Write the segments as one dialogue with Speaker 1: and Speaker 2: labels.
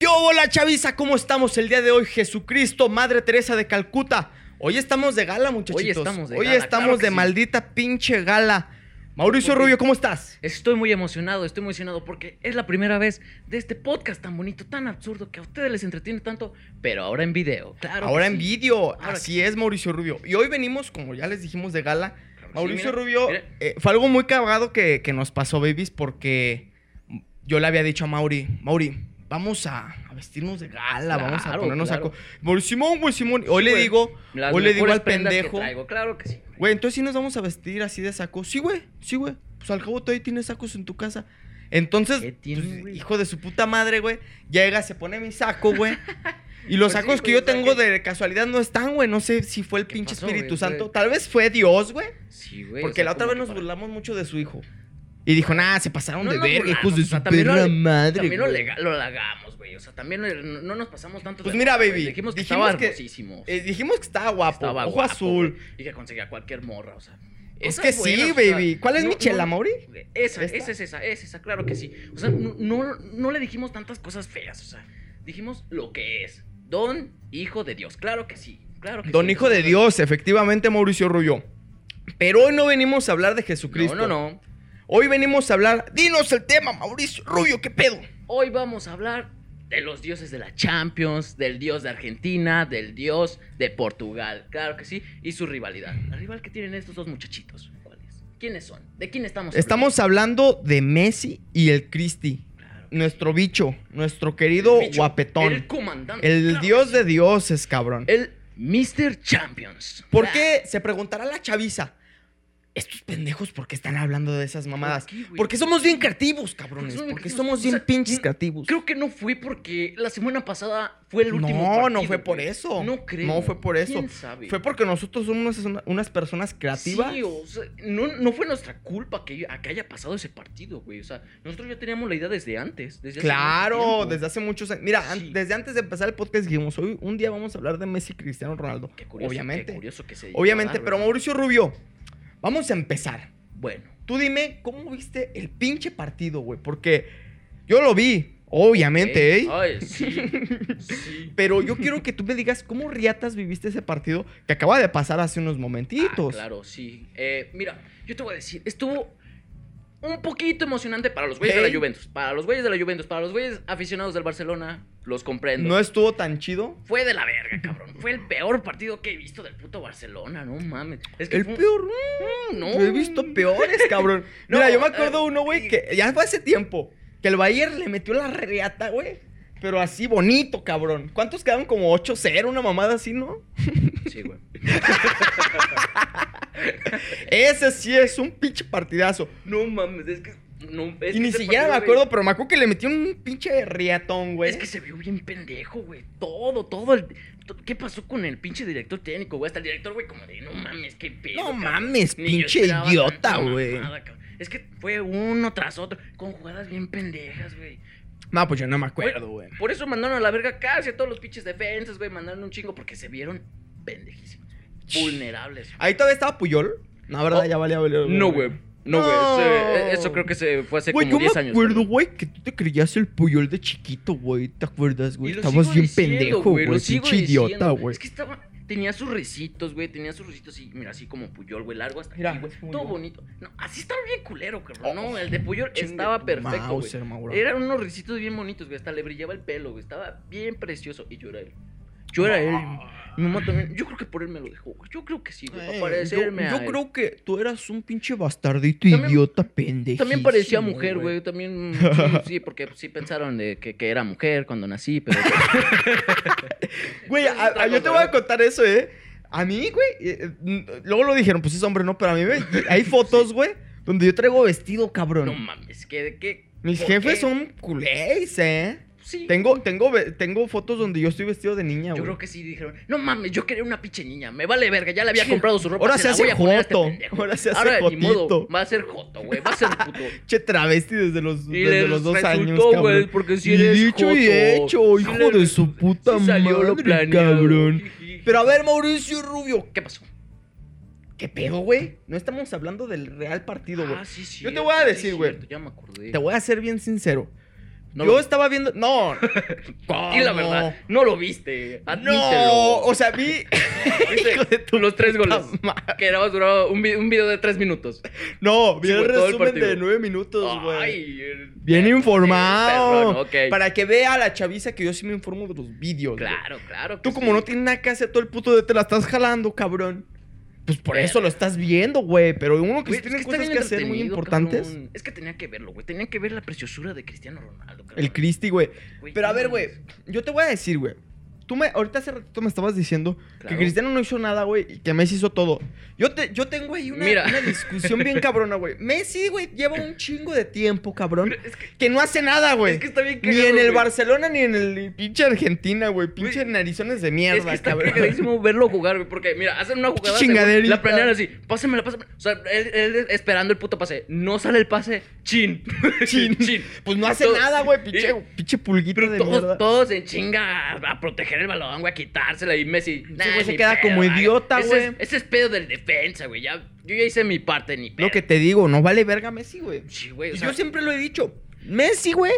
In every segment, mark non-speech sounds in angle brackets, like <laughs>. Speaker 1: Yo, hola chaviza, ¿cómo estamos el día de hoy? Jesucristo, Madre Teresa de Calcuta. Hoy estamos de gala, muchachitos.
Speaker 2: Hoy estamos de
Speaker 1: Hoy
Speaker 2: gala,
Speaker 1: estamos
Speaker 2: claro que
Speaker 1: de
Speaker 2: sí.
Speaker 1: maldita pinche gala. Mauricio
Speaker 2: Ujú.
Speaker 1: Rubio, ¿cómo estás?
Speaker 2: Estoy muy emocionado, estoy muy emocionado porque es la primera vez de este podcast tan bonito, tan absurdo, que a ustedes les entretiene tanto, pero ahora en video. Claro.
Speaker 1: Ahora
Speaker 2: que
Speaker 1: en
Speaker 2: sí.
Speaker 1: vídeo.
Speaker 2: Ahora que
Speaker 1: Así es, Mauricio Rubio. Y hoy venimos, como ya les dijimos, de gala.
Speaker 2: Claro que sí,
Speaker 1: Mauricio
Speaker 2: mira,
Speaker 1: Rubio,
Speaker 2: mira.
Speaker 1: eh, fue algo muy cagado que, que nos pasó, babies, porque yo le había dicho a Mauri, Mauri, vamos a, a vestirnos de gala, vamos a
Speaker 2: Claro,
Speaker 1: ponernos
Speaker 2: claro.
Speaker 1: a... co- Mauri, Simón, güey, Simón. Hoy le
Speaker 2: güey.
Speaker 1: digo,
Speaker 2: Las
Speaker 1: hoy le digo
Speaker 2: mejores
Speaker 1: al
Speaker 2: prendas que
Speaker 1: pendejo...
Speaker 2: traigo, claro que sí.
Speaker 1: Güey, entonces sí nos vamos a vestir así de saco. Sí, güey, sí, güey. Pues al cabo todavía tienes sacos en tu casa. Entonces,
Speaker 2: ¿Qué tiene,
Speaker 1: pues,
Speaker 2: güey?
Speaker 1: hijo de su puta madre, güey, llega, se pone mi saco,
Speaker 2: <laughs>
Speaker 1: güey. Y los
Speaker 2: Pues sí,
Speaker 1: sacos que
Speaker 2: güey,
Speaker 1: yo
Speaker 2: o sea
Speaker 1: tengo
Speaker 2: que-
Speaker 1: de casualidad no están, güey. No sé si fue el
Speaker 2: ¿Qué
Speaker 1: pinche
Speaker 2: pasó,
Speaker 1: Espíritu
Speaker 2: güey?
Speaker 1: Santo.
Speaker 2: Fue-
Speaker 1: Tal vez fue Dios, güey.
Speaker 2: Sí, güey. o
Speaker 1: Porque
Speaker 2: sea,
Speaker 1: la otra
Speaker 2: como
Speaker 1: vez
Speaker 2: que
Speaker 1: nos
Speaker 2: para-
Speaker 1: burlamos mucho de su hijo. Y dijo, nah, se pasaron
Speaker 2: No
Speaker 1: de
Speaker 2: nos
Speaker 1: verga, hijos de
Speaker 2: burlamos, o
Speaker 1: su
Speaker 2: sea, también lo-
Speaker 1: perra madre.
Speaker 2: También lo,
Speaker 1: güey".
Speaker 2: legal, lo hagamos, güey. O sea, también no, no nos pasamos tanto.
Speaker 1: Pues
Speaker 2: de
Speaker 1: mira,
Speaker 2: ropa, güey.
Speaker 1: baby,
Speaker 2: Dijimos que
Speaker 1: dijimos
Speaker 2: estaba
Speaker 1: que-
Speaker 2: hermosísimo. o sea,
Speaker 1: Eh, dijimos que estaba guapo,
Speaker 2: estaba
Speaker 1: ojo
Speaker 2: guapo,
Speaker 1: azul.
Speaker 2: güey, Y que conseguía cualquier morra, o sea.
Speaker 1: Es
Speaker 2: cosas
Speaker 1: que sí,
Speaker 2: buenas, o sea,
Speaker 1: baby. ¿Cuál es mi chela, Mauri? ¿Esta?
Speaker 2: Esa, esa es esa, es esa, claro que sí. O sea, no, no, no le dijimos tantas cosas feas, o sea, dijimos lo que es. Don, hijo de Dios, claro que sí, claro que
Speaker 1: Don
Speaker 2: sí.
Speaker 1: Hijo de Dios, efectivamente, Mauricio Rubio. Pero hoy no venimos a hablar de Jesucristo.
Speaker 2: No, no, no.
Speaker 1: Hoy venimos a hablar. Dinos el tema, Mauricio Rubio, ¿qué pedo?
Speaker 2: Hoy vamos a hablar de los dioses de la Champions, del dios de Argentina, del dios de Portugal, claro que sí, y su rivalidad. La rival que tienen estos dos muchachitos, ¿cuál es? ¿Quiénes son? ¿De quién estamos hablando?
Speaker 1: Estamos hablando de Messi y el Cristi.
Speaker 2: Claro que
Speaker 1: Nuestro bicho, nuestro querido
Speaker 2: El bicho,
Speaker 1: guapetón.
Speaker 2: El comandante.
Speaker 1: El
Speaker 2: claro
Speaker 1: dios
Speaker 2: que
Speaker 1: de dioses, cabrón.
Speaker 2: sí. El Mr. Champions.
Speaker 1: ¿Por
Speaker 2: Ah,
Speaker 1: qué? Se preguntará la chaviza. Estos pendejos, ¿por qué están hablando de esas mamadas?
Speaker 2: qué, güey?
Speaker 1: Porque somos bien creativos,
Speaker 2: Porque
Speaker 1: cabrones.
Speaker 2: somos bien
Speaker 1: Porque
Speaker 2: creativos.
Speaker 1: somos
Speaker 2: O
Speaker 1: bien
Speaker 2: sea,
Speaker 1: pinches
Speaker 2: mm,
Speaker 1: creativos.
Speaker 2: Creo que no fue porque la semana pasada fue el último
Speaker 1: Pues, no,
Speaker 2: partido,
Speaker 1: no fue
Speaker 2: güey.
Speaker 1: por eso.
Speaker 2: No creo.
Speaker 1: No fue por eso.
Speaker 2: ¿Quién sabe?
Speaker 1: Fue porque nosotros somos unas, unas personas creativas.
Speaker 2: Sí, o sea, no, no fue nuestra culpa que, a que haya pasado ese partido, güey. O sea, nosotros ya teníamos la idea desde antes. Desde hace mucho
Speaker 1: Claro,
Speaker 2: tiempo.
Speaker 1: desde hace muchos años. Mira, an-
Speaker 2: Sí.
Speaker 1: desde antes de empezar el podcast dijimos, hoy un día vamos a hablar de Messi y Cristiano Ronaldo.
Speaker 2: Qué curioso,
Speaker 1: obviamente.
Speaker 2: qué curioso que se
Speaker 1: obviamente,
Speaker 2: llegó a
Speaker 1: pero
Speaker 2: dar, ¿verdad?
Speaker 1: Mauricio Rubio, vamos a empezar.
Speaker 2: Bueno,
Speaker 1: Tú dime, ¿cómo viste el pinche partido, güey? Porque yo lo vi, obviamente,
Speaker 2: ok.
Speaker 1: ¿eh?
Speaker 2: Ay, sí.
Speaker 1: <laughs>
Speaker 2: sí.
Speaker 1: Pero yo quiero que tú me digas cómo riatas viviste ese partido que acaba de pasar hace unos momentitos.
Speaker 2: Ah, claro, sí. Eh, mira, yo te voy a decir, estuvo un poquito emocionante para los güeyes de
Speaker 1: Ey.
Speaker 2: la Juventus. Para los güeyes de la Juventus, para los güeyes aficionados del Barcelona, los comprendo.
Speaker 1: No estuvo tan chido.
Speaker 2: Fue de la verga, cabrón. Fue el peor partido que he visto del puto Barcelona, no mames. Es que
Speaker 1: El
Speaker 2: fue un-
Speaker 1: peor.
Speaker 2: Mm, No.
Speaker 1: Yo he visto peores,
Speaker 2: <laughs>
Speaker 1: cabrón.
Speaker 2: No,
Speaker 1: Mira, yo me
Speaker 2: eh,
Speaker 1: acuerdo uno, güey, que ya fue hace tiempo. Que el Bayern le metió la reata, güey. Pero así bonito, cabrón. ¿Cuántos quedaron? Como 8-0, una mamada así, ¿no?
Speaker 2: Sí, güey.
Speaker 1: Ese sí es un pinche partidazo.
Speaker 2: No mames, es que. No, es
Speaker 1: y
Speaker 2: que
Speaker 1: ni
Speaker 2: ese
Speaker 1: siquiera me
Speaker 2: partido,
Speaker 1: acuerdo,
Speaker 2: güey,
Speaker 1: pero me acuerdo que le metió un pinche riatón, güey.
Speaker 2: Es que se vio bien pendejo, güey. Todo, todo el. to- ¿Qué pasó con el pinche director técnico, güey? Hasta el director, güey, como de, no mames, qué pedo.
Speaker 1: No
Speaker 2: cabrón".
Speaker 1: mames,
Speaker 2: Ni yo
Speaker 1: pinche
Speaker 2: esperaba
Speaker 1: idiota,
Speaker 2: tanta
Speaker 1: güey.
Speaker 2: mamada, cabrón. Es que fue uno tras otro, con jugadas bien pendejas, güey.
Speaker 1: No, pues yo no me acuerdo, güey.
Speaker 2: Por eso mandaron a la verga casi a todos los pinches defensas, güey. Mandaron un chingo porque se vieron pendejísimos, güey. vulnerables.
Speaker 1: Ahí todavía estaba Puyol. No, ¿verdad?
Speaker 2: Oh.
Speaker 1: Ya valía, valía, valía.
Speaker 2: No, güey. No, güey.
Speaker 1: No.
Speaker 2: ese- eh, Eso creo que se fue hace
Speaker 1: Güey,
Speaker 2: como
Speaker 1: yo
Speaker 2: 10
Speaker 1: me
Speaker 2: años.
Speaker 1: acuerdo,
Speaker 2: güey.
Speaker 1: güey, que tú te creías el Puyol de chiquito, güey. ¿Te acuerdas, güey?
Speaker 2: Y lo
Speaker 1: Estabas
Speaker 2: sigo
Speaker 1: bien
Speaker 2: diciendo,
Speaker 1: pendejo, güey.
Speaker 2: lo sigo
Speaker 1: Pinche
Speaker 2: diciendo.
Speaker 1: idiota, güey.
Speaker 2: Es que estaba. Tenía sus risitos, güey. Tenía sus risitos y mira, así como Puyol, güey, largo hasta
Speaker 1: Mira,
Speaker 2: aquí, güey.
Speaker 1: es Puyol.
Speaker 2: Todo bonito. No, así estaba bien culero,
Speaker 1: Oh,
Speaker 2: cabrón. no, el de Puyol
Speaker 1: Chingue
Speaker 2: estaba
Speaker 1: tu
Speaker 2: perfecto, güey.
Speaker 1: Mauser, Mauro.
Speaker 2: Eran unos risitos bien bonitos, güey. Hasta le brillaba el pelo, güey. Estaba bien precioso. Y yo era él. Yo era él. Mi mamá también. Yo creo que por él me lo dejó, güey. Yo creo que sí, güey. Para
Speaker 1: Ah, Eh,
Speaker 2: parecerme
Speaker 1: yo,
Speaker 2: a
Speaker 1: yo
Speaker 2: él.
Speaker 1: creo que tú eras un pinche bastardito
Speaker 2: También-
Speaker 1: idiota pendejo.
Speaker 2: También parecía mujer, güey.
Speaker 1: <laughs>
Speaker 2: También. Sí, sí, porque sí pensaron de que, que era mujer cuando nací, pero.
Speaker 1: Güey, a- a- yo te voy a contar eso, eh. A mí, güey, eh, eh, luego lo dijeron, pues es hombre, no, pero a mí me,
Speaker 2: <laughs>
Speaker 1: hay fotos, güey, donde yo traigo vestido, cabrón.
Speaker 2: No mames, que. que
Speaker 1: Mis
Speaker 2: ¿por
Speaker 1: jefes
Speaker 2: qué?
Speaker 1: son culés, eh.
Speaker 2: Sí.
Speaker 1: Tengo, tengo, ve- tengo fotos donde yo estoy vestido de niña,
Speaker 2: Yo
Speaker 1: güey.
Speaker 2: creo que sí dijeron, no mames, yo quería una pinche niña, me vale verga, ya le había
Speaker 1: Sí.
Speaker 2: comprado su ropa.
Speaker 1: Ahora se
Speaker 2: la
Speaker 1: hace
Speaker 2: voy a poner a este
Speaker 1: joto,
Speaker 2: pendejo".
Speaker 1: ahora se hace
Speaker 2: ni modo,
Speaker 1: jotito.
Speaker 2: va a ser joto, güey, va a ser
Speaker 1: <laughs>
Speaker 2: puto.
Speaker 1: Che travesti desde los,
Speaker 2: Y
Speaker 1: desde
Speaker 2: les
Speaker 1: los dos
Speaker 2: resultó,
Speaker 1: años,
Speaker 2: güey,
Speaker 1: cabrón.
Speaker 2: porque si
Speaker 1: Y
Speaker 2: eres
Speaker 1: dicho
Speaker 2: joto.
Speaker 1: y hecho,
Speaker 2: Sí
Speaker 1: hijo
Speaker 2: le-
Speaker 1: de su puta
Speaker 2: sí salió lo
Speaker 1: madre,
Speaker 2: planeado. <laughs>
Speaker 1: cabrón. Pero a ver, Mauricio Rubio,
Speaker 2: ¿Qué pasó?
Speaker 1: ¿qué pedo, güey? No estamos hablando del real partido, güey.
Speaker 2: Ah, sí,
Speaker 1: Yo te
Speaker 2: cierto,
Speaker 1: voy a
Speaker 2: sí,
Speaker 1: decir, güey.
Speaker 2: cierto, Ya me acordé.
Speaker 1: Te voy a ser bien sincero.
Speaker 2: No
Speaker 1: yo
Speaker 2: lo-
Speaker 1: estaba viendo. No.
Speaker 2: Di la verdad, no lo viste.
Speaker 1: No.
Speaker 2: Admítelo.
Speaker 1: O sea,
Speaker 2: <laughs>
Speaker 1: vi.
Speaker 2: ¿Viste?
Speaker 1: Hijo de tu
Speaker 2: Los tres goles.
Speaker 1: madre.
Speaker 2: Que nada más duraba un, vi- un video de tres minutos.
Speaker 1: No, vi
Speaker 2: Sí,
Speaker 1: el
Speaker 2: güey, todo el
Speaker 1: resumen de
Speaker 2: partido.
Speaker 1: nueve minutos, güey.
Speaker 2: Ay, el-
Speaker 1: Bien
Speaker 2: el-
Speaker 1: informado.
Speaker 2: el perrón, ok.
Speaker 1: Para que vea la chaviza que yo sí me informo de los vídeos. güey.
Speaker 2: Claro, claro. que
Speaker 1: Tú,
Speaker 2: sí.
Speaker 1: como no tienes nada que hacer, todo el puto de te la estás jalando, cabrón. Pues por
Speaker 2: Pero-
Speaker 1: eso lo estás viendo, güey. Pero uno que
Speaker 2: Güey,
Speaker 1: sí
Speaker 2: es
Speaker 1: tiene
Speaker 2: está
Speaker 1: cosas
Speaker 2: bien
Speaker 1: que hacer muy
Speaker 2: entretenido,
Speaker 1: importantes.
Speaker 2: cabrón. Es que tenía que verlo, güey. Tenía que ver la preciosura de Cristiano Ronaldo, cabrón.
Speaker 1: El Cristi, güey.
Speaker 2: Güey,
Speaker 1: Pero a
Speaker 2: no
Speaker 1: ver, güey,
Speaker 2: mames.
Speaker 1: yo te voy a decir, güey. Tú me, ahorita hace ratito me estabas diciendo que
Speaker 2: Claro.
Speaker 1: Cristiano no hizo nada, güey, y que Messi hizo todo. Yo, te, yo tengo ahí una,
Speaker 2: Mira.
Speaker 1: una discusión
Speaker 2: <laughs>
Speaker 1: bien cabrona, güey. Messi, güey, lleva un chingo de tiempo, cabrón,
Speaker 2: Pero es que-
Speaker 1: que no hace nada, güey.
Speaker 2: Es que está bien
Speaker 1: ni
Speaker 2: cagado,
Speaker 1: en el
Speaker 2: güey.
Speaker 1: Barcelona, ni en el pinche Argentina, güey. Pinche
Speaker 2: Güey,
Speaker 1: narizones de mierda,
Speaker 2: Es que está
Speaker 1: cabrón.
Speaker 2: cagadísimo verlo jugar, güey. Porque, mira, hacen una jugada. según-
Speaker 1: Chingaderita.
Speaker 2: La planean así. Pásamela, pásamela. O sea, él, él esperando el puto pase. No sale el pase. Chin. <laughs>
Speaker 1: Chin. Pues no hace
Speaker 2: Todo-
Speaker 1: nada,
Speaker 2: <laughs>
Speaker 1: güey.
Speaker 2: y-
Speaker 1: Pinche, pinche pulguito
Speaker 2: Pero
Speaker 1: de
Speaker 2: todos,
Speaker 1: mierda.
Speaker 2: todos en chinga a, a proteger el balón, güey, a quitársela. Y Messi. nah,
Speaker 1: güey se
Speaker 2: ni
Speaker 1: queda como
Speaker 2: haga.
Speaker 1: idiota,
Speaker 2: Ese
Speaker 1: güey.
Speaker 2: es- Ese es pedo del defensa, güey. Ya, yo ya hice mi parte, ni pedo.
Speaker 1: Lo que te digo, no vale verga Messi, güey.
Speaker 2: Sí, güey. o
Speaker 1: Y
Speaker 2: sea,
Speaker 1: yo siempre lo he dicho, Messi, güey,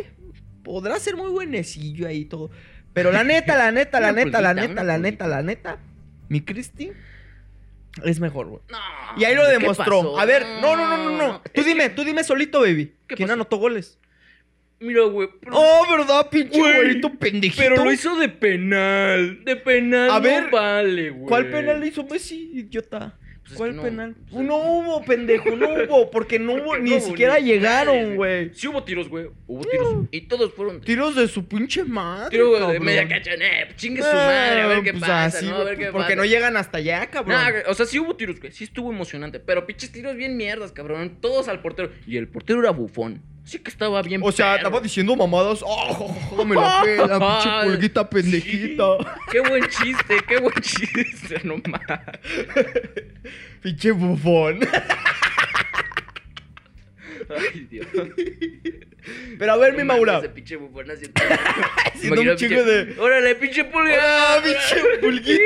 Speaker 1: podrá ser muy buenecillo ahí y todo. Pero la neta, la neta, la
Speaker 2: <laughs> Una
Speaker 1: neta, la
Speaker 2: pulguita,
Speaker 1: neta,
Speaker 2: una
Speaker 1: la neta, la neta, mi Cristi es mejor, güey.
Speaker 2: No.
Speaker 1: Y ahí lo
Speaker 2: Ah, ¿qué
Speaker 1: demostró.
Speaker 2: pasó? Ah,
Speaker 1: A ver, no, no, no, no, no. Tú
Speaker 2: Es que-
Speaker 1: dime, tú dime solito, baby.
Speaker 2: ¿Qué
Speaker 1: ¿Quién
Speaker 2: pasó?
Speaker 1: anotó goles?
Speaker 2: Mira, güey. pero-
Speaker 1: Oh, ¿verdad, pinche
Speaker 2: Güey,
Speaker 1: güerito pendejito?
Speaker 2: Pero lo hizo de penal. De penal.
Speaker 1: A
Speaker 2: no
Speaker 1: ver,
Speaker 2: vale, güey.
Speaker 1: ¿Cuál penal le hizo Messi, idiota?
Speaker 2: Pues es
Speaker 1: ¿Cuál
Speaker 2: que no,
Speaker 1: penal?
Speaker 2: pues es-
Speaker 1: no hubo, pendejo, no hubo, porque no hubo,
Speaker 2: <laughs> Porque
Speaker 1: ni
Speaker 2: no hubo
Speaker 1: siquiera
Speaker 2: ni
Speaker 1: llegaron,
Speaker 2: penales,
Speaker 1: güey.
Speaker 2: Sí hubo tiros, güey. Hubo tiros. Y todos fueron. Tiro,
Speaker 1: Tiros de su pinche madre.
Speaker 2: güey, de
Speaker 1: cabrón.
Speaker 2: media cancha. Eh, pues chingue su madre. A ver
Speaker 1: Ah,
Speaker 2: qué
Speaker 1: pues
Speaker 2: pasa,
Speaker 1: así,
Speaker 2: ¿no? A
Speaker 1: güey,
Speaker 2: ver
Speaker 1: pues,
Speaker 2: qué
Speaker 1: Porque
Speaker 2: pasa.
Speaker 1: no llegan hasta allá, cabrón.
Speaker 2: Nah, güey, o sea, sí hubo tiros, güey. Sí estuvo emocionante. Pero pinches tiros bien mierdas, cabrón. Todos al portero. Y el portero era bufón. Así que estaba bien.
Speaker 1: o sea,
Speaker 2: perro.
Speaker 1: estaba diciendo mamadas. ¡Oh, me
Speaker 2: <laughs>
Speaker 1: la pela,
Speaker 2: Ah,
Speaker 1: pinche pulguita pendejita!
Speaker 2: Qué buen chiste, qué buen <laughs> chiste, no mames.
Speaker 1: Pinche bufón. <laughs>
Speaker 2: Ay, Dios.
Speaker 1: Pero a ver, mi
Speaker 2: No mames,
Speaker 1: Maura.
Speaker 2: Ese pinche bufón así.
Speaker 1: Haciendo un chingo de.
Speaker 2: Órale, pinche pulga. <laughs>
Speaker 1: ¡Ah, pinche pulguita!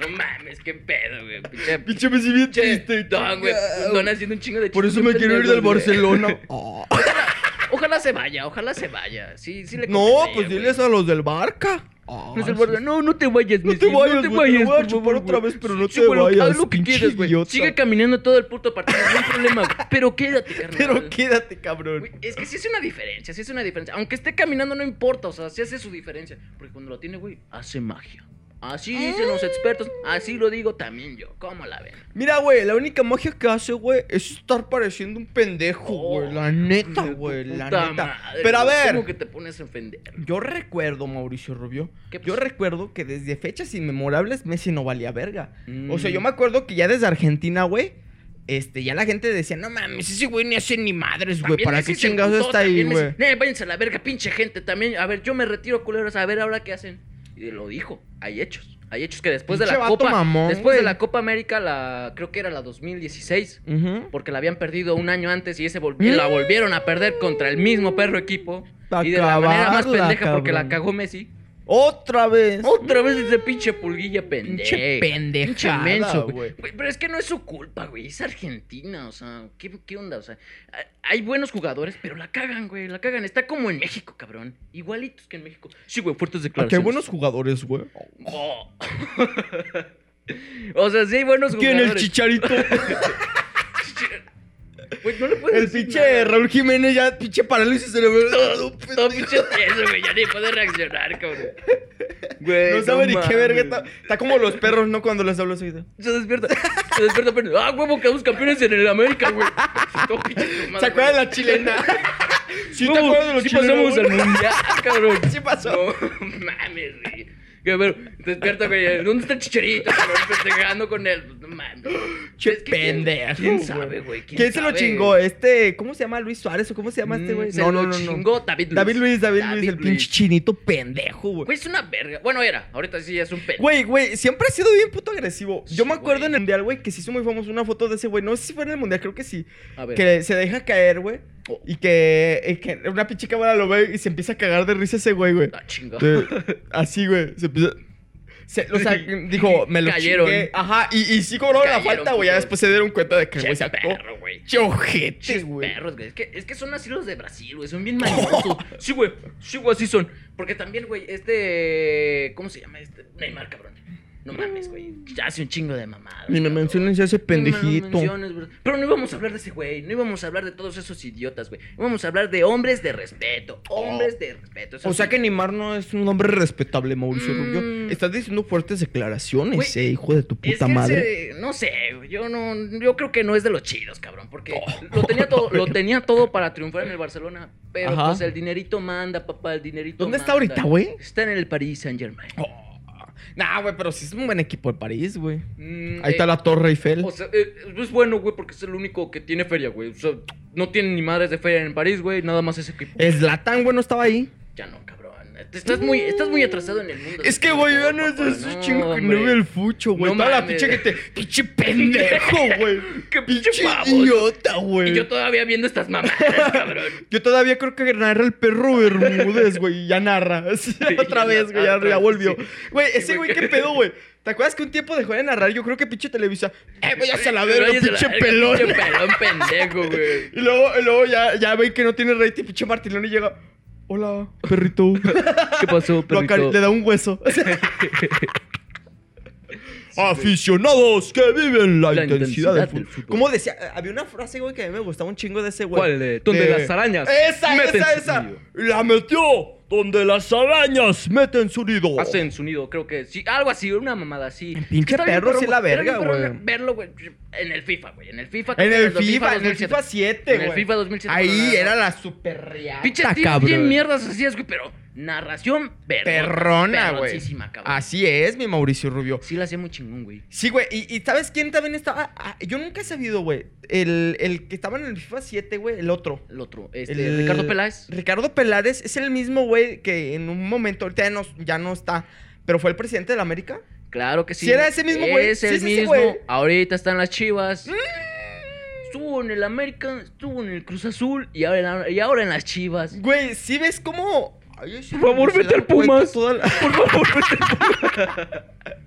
Speaker 2: No mames, qué pedo, güey. Pinche,
Speaker 1: Pinche me si bien
Speaker 2: pinche
Speaker 1: triste.
Speaker 2: don, güey. Don haciendo un chingo de
Speaker 1: Por eso
Speaker 2: chistes
Speaker 1: me
Speaker 2: bien
Speaker 1: quiero ir del
Speaker 2: pendejos, güey.
Speaker 1: Barcelona. Ah.
Speaker 2: <laughs> Ojalá se vaya, ojalá se vaya. Sí, sí le
Speaker 1: No,
Speaker 2: convendría,
Speaker 1: pues
Speaker 2: güey.
Speaker 1: diles a los del Barca. Ah,
Speaker 2: No, es el
Speaker 1: sí.
Speaker 2: Barcelona. no, no te vayas,
Speaker 1: No
Speaker 2: Messi,
Speaker 1: te vayas, güey, te voy a
Speaker 2: por
Speaker 1: chupar
Speaker 2: favor,
Speaker 1: otra
Speaker 2: güey.
Speaker 1: vez, pero no
Speaker 2: Sí,
Speaker 1: te
Speaker 2: güey,
Speaker 1: vayas,
Speaker 2: Haz lo que
Speaker 1: pinche
Speaker 2: quieras, güey.
Speaker 1: idiota.
Speaker 2: Sigue caminando todo el puto partido, no hay problema. güey. Pero quédate, carnal.
Speaker 1: <laughs> Pero quédate, cabrón.
Speaker 2: Güey, Es que sí es una diferencia, sí es una diferencia. Aunque esté caminando, no importa, o sea, sí hace su diferencia. Porque cuando lo tiene, güey, hace magia. Así dicen los expertos, así lo digo también yo. ¿Cómo la ven?
Speaker 1: Mira, güey, la única magia que hace, güey, es estar pareciendo un pendejo,
Speaker 2: Oh,
Speaker 1: güey. la neta,
Speaker 2: hijo de tu
Speaker 1: güey, la
Speaker 2: puta
Speaker 1: neta.
Speaker 2: madre,
Speaker 1: Pero a
Speaker 2: güey, ¿Cómo
Speaker 1: ver,
Speaker 2: que te pones a ofender?
Speaker 1: yo recuerdo, Mauricio Rubio,
Speaker 2: ¿Qué
Speaker 1: yo
Speaker 2: pasó?
Speaker 1: recuerdo que desde fechas inmemorables Messi no valía verga. O sea,
Speaker 2: Mm.
Speaker 1: yo me acuerdo que ya desde Argentina, güey, este, ya la gente decía, no mames, ese güey ni hace ni madres, güey,
Speaker 2: También
Speaker 1: ¿para
Speaker 2: Messi
Speaker 1: qué
Speaker 2: se
Speaker 1: chingados
Speaker 2: emputó,
Speaker 1: está ahí,
Speaker 2: también Messi.
Speaker 1: güey?
Speaker 2: "Nah, váyanse a la verga, pinche gente. También, a ver, yo me retiro, culeros. A ver, ahora qué hacen. Y lo dijo. Hay hechos. Hay hechos que después de
Speaker 1: Pinche
Speaker 2: la
Speaker 1: vato
Speaker 2: Copa.
Speaker 1: mamón,
Speaker 2: después de
Speaker 1: güey.
Speaker 2: la Copa América, la creo que era la 2016.
Speaker 1: Ujú.
Speaker 2: Porque la habían perdido un año antes y ese vol-
Speaker 1: Mm.
Speaker 2: la volvieron a perder contra el mismo perro equipo.
Speaker 1: Pa'
Speaker 2: y de la manera más
Speaker 1: acabarla,
Speaker 2: pendeja porque la
Speaker 1: cabrón.
Speaker 2: cagó Messi.
Speaker 1: Otra vez.
Speaker 2: Otra vez ese pinche pulguilla pendeja.
Speaker 1: Pinche
Speaker 2: Pinche
Speaker 1: pendejada,
Speaker 2: menso,
Speaker 1: güey.
Speaker 2: güey. Güey, Pero es que no es su culpa, güey. Es Argentina, o sea, ¿qué, qué onda? O sea, a- hay buenos jugadores, pero la cagan, güey. La cagan. Está como en México, cabrón. Igualitos que en México. Sí, güey, fuertes
Speaker 1: Qué
Speaker 2: declaraciones.
Speaker 1: buenos jugadores, güey.
Speaker 2: Oh. <laughs> o sea, sí hay buenos
Speaker 1: ¿Quién
Speaker 2: jugadores.
Speaker 1: el chicharito?
Speaker 2: <laughs> Güey, no le puedes
Speaker 1: El
Speaker 2: decir
Speaker 1: pinche
Speaker 2: nada.
Speaker 1: Raúl Jiménez ya, pinche parálisis cerebral.
Speaker 2: Todo Pues pinche tieso, güey. Ya ni puede reaccionar, cabrón. Güey,
Speaker 1: No sabe ni qué verga
Speaker 2: mames.
Speaker 1: está. Está como los perros, ¿no? Cuando les hablo así. de-
Speaker 2: Se despierta. Se despierta pero Ah, huevo, quedamos campeones en el América, güey. Pues, Todo pinche su madre,
Speaker 1: ¿Se acuerdan de
Speaker 2: güey.
Speaker 1: la
Speaker 2: <laughs>
Speaker 1: chilena? Sí, te
Speaker 2: Huevo,
Speaker 1: acuerdas de los
Speaker 2: sí
Speaker 1: chilenos,
Speaker 2: pasamos al
Speaker 1: güey?
Speaker 2: mundial, cabrón.
Speaker 1: Sí pasó.
Speaker 2: No mames, güey. Que, pero, te despierta, güey. ¿Dónde está el chicharito? cabrón? Festejando con él. Pues, No mames.
Speaker 1: Che,
Speaker 2: Es que quién-
Speaker 1: pendejo,
Speaker 2: ¿Quién
Speaker 1: güey.
Speaker 2: sabe, güey?
Speaker 1: ¿Quién, se lo
Speaker 2: sabe?
Speaker 1: chingó? Este, ¿cómo se llama? Luis Suárez o cómo se llama este
Speaker 2: Mm,
Speaker 1: güey?
Speaker 2: se lo chingó David Luis.
Speaker 1: David Luis, David, Luis,
Speaker 2: David
Speaker 1: el pinche chinito pendejo, güey.
Speaker 2: Güey, es una verga. Bueno, era. Ahorita sí ya es un pendejo.
Speaker 1: Güey, güey, siempre ha sido bien puto agresivo. Yo
Speaker 2: Sí,
Speaker 1: me acuerdo
Speaker 2: güey.
Speaker 1: en el mundial, güey, que se hizo muy famoso una foto de ese güey. No sé si fue en el mundial, creo que sí.
Speaker 2: A ver.
Speaker 1: Que se deja caer, güey.
Speaker 2: Oh.
Speaker 1: Y que, y que una pinche cámara lo ve y se empieza a cagar de risa ese güey, güey.
Speaker 2: Ah, chinga.
Speaker 1: De- así, güey. Se empieza. se- o
Speaker 2: <laughs>
Speaker 1: sea, dijo, me lo
Speaker 2: Cayeron.
Speaker 1: chingué. Ajá, y, y sí cobraron la
Speaker 2: Cayeron,
Speaker 1: falta, güey. Ya
Speaker 2: puto.
Speaker 1: después se dieron cuenta de que el
Speaker 2: Che,
Speaker 1: güey se actuó.
Speaker 2: perro, güey. güey.
Speaker 1: Che ojete,
Speaker 2: Chis
Speaker 1: güey.
Speaker 2: perros, güey. Es que, es que son así los de Brasil, güey. Son
Speaker 1: <laughs>
Speaker 2: bien mañosos. Sí, güey. Sí, güey, así son. Porque también, güey, este. ¿Cómo se llama este? Neymar, cabrón. No mames, güey. Ya hace un chingo de mamadas.
Speaker 1: Ni me
Speaker 2: cabrón.
Speaker 1: menciones a ese
Speaker 2: Ni me
Speaker 1: pendejito.
Speaker 2: menciones, bro. Pero no íbamos a hablar de ese güey. No íbamos a hablar de todos esos idiotas, güey. Íbamos a hablar de hombres de respeto. Hombres de respeto. Eso
Speaker 1: O sea
Speaker 2: sí.
Speaker 1: que Neymar no es un hombre respetable, Mauricio Rubio.
Speaker 2: Mm.
Speaker 1: Estás diciendo fuertes declaraciones,
Speaker 2: Güey,
Speaker 1: eh, hijo de tu
Speaker 2: Es
Speaker 1: puta
Speaker 2: que
Speaker 1: madre.
Speaker 2: ese- no sé, güey, yo no, yo creo que no es de los chidos, cabrón, porque
Speaker 1: Oh.
Speaker 2: lo tenía todo, lo tenía todo para triunfar en el Barcelona, pero
Speaker 1: Ajá.
Speaker 2: pues el dinerito manda, papá, el dinerito.
Speaker 1: ¿Dónde está
Speaker 2: manda.
Speaker 1: ahorita, güey?
Speaker 2: Está en el Paris Saint Germain.
Speaker 1: Oh. Nah, güey, pero sí es un buen equipo de París, güey.
Speaker 2: Mm,
Speaker 1: Ahí
Speaker 2: eh,
Speaker 1: está la Torre Eiffel.
Speaker 2: O sea, eh, es bueno, güey, porque es el único que tiene feria, güey. O sea, no tiene ni madres de feria en París, güey, nada más ese
Speaker 1: Eh.
Speaker 2: equipo.
Speaker 1: Zlatan, güey, no estaba ahí.
Speaker 2: Ya no, cabrón. Te Estás muy, estás muy atrasado en el mundo.
Speaker 1: Es que, güey, yo no es
Speaker 2: Papá,
Speaker 1: ese chingo que
Speaker 2: hombre.
Speaker 1: no ve el fucho, güey.
Speaker 2: No
Speaker 1: Toda la
Speaker 2: mames.
Speaker 1: pinche que te. ¡Pinche
Speaker 2: <laughs>
Speaker 1: pendejo, güey!
Speaker 2: Qué pinche
Speaker 1: ¡Pinche
Speaker 2: pavos.
Speaker 1: idiota, güey!
Speaker 2: Y yo todavía viendo estas mamadas, <laughs> cabrón.
Speaker 1: Yo todavía creo que narra el perro Bermúdez, güey. y Ya narra. <laughs> Así, otra
Speaker 2: ya
Speaker 1: vez, güey. Ya,
Speaker 2: narra,
Speaker 1: ya volvió.
Speaker 2: sí.
Speaker 1: Güey,
Speaker 2: Sí,
Speaker 1: ese
Speaker 2: güey,
Speaker 1: güey,
Speaker 2: que-
Speaker 1: qué pedo, güey. ¿Te acuerdas que un tiempo dejó de narrar? Yo creo que pinche Televisa. ¡Eh, güey, ya se la verga,
Speaker 2: Váyase a la
Speaker 1: pinche
Speaker 2: verga,
Speaker 1: pelón!
Speaker 2: Pinche pelón pendejo, güey.
Speaker 1: Y luego, y luego ya, ya ven que no tiene rating, pinche Martilón y llega. Hola, perrito.
Speaker 2: ¿Qué pasó,
Speaker 1: Lo acari- le da un hueso.
Speaker 2: <laughs>
Speaker 1: Aficionados que viven la,
Speaker 2: La
Speaker 1: intensidad,
Speaker 2: intensidad
Speaker 1: del
Speaker 2: del
Speaker 1: fútbol.
Speaker 2: fútbol.
Speaker 1: ¿Cómo decía? Había una frase, güey, que a mí me gustaba un chingo de ese, güey.
Speaker 2: ¿Cuál? De, "Donde las arañas
Speaker 1: Esa,
Speaker 2: meten
Speaker 1: esa,
Speaker 2: su
Speaker 1: esa.
Speaker 2: nido".
Speaker 1: La metió. Donde las arañas meten su nido.
Speaker 2: Hacen su nido, creo que sí. Algo así, una mamada así.
Speaker 1: pinche
Speaker 2: Está bien,
Speaker 1: perro,
Speaker 2: pero
Speaker 1: sí la
Speaker 2: era bien,
Speaker 1: verga,
Speaker 2: pero
Speaker 1: güey.
Speaker 2: era- Verlo, güey. En el FIFA, güey. En el FIFA.
Speaker 1: En el
Speaker 2: 2007,
Speaker 1: FIFA, en el FIFA 7,
Speaker 2: En
Speaker 1: güey.
Speaker 2: el FIFA 2007.
Speaker 1: Ahí
Speaker 2: cuando
Speaker 1: era
Speaker 2: narraba.
Speaker 1: la super reata,
Speaker 2: Pinche tío,
Speaker 1: cabrón.
Speaker 2: bien mierdas así es, güey. Pero narración perrona.
Speaker 1: Perrona, güey.
Speaker 2: perroncísima, cabrón.
Speaker 1: Así es, mi Mauricio Rubio.
Speaker 2: Sí la hacía muy chingón, güey.
Speaker 1: Sí, güey. Y, y ¿sabes quién también estaba? Ah, yo nunca he sabido, güey. El, el que estaba en el FIFA 7, güey. El otro.
Speaker 2: El otro, este,
Speaker 1: El-
Speaker 2: Ricardo Peláez.
Speaker 1: Ricardo Peláez es el mismo, güey, que en un momento, ahorita ya no, ya no está, pero fue el presidente de la América.
Speaker 2: Claro que sí.
Speaker 1: Sí era ese mismo, güey.
Speaker 2: Es
Speaker 1: Sí
Speaker 2: el
Speaker 1: es ese,
Speaker 2: mismo.
Speaker 1: güey. Mm.
Speaker 2: Ahorita están las chivas. Estuvo en el América, estuvo en el Cruz Azul y ahora en, y ahora en las chivas.
Speaker 1: Güey, ¿sí ves cómo...? Ay, ese
Speaker 2: Por favor,
Speaker 1: se
Speaker 2: vete
Speaker 1: da
Speaker 2: al
Speaker 1: cuenta
Speaker 2: Pumas.
Speaker 1: toda la-
Speaker 2: Por favor,
Speaker 1: <laughs>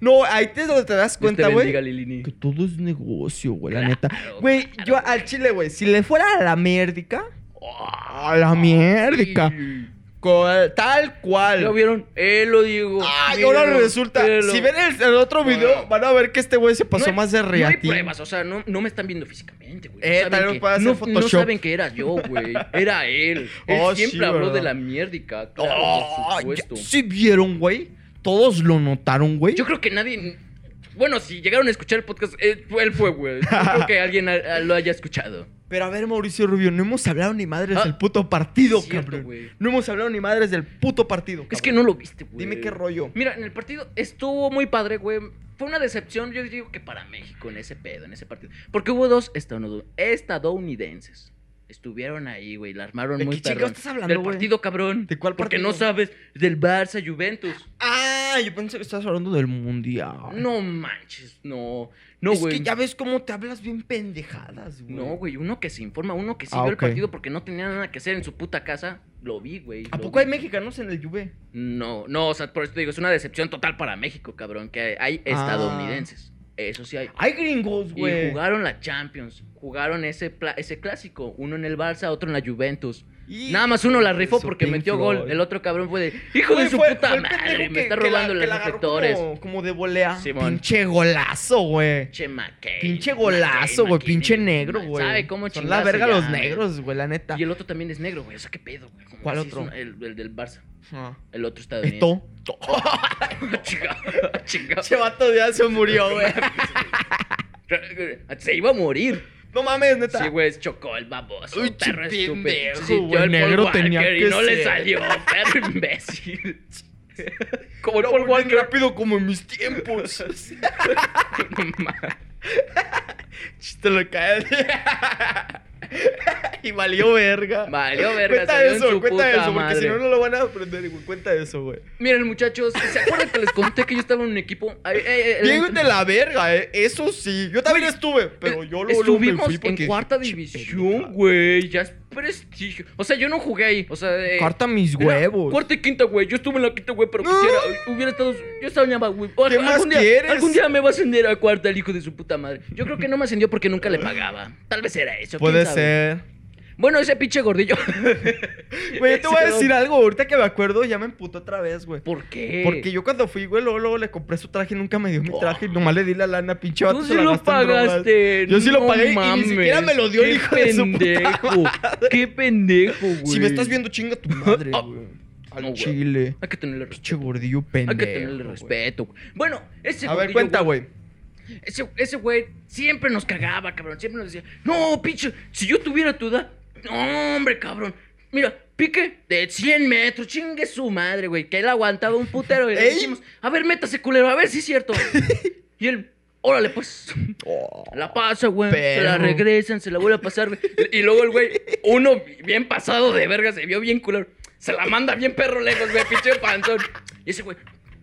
Speaker 1: No, ahí te, donde te das cuenta, güey.
Speaker 2: Lilini.
Speaker 1: Que todo es negocio, güey, la
Speaker 2: Claro,
Speaker 1: neta. Güey,
Speaker 2: claro,
Speaker 1: yo
Speaker 2: güey.
Speaker 1: al Chile, güey, si le fuera a la mérdica... A la mérdica. co- Tal cual.
Speaker 2: ¿Lo vieron? Él lo digo.
Speaker 1: Ay,
Speaker 2: Míralo,
Speaker 1: ahora resulta.
Speaker 2: míralo.
Speaker 1: Si ven el, el otro
Speaker 2: Bueno.
Speaker 1: video, van a ver que este güey se pasó
Speaker 2: No hay-
Speaker 1: más de
Speaker 2: No hay
Speaker 1: reatín.
Speaker 2: pruebas, o sea, no, no me están viendo físicamente, güey.
Speaker 1: Eh, tal
Speaker 2: no,
Speaker 1: vez
Speaker 2: saben que-
Speaker 1: pueda ser
Speaker 2: no- no
Speaker 1: Photoshop.
Speaker 2: saben que era yo, güey.
Speaker 1: <laughs>
Speaker 2: Era él. Él
Speaker 1: Oh,
Speaker 2: siempre
Speaker 1: sí,
Speaker 2: habló
Speaker 1: ¿verdad?
Speaker 2: de la mierdica. Claro,
Speaker 1: Oh,
Speaker 2: por supuesto.
Speaker 1: ya- ¿Sí vieron, güey? Todos lo notaron, güey.
Speaker 2: Yo creo que nadie. Bueno, si llegaron a escuchar el podcast, él, él fue, güey. No creo que alguien a- a- lo haya escuchado.
Speaker 1: Pero a ver, Mauricio Rubio, no hemos hablado ni madres
Speaker 2: Ah,
Speaker 1: del puto partido,
Speaker 2: es cierto,
Speaker 1: cabrón.
Speaker 2: güey.
Speaker 1: No hemos hablado ni madres del puto partido.
Speaker 2: Es
Speaker 1: cabrón.
Speaker 2: que no lo viste, güey.
Speaker 1: Dime qué rollo.
Speaker 2: Mira, en el partido estuvo muy padre, güey. Fue una decepción, yo digo que para México en ese pedo, en ese partido. Porque hubo dos estadounidu- estadounidenses. Estuvieron ahí, güey. La armaron
Speaker 1: ¿De
Speaker 2: muy
Speaker 1: qué chingados
Speaker 2: perrón.
Speaker 1: estás hablando,
Speaker 2: Del
Speaker 1: güey?
Speaker 2: partido, cabrón.
Speaker 1: ¿De cuál
Speaker 2: Porque
Speaker 1: partido?
Speaker 2: no sabes. Del Barça Juventus.
Speaker 1: Ah, yo pensé que estabas hablando del mundial.
Speaker 2: No manches, no. No,
Speaker 1: es
Speaker 2: güey.
Speaker 1: que ya ves cómo te hablas bien pendejadas, güey.
Speaker 2: No, güey, uno que se informa, uno que sí
Speaker 1: Ah,
Speaker 2: vio
Speaker 1: ok.
Speaker 2: el partido porque no tenía nada que hacer en su puta casa, lo vi, güey.
Speaker 1: ¿A
Speaker 2: lo
Speaker 1: poco
Speaker 2: vi.
Speaker 1: hay mexicanos en el Juve?
Speaker 2: No, no, o sea, por eso te digo, es una decepción total para México, cabrón, que hay, hay
Speaker 1: Ah.
Speaker 2: estadounidenses. Eso sí hay.
Speaker 1: Hay gringos,
Speaker 2: Y
Speaker 1: güey.
Speaker 2: jugaron la Champions, jugaron ese, pla- ese clásico, uno en el Barça, otro en la Juventus.
Speaker 1: Y-
Speaker 2: Nada más uno la rifó
Speaker 1: Eso,
Speaker 2: porque
Speaker 1: Pink
Speaker 2: metió
Speaker 1: Floyd.
Speaker 2: gol, el otro cabrón fue de, hijo
Speaker 1: Güey,
Speaker 2: de su
Speaker 1: fue-
Speaker 2: puta
Speaker 1: fue el
Speaker 2: madre,
Speaker 1: pendejo
Speaker 2: me
Speaker 1: que-
Speaker 2: está
Speaker 1: que la-
Speaker 2: robando
Speaker 1: que la
Speaker 2: los
Speaker 1: agarró
Speaker 2: reflectores.
Speaker 1: Como, como de volea.
Speaker 2: Simón.
Speaker 1: Pinche golazo, güey.
Speaker 2: Pinche McKay.
Speaker 1: Pinche
Speaker 2: McKay,
Speaker 1: golazo, güey.
Speaker 2: McKay,
Speaker 1: Pinche
Speaker 2: ni-
Speaker 1: negro,
Speaker 2: ma-
Speaker 1: güey.
Speaker 2: ¿Sabe cómo
Speaker 1: Son la
Speaker 2: chingarse
Speaker 1: verga
Speaker 2: ya,
Speaker 1: los
Speaker 2: güey?
Speaker 1: negros, güey, la neta.
Speaker 2: Y el otro también es negro, güey. O sea, qué pedo, güey. Como
Speaker 1: Ah. ¿Cuál
Speaker 2: si es
Speaker 1: otro?
Speaker 2: un- el, el del Barça.
Speaker 1: Ah.
Speaker 2: El otro estadounidense. <laughs>
Speaker 1: Esto. <laughs>
Speaker 2: Chica, chica.
Speaker 1: Che
Speaker 2: <laughs>
Speaker 1: vato ya se murió, güey.
Speaker 2: Se iba a morir.
Speaker 1: No mames, neta.
Speaker 2: Sí, güey, chocó el baboso.
Speaker 1: Uy,
Speaker 2: perro
Speaker 1: che
Speaker 2: estúpido.
Speaker 1: pendejo,
Speaker 2: Se sintió
Speaker 1: güey,
Speaker 2: el Paul
Speaker 1: negro tenía
Speaker 2: Walker
Speaker 1: que
Speaker 2: Y no le
Speaker 1: ser.
Speaker 2: salió, perro
Speaker 1: <laughs>
Speaker 2: imbécil. Como el
Speaker 1: Era muy
Speaker 2: Paul
Speaker 1: bien
Speaker 2: Walker. <laughs>
Speaker 1: rápido como en mis tiempos.
Speaker 2: No mames.
Speaker 1: Te lo caes. <laughs> y valió verga.
Speaker 2: Valió verga.
Speaker 1: Cuenta
Speaker 2: salió en
Speaker 1: eso,
Speaker 2: su
Speaker 1: cuenta
Speaker 2: puta
Speaker 1: eso, porque
Speaker 2: madre.
Speaker 1: si no, no lo van a aprender, güey. Cuenta eso, güey.
Speaker 2: Miren, muchachos, ¿se acuerdan que les conté que yo estaba en un equipo? Ay, eh, ay, ay,
Speaker 1: Bien de la verga, eh. Eso sí. Yo también estuve, pero yo luego, luego me
Speaker 2: eh, Estuvimos
Speaker 1: fui porque
Speaker 2: en cuarta
Speaker 1: dije, "Che,
Speaker 2: división,
Speaker 1: pendeja".
Speaker 2: güey. Ya es prestigio. O sea, yo no jugué ahí. O sea, eh,
Speaker 1: Corta mis
Speaker 2: era
Speaker 1: huevos.
Speaker 2: Cuarta y quinta, güey. Yo estuve en la quinta, güey, pero
Speaker 1: No.
Speaker 2: quisiera. Hubiera estado. Yo soñaba, güey. o-
Speaker 1: ¿Qué más
Speaker 2: algún día,
Speaker 1: quieres?
Speaker 2: Algún día me va a ascender a cuarta el hijo de su puta madre. Yo creo que no me ascendió porque nunca le pagaba. Tal vez era eso. quién
Speaker 1: Puede
Speaker 2: sabe.
Speaker 1: ser.
Speaker 2: Bueno, ese pinche gordillo.
Speaker 1: <laughs> Güey, yo te voy
Speaker 2: <laughs>
Speaker 1: a
Speaker 2: Ese
Speaker 1: decir algo. Ahorita que me acuerdo, ya me emputó otra vez, güey.
Speaker 2: ¿Por qué?
Speaker 1: Porque yo cuando fui, güey, luego, luego le compré su traje y nunca me dio mi
Speaker 2: Oh.
Speaker 1: traje. Nomás le di la lana, pinche vato.
Speaker 2: Tú
Speaker 1: se
Speaker 2: sí
Speaker 1: la
Speaker 2: lo
Speaker 1: gastó en drogas.
Speaker 2: pagaste.
Speaker 1: Yo sí lo
Speaker 2: no
Speaker 1: pagué y ni siquiera me lo dio el
Speaker 2: Qué
Speaker 1: hijo de su puta
Speaker 2: pendejo, Qué pendejo, güey.
Speaker 1: Si me estás viendo, chinga tu
Speaker 2: <laughs>
Speaker 1: madre,
Speaker 2: Ah.
Speaker 1: güey.
Speaker 2: No,
Speaker 1: Al
Speaker 2: güey.
Speaker 1: chile.
Speaker 2: Hay que tenerle
Speaker 1: Pinche
Speaker 2: respeto.
Speaker 1: gordillo pendejo.
Speaker 2: Hay que tenerle
Speaker 1: güey.
Speaker 2: respeto. güey. Bueno, ese
Speaker 1: A ver,
Speaker 2: gordillo,
Speaker 1: cuenta, güey.
Speaker 2: Ese, ese güey siempre nos cagaba, cabrón. Siempre nos decía, no, pinche, si yo tuviera tu edad, no, hombre, cabrón. Mira, pique de 100 metros, chingue su madre, güey. Que él aguantaba un putero. Y le
Speaker 1: Ey.
Speaker 2: dijimos, a ver, métase, culero, a ver si es cierto. y él, órale, pues.
Speaker 1: Oh.
Speaker 2: La pasa, güey. Se
Speaker 1: Pero-
Speaker 2: la regresan, se la vuelve a pasar, güey. Y luego el güey, uno bien pasado de verga, se vio bien culero. Se la manda bien perro lejos, güey, pinche panzón. Y ese güey,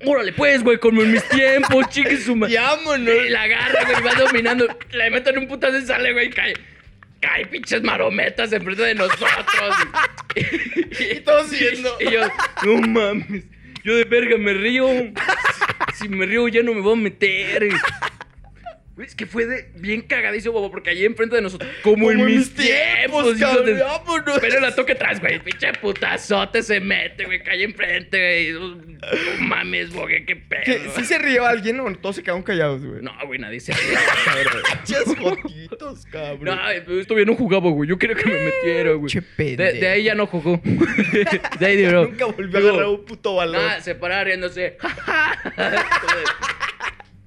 Speaker 2: órale, pues, güey, como en mis tiempos, chique su madre.
Speaker 1: Y vámonos.
Speaker 2: Y la agarra, güey, va dominando. Le meten un putazo y sale, güey, y cae. Cae pinches marometas enfrente de nosotros. y,
Speaker 1: todos viendo.
Speaker 2: Y, yo, no mames. Yo de verga me río. Si, si me río ya no me voy a meter. Güey, es que fue de bien cagadizo, bobo, porque allí enfrente de nosotros. Como, en mis tiempos, hijos
Speaker 1: cabrón,
Speaker 2: de-
Speaker 1: vámonos.
Speaker 2: pero la toca atrás, güey. Pinche putazote se mete, güey. Cae enfrente, güey. No mames, bogue, qué pedo.
Speaker 1: ¿Qué, ¿Sí se rió alguien o todos se quedaron callados, güey?
Speaker 2: No, güey, nadie se
Speaker 1: <laughs> Pinches jotitos, cabrón.
Speaker 2: No, pero esto bien no jugaba, güey. Yo quería que me metiera, güey.
Speaker 1: Che
Speaker 2: De, de ahí ya
Speaker 1: <laughs>
Speaker 2: no jugó. de ahí
Speaker 1: pendejo.
Speaker 2: duró.
Speaker 1: Nunca volvió a
Speaker 2: Digo,
Speaker 1: agarrar un puto balón.
Speaker 2: Nada, se paraba riéndose.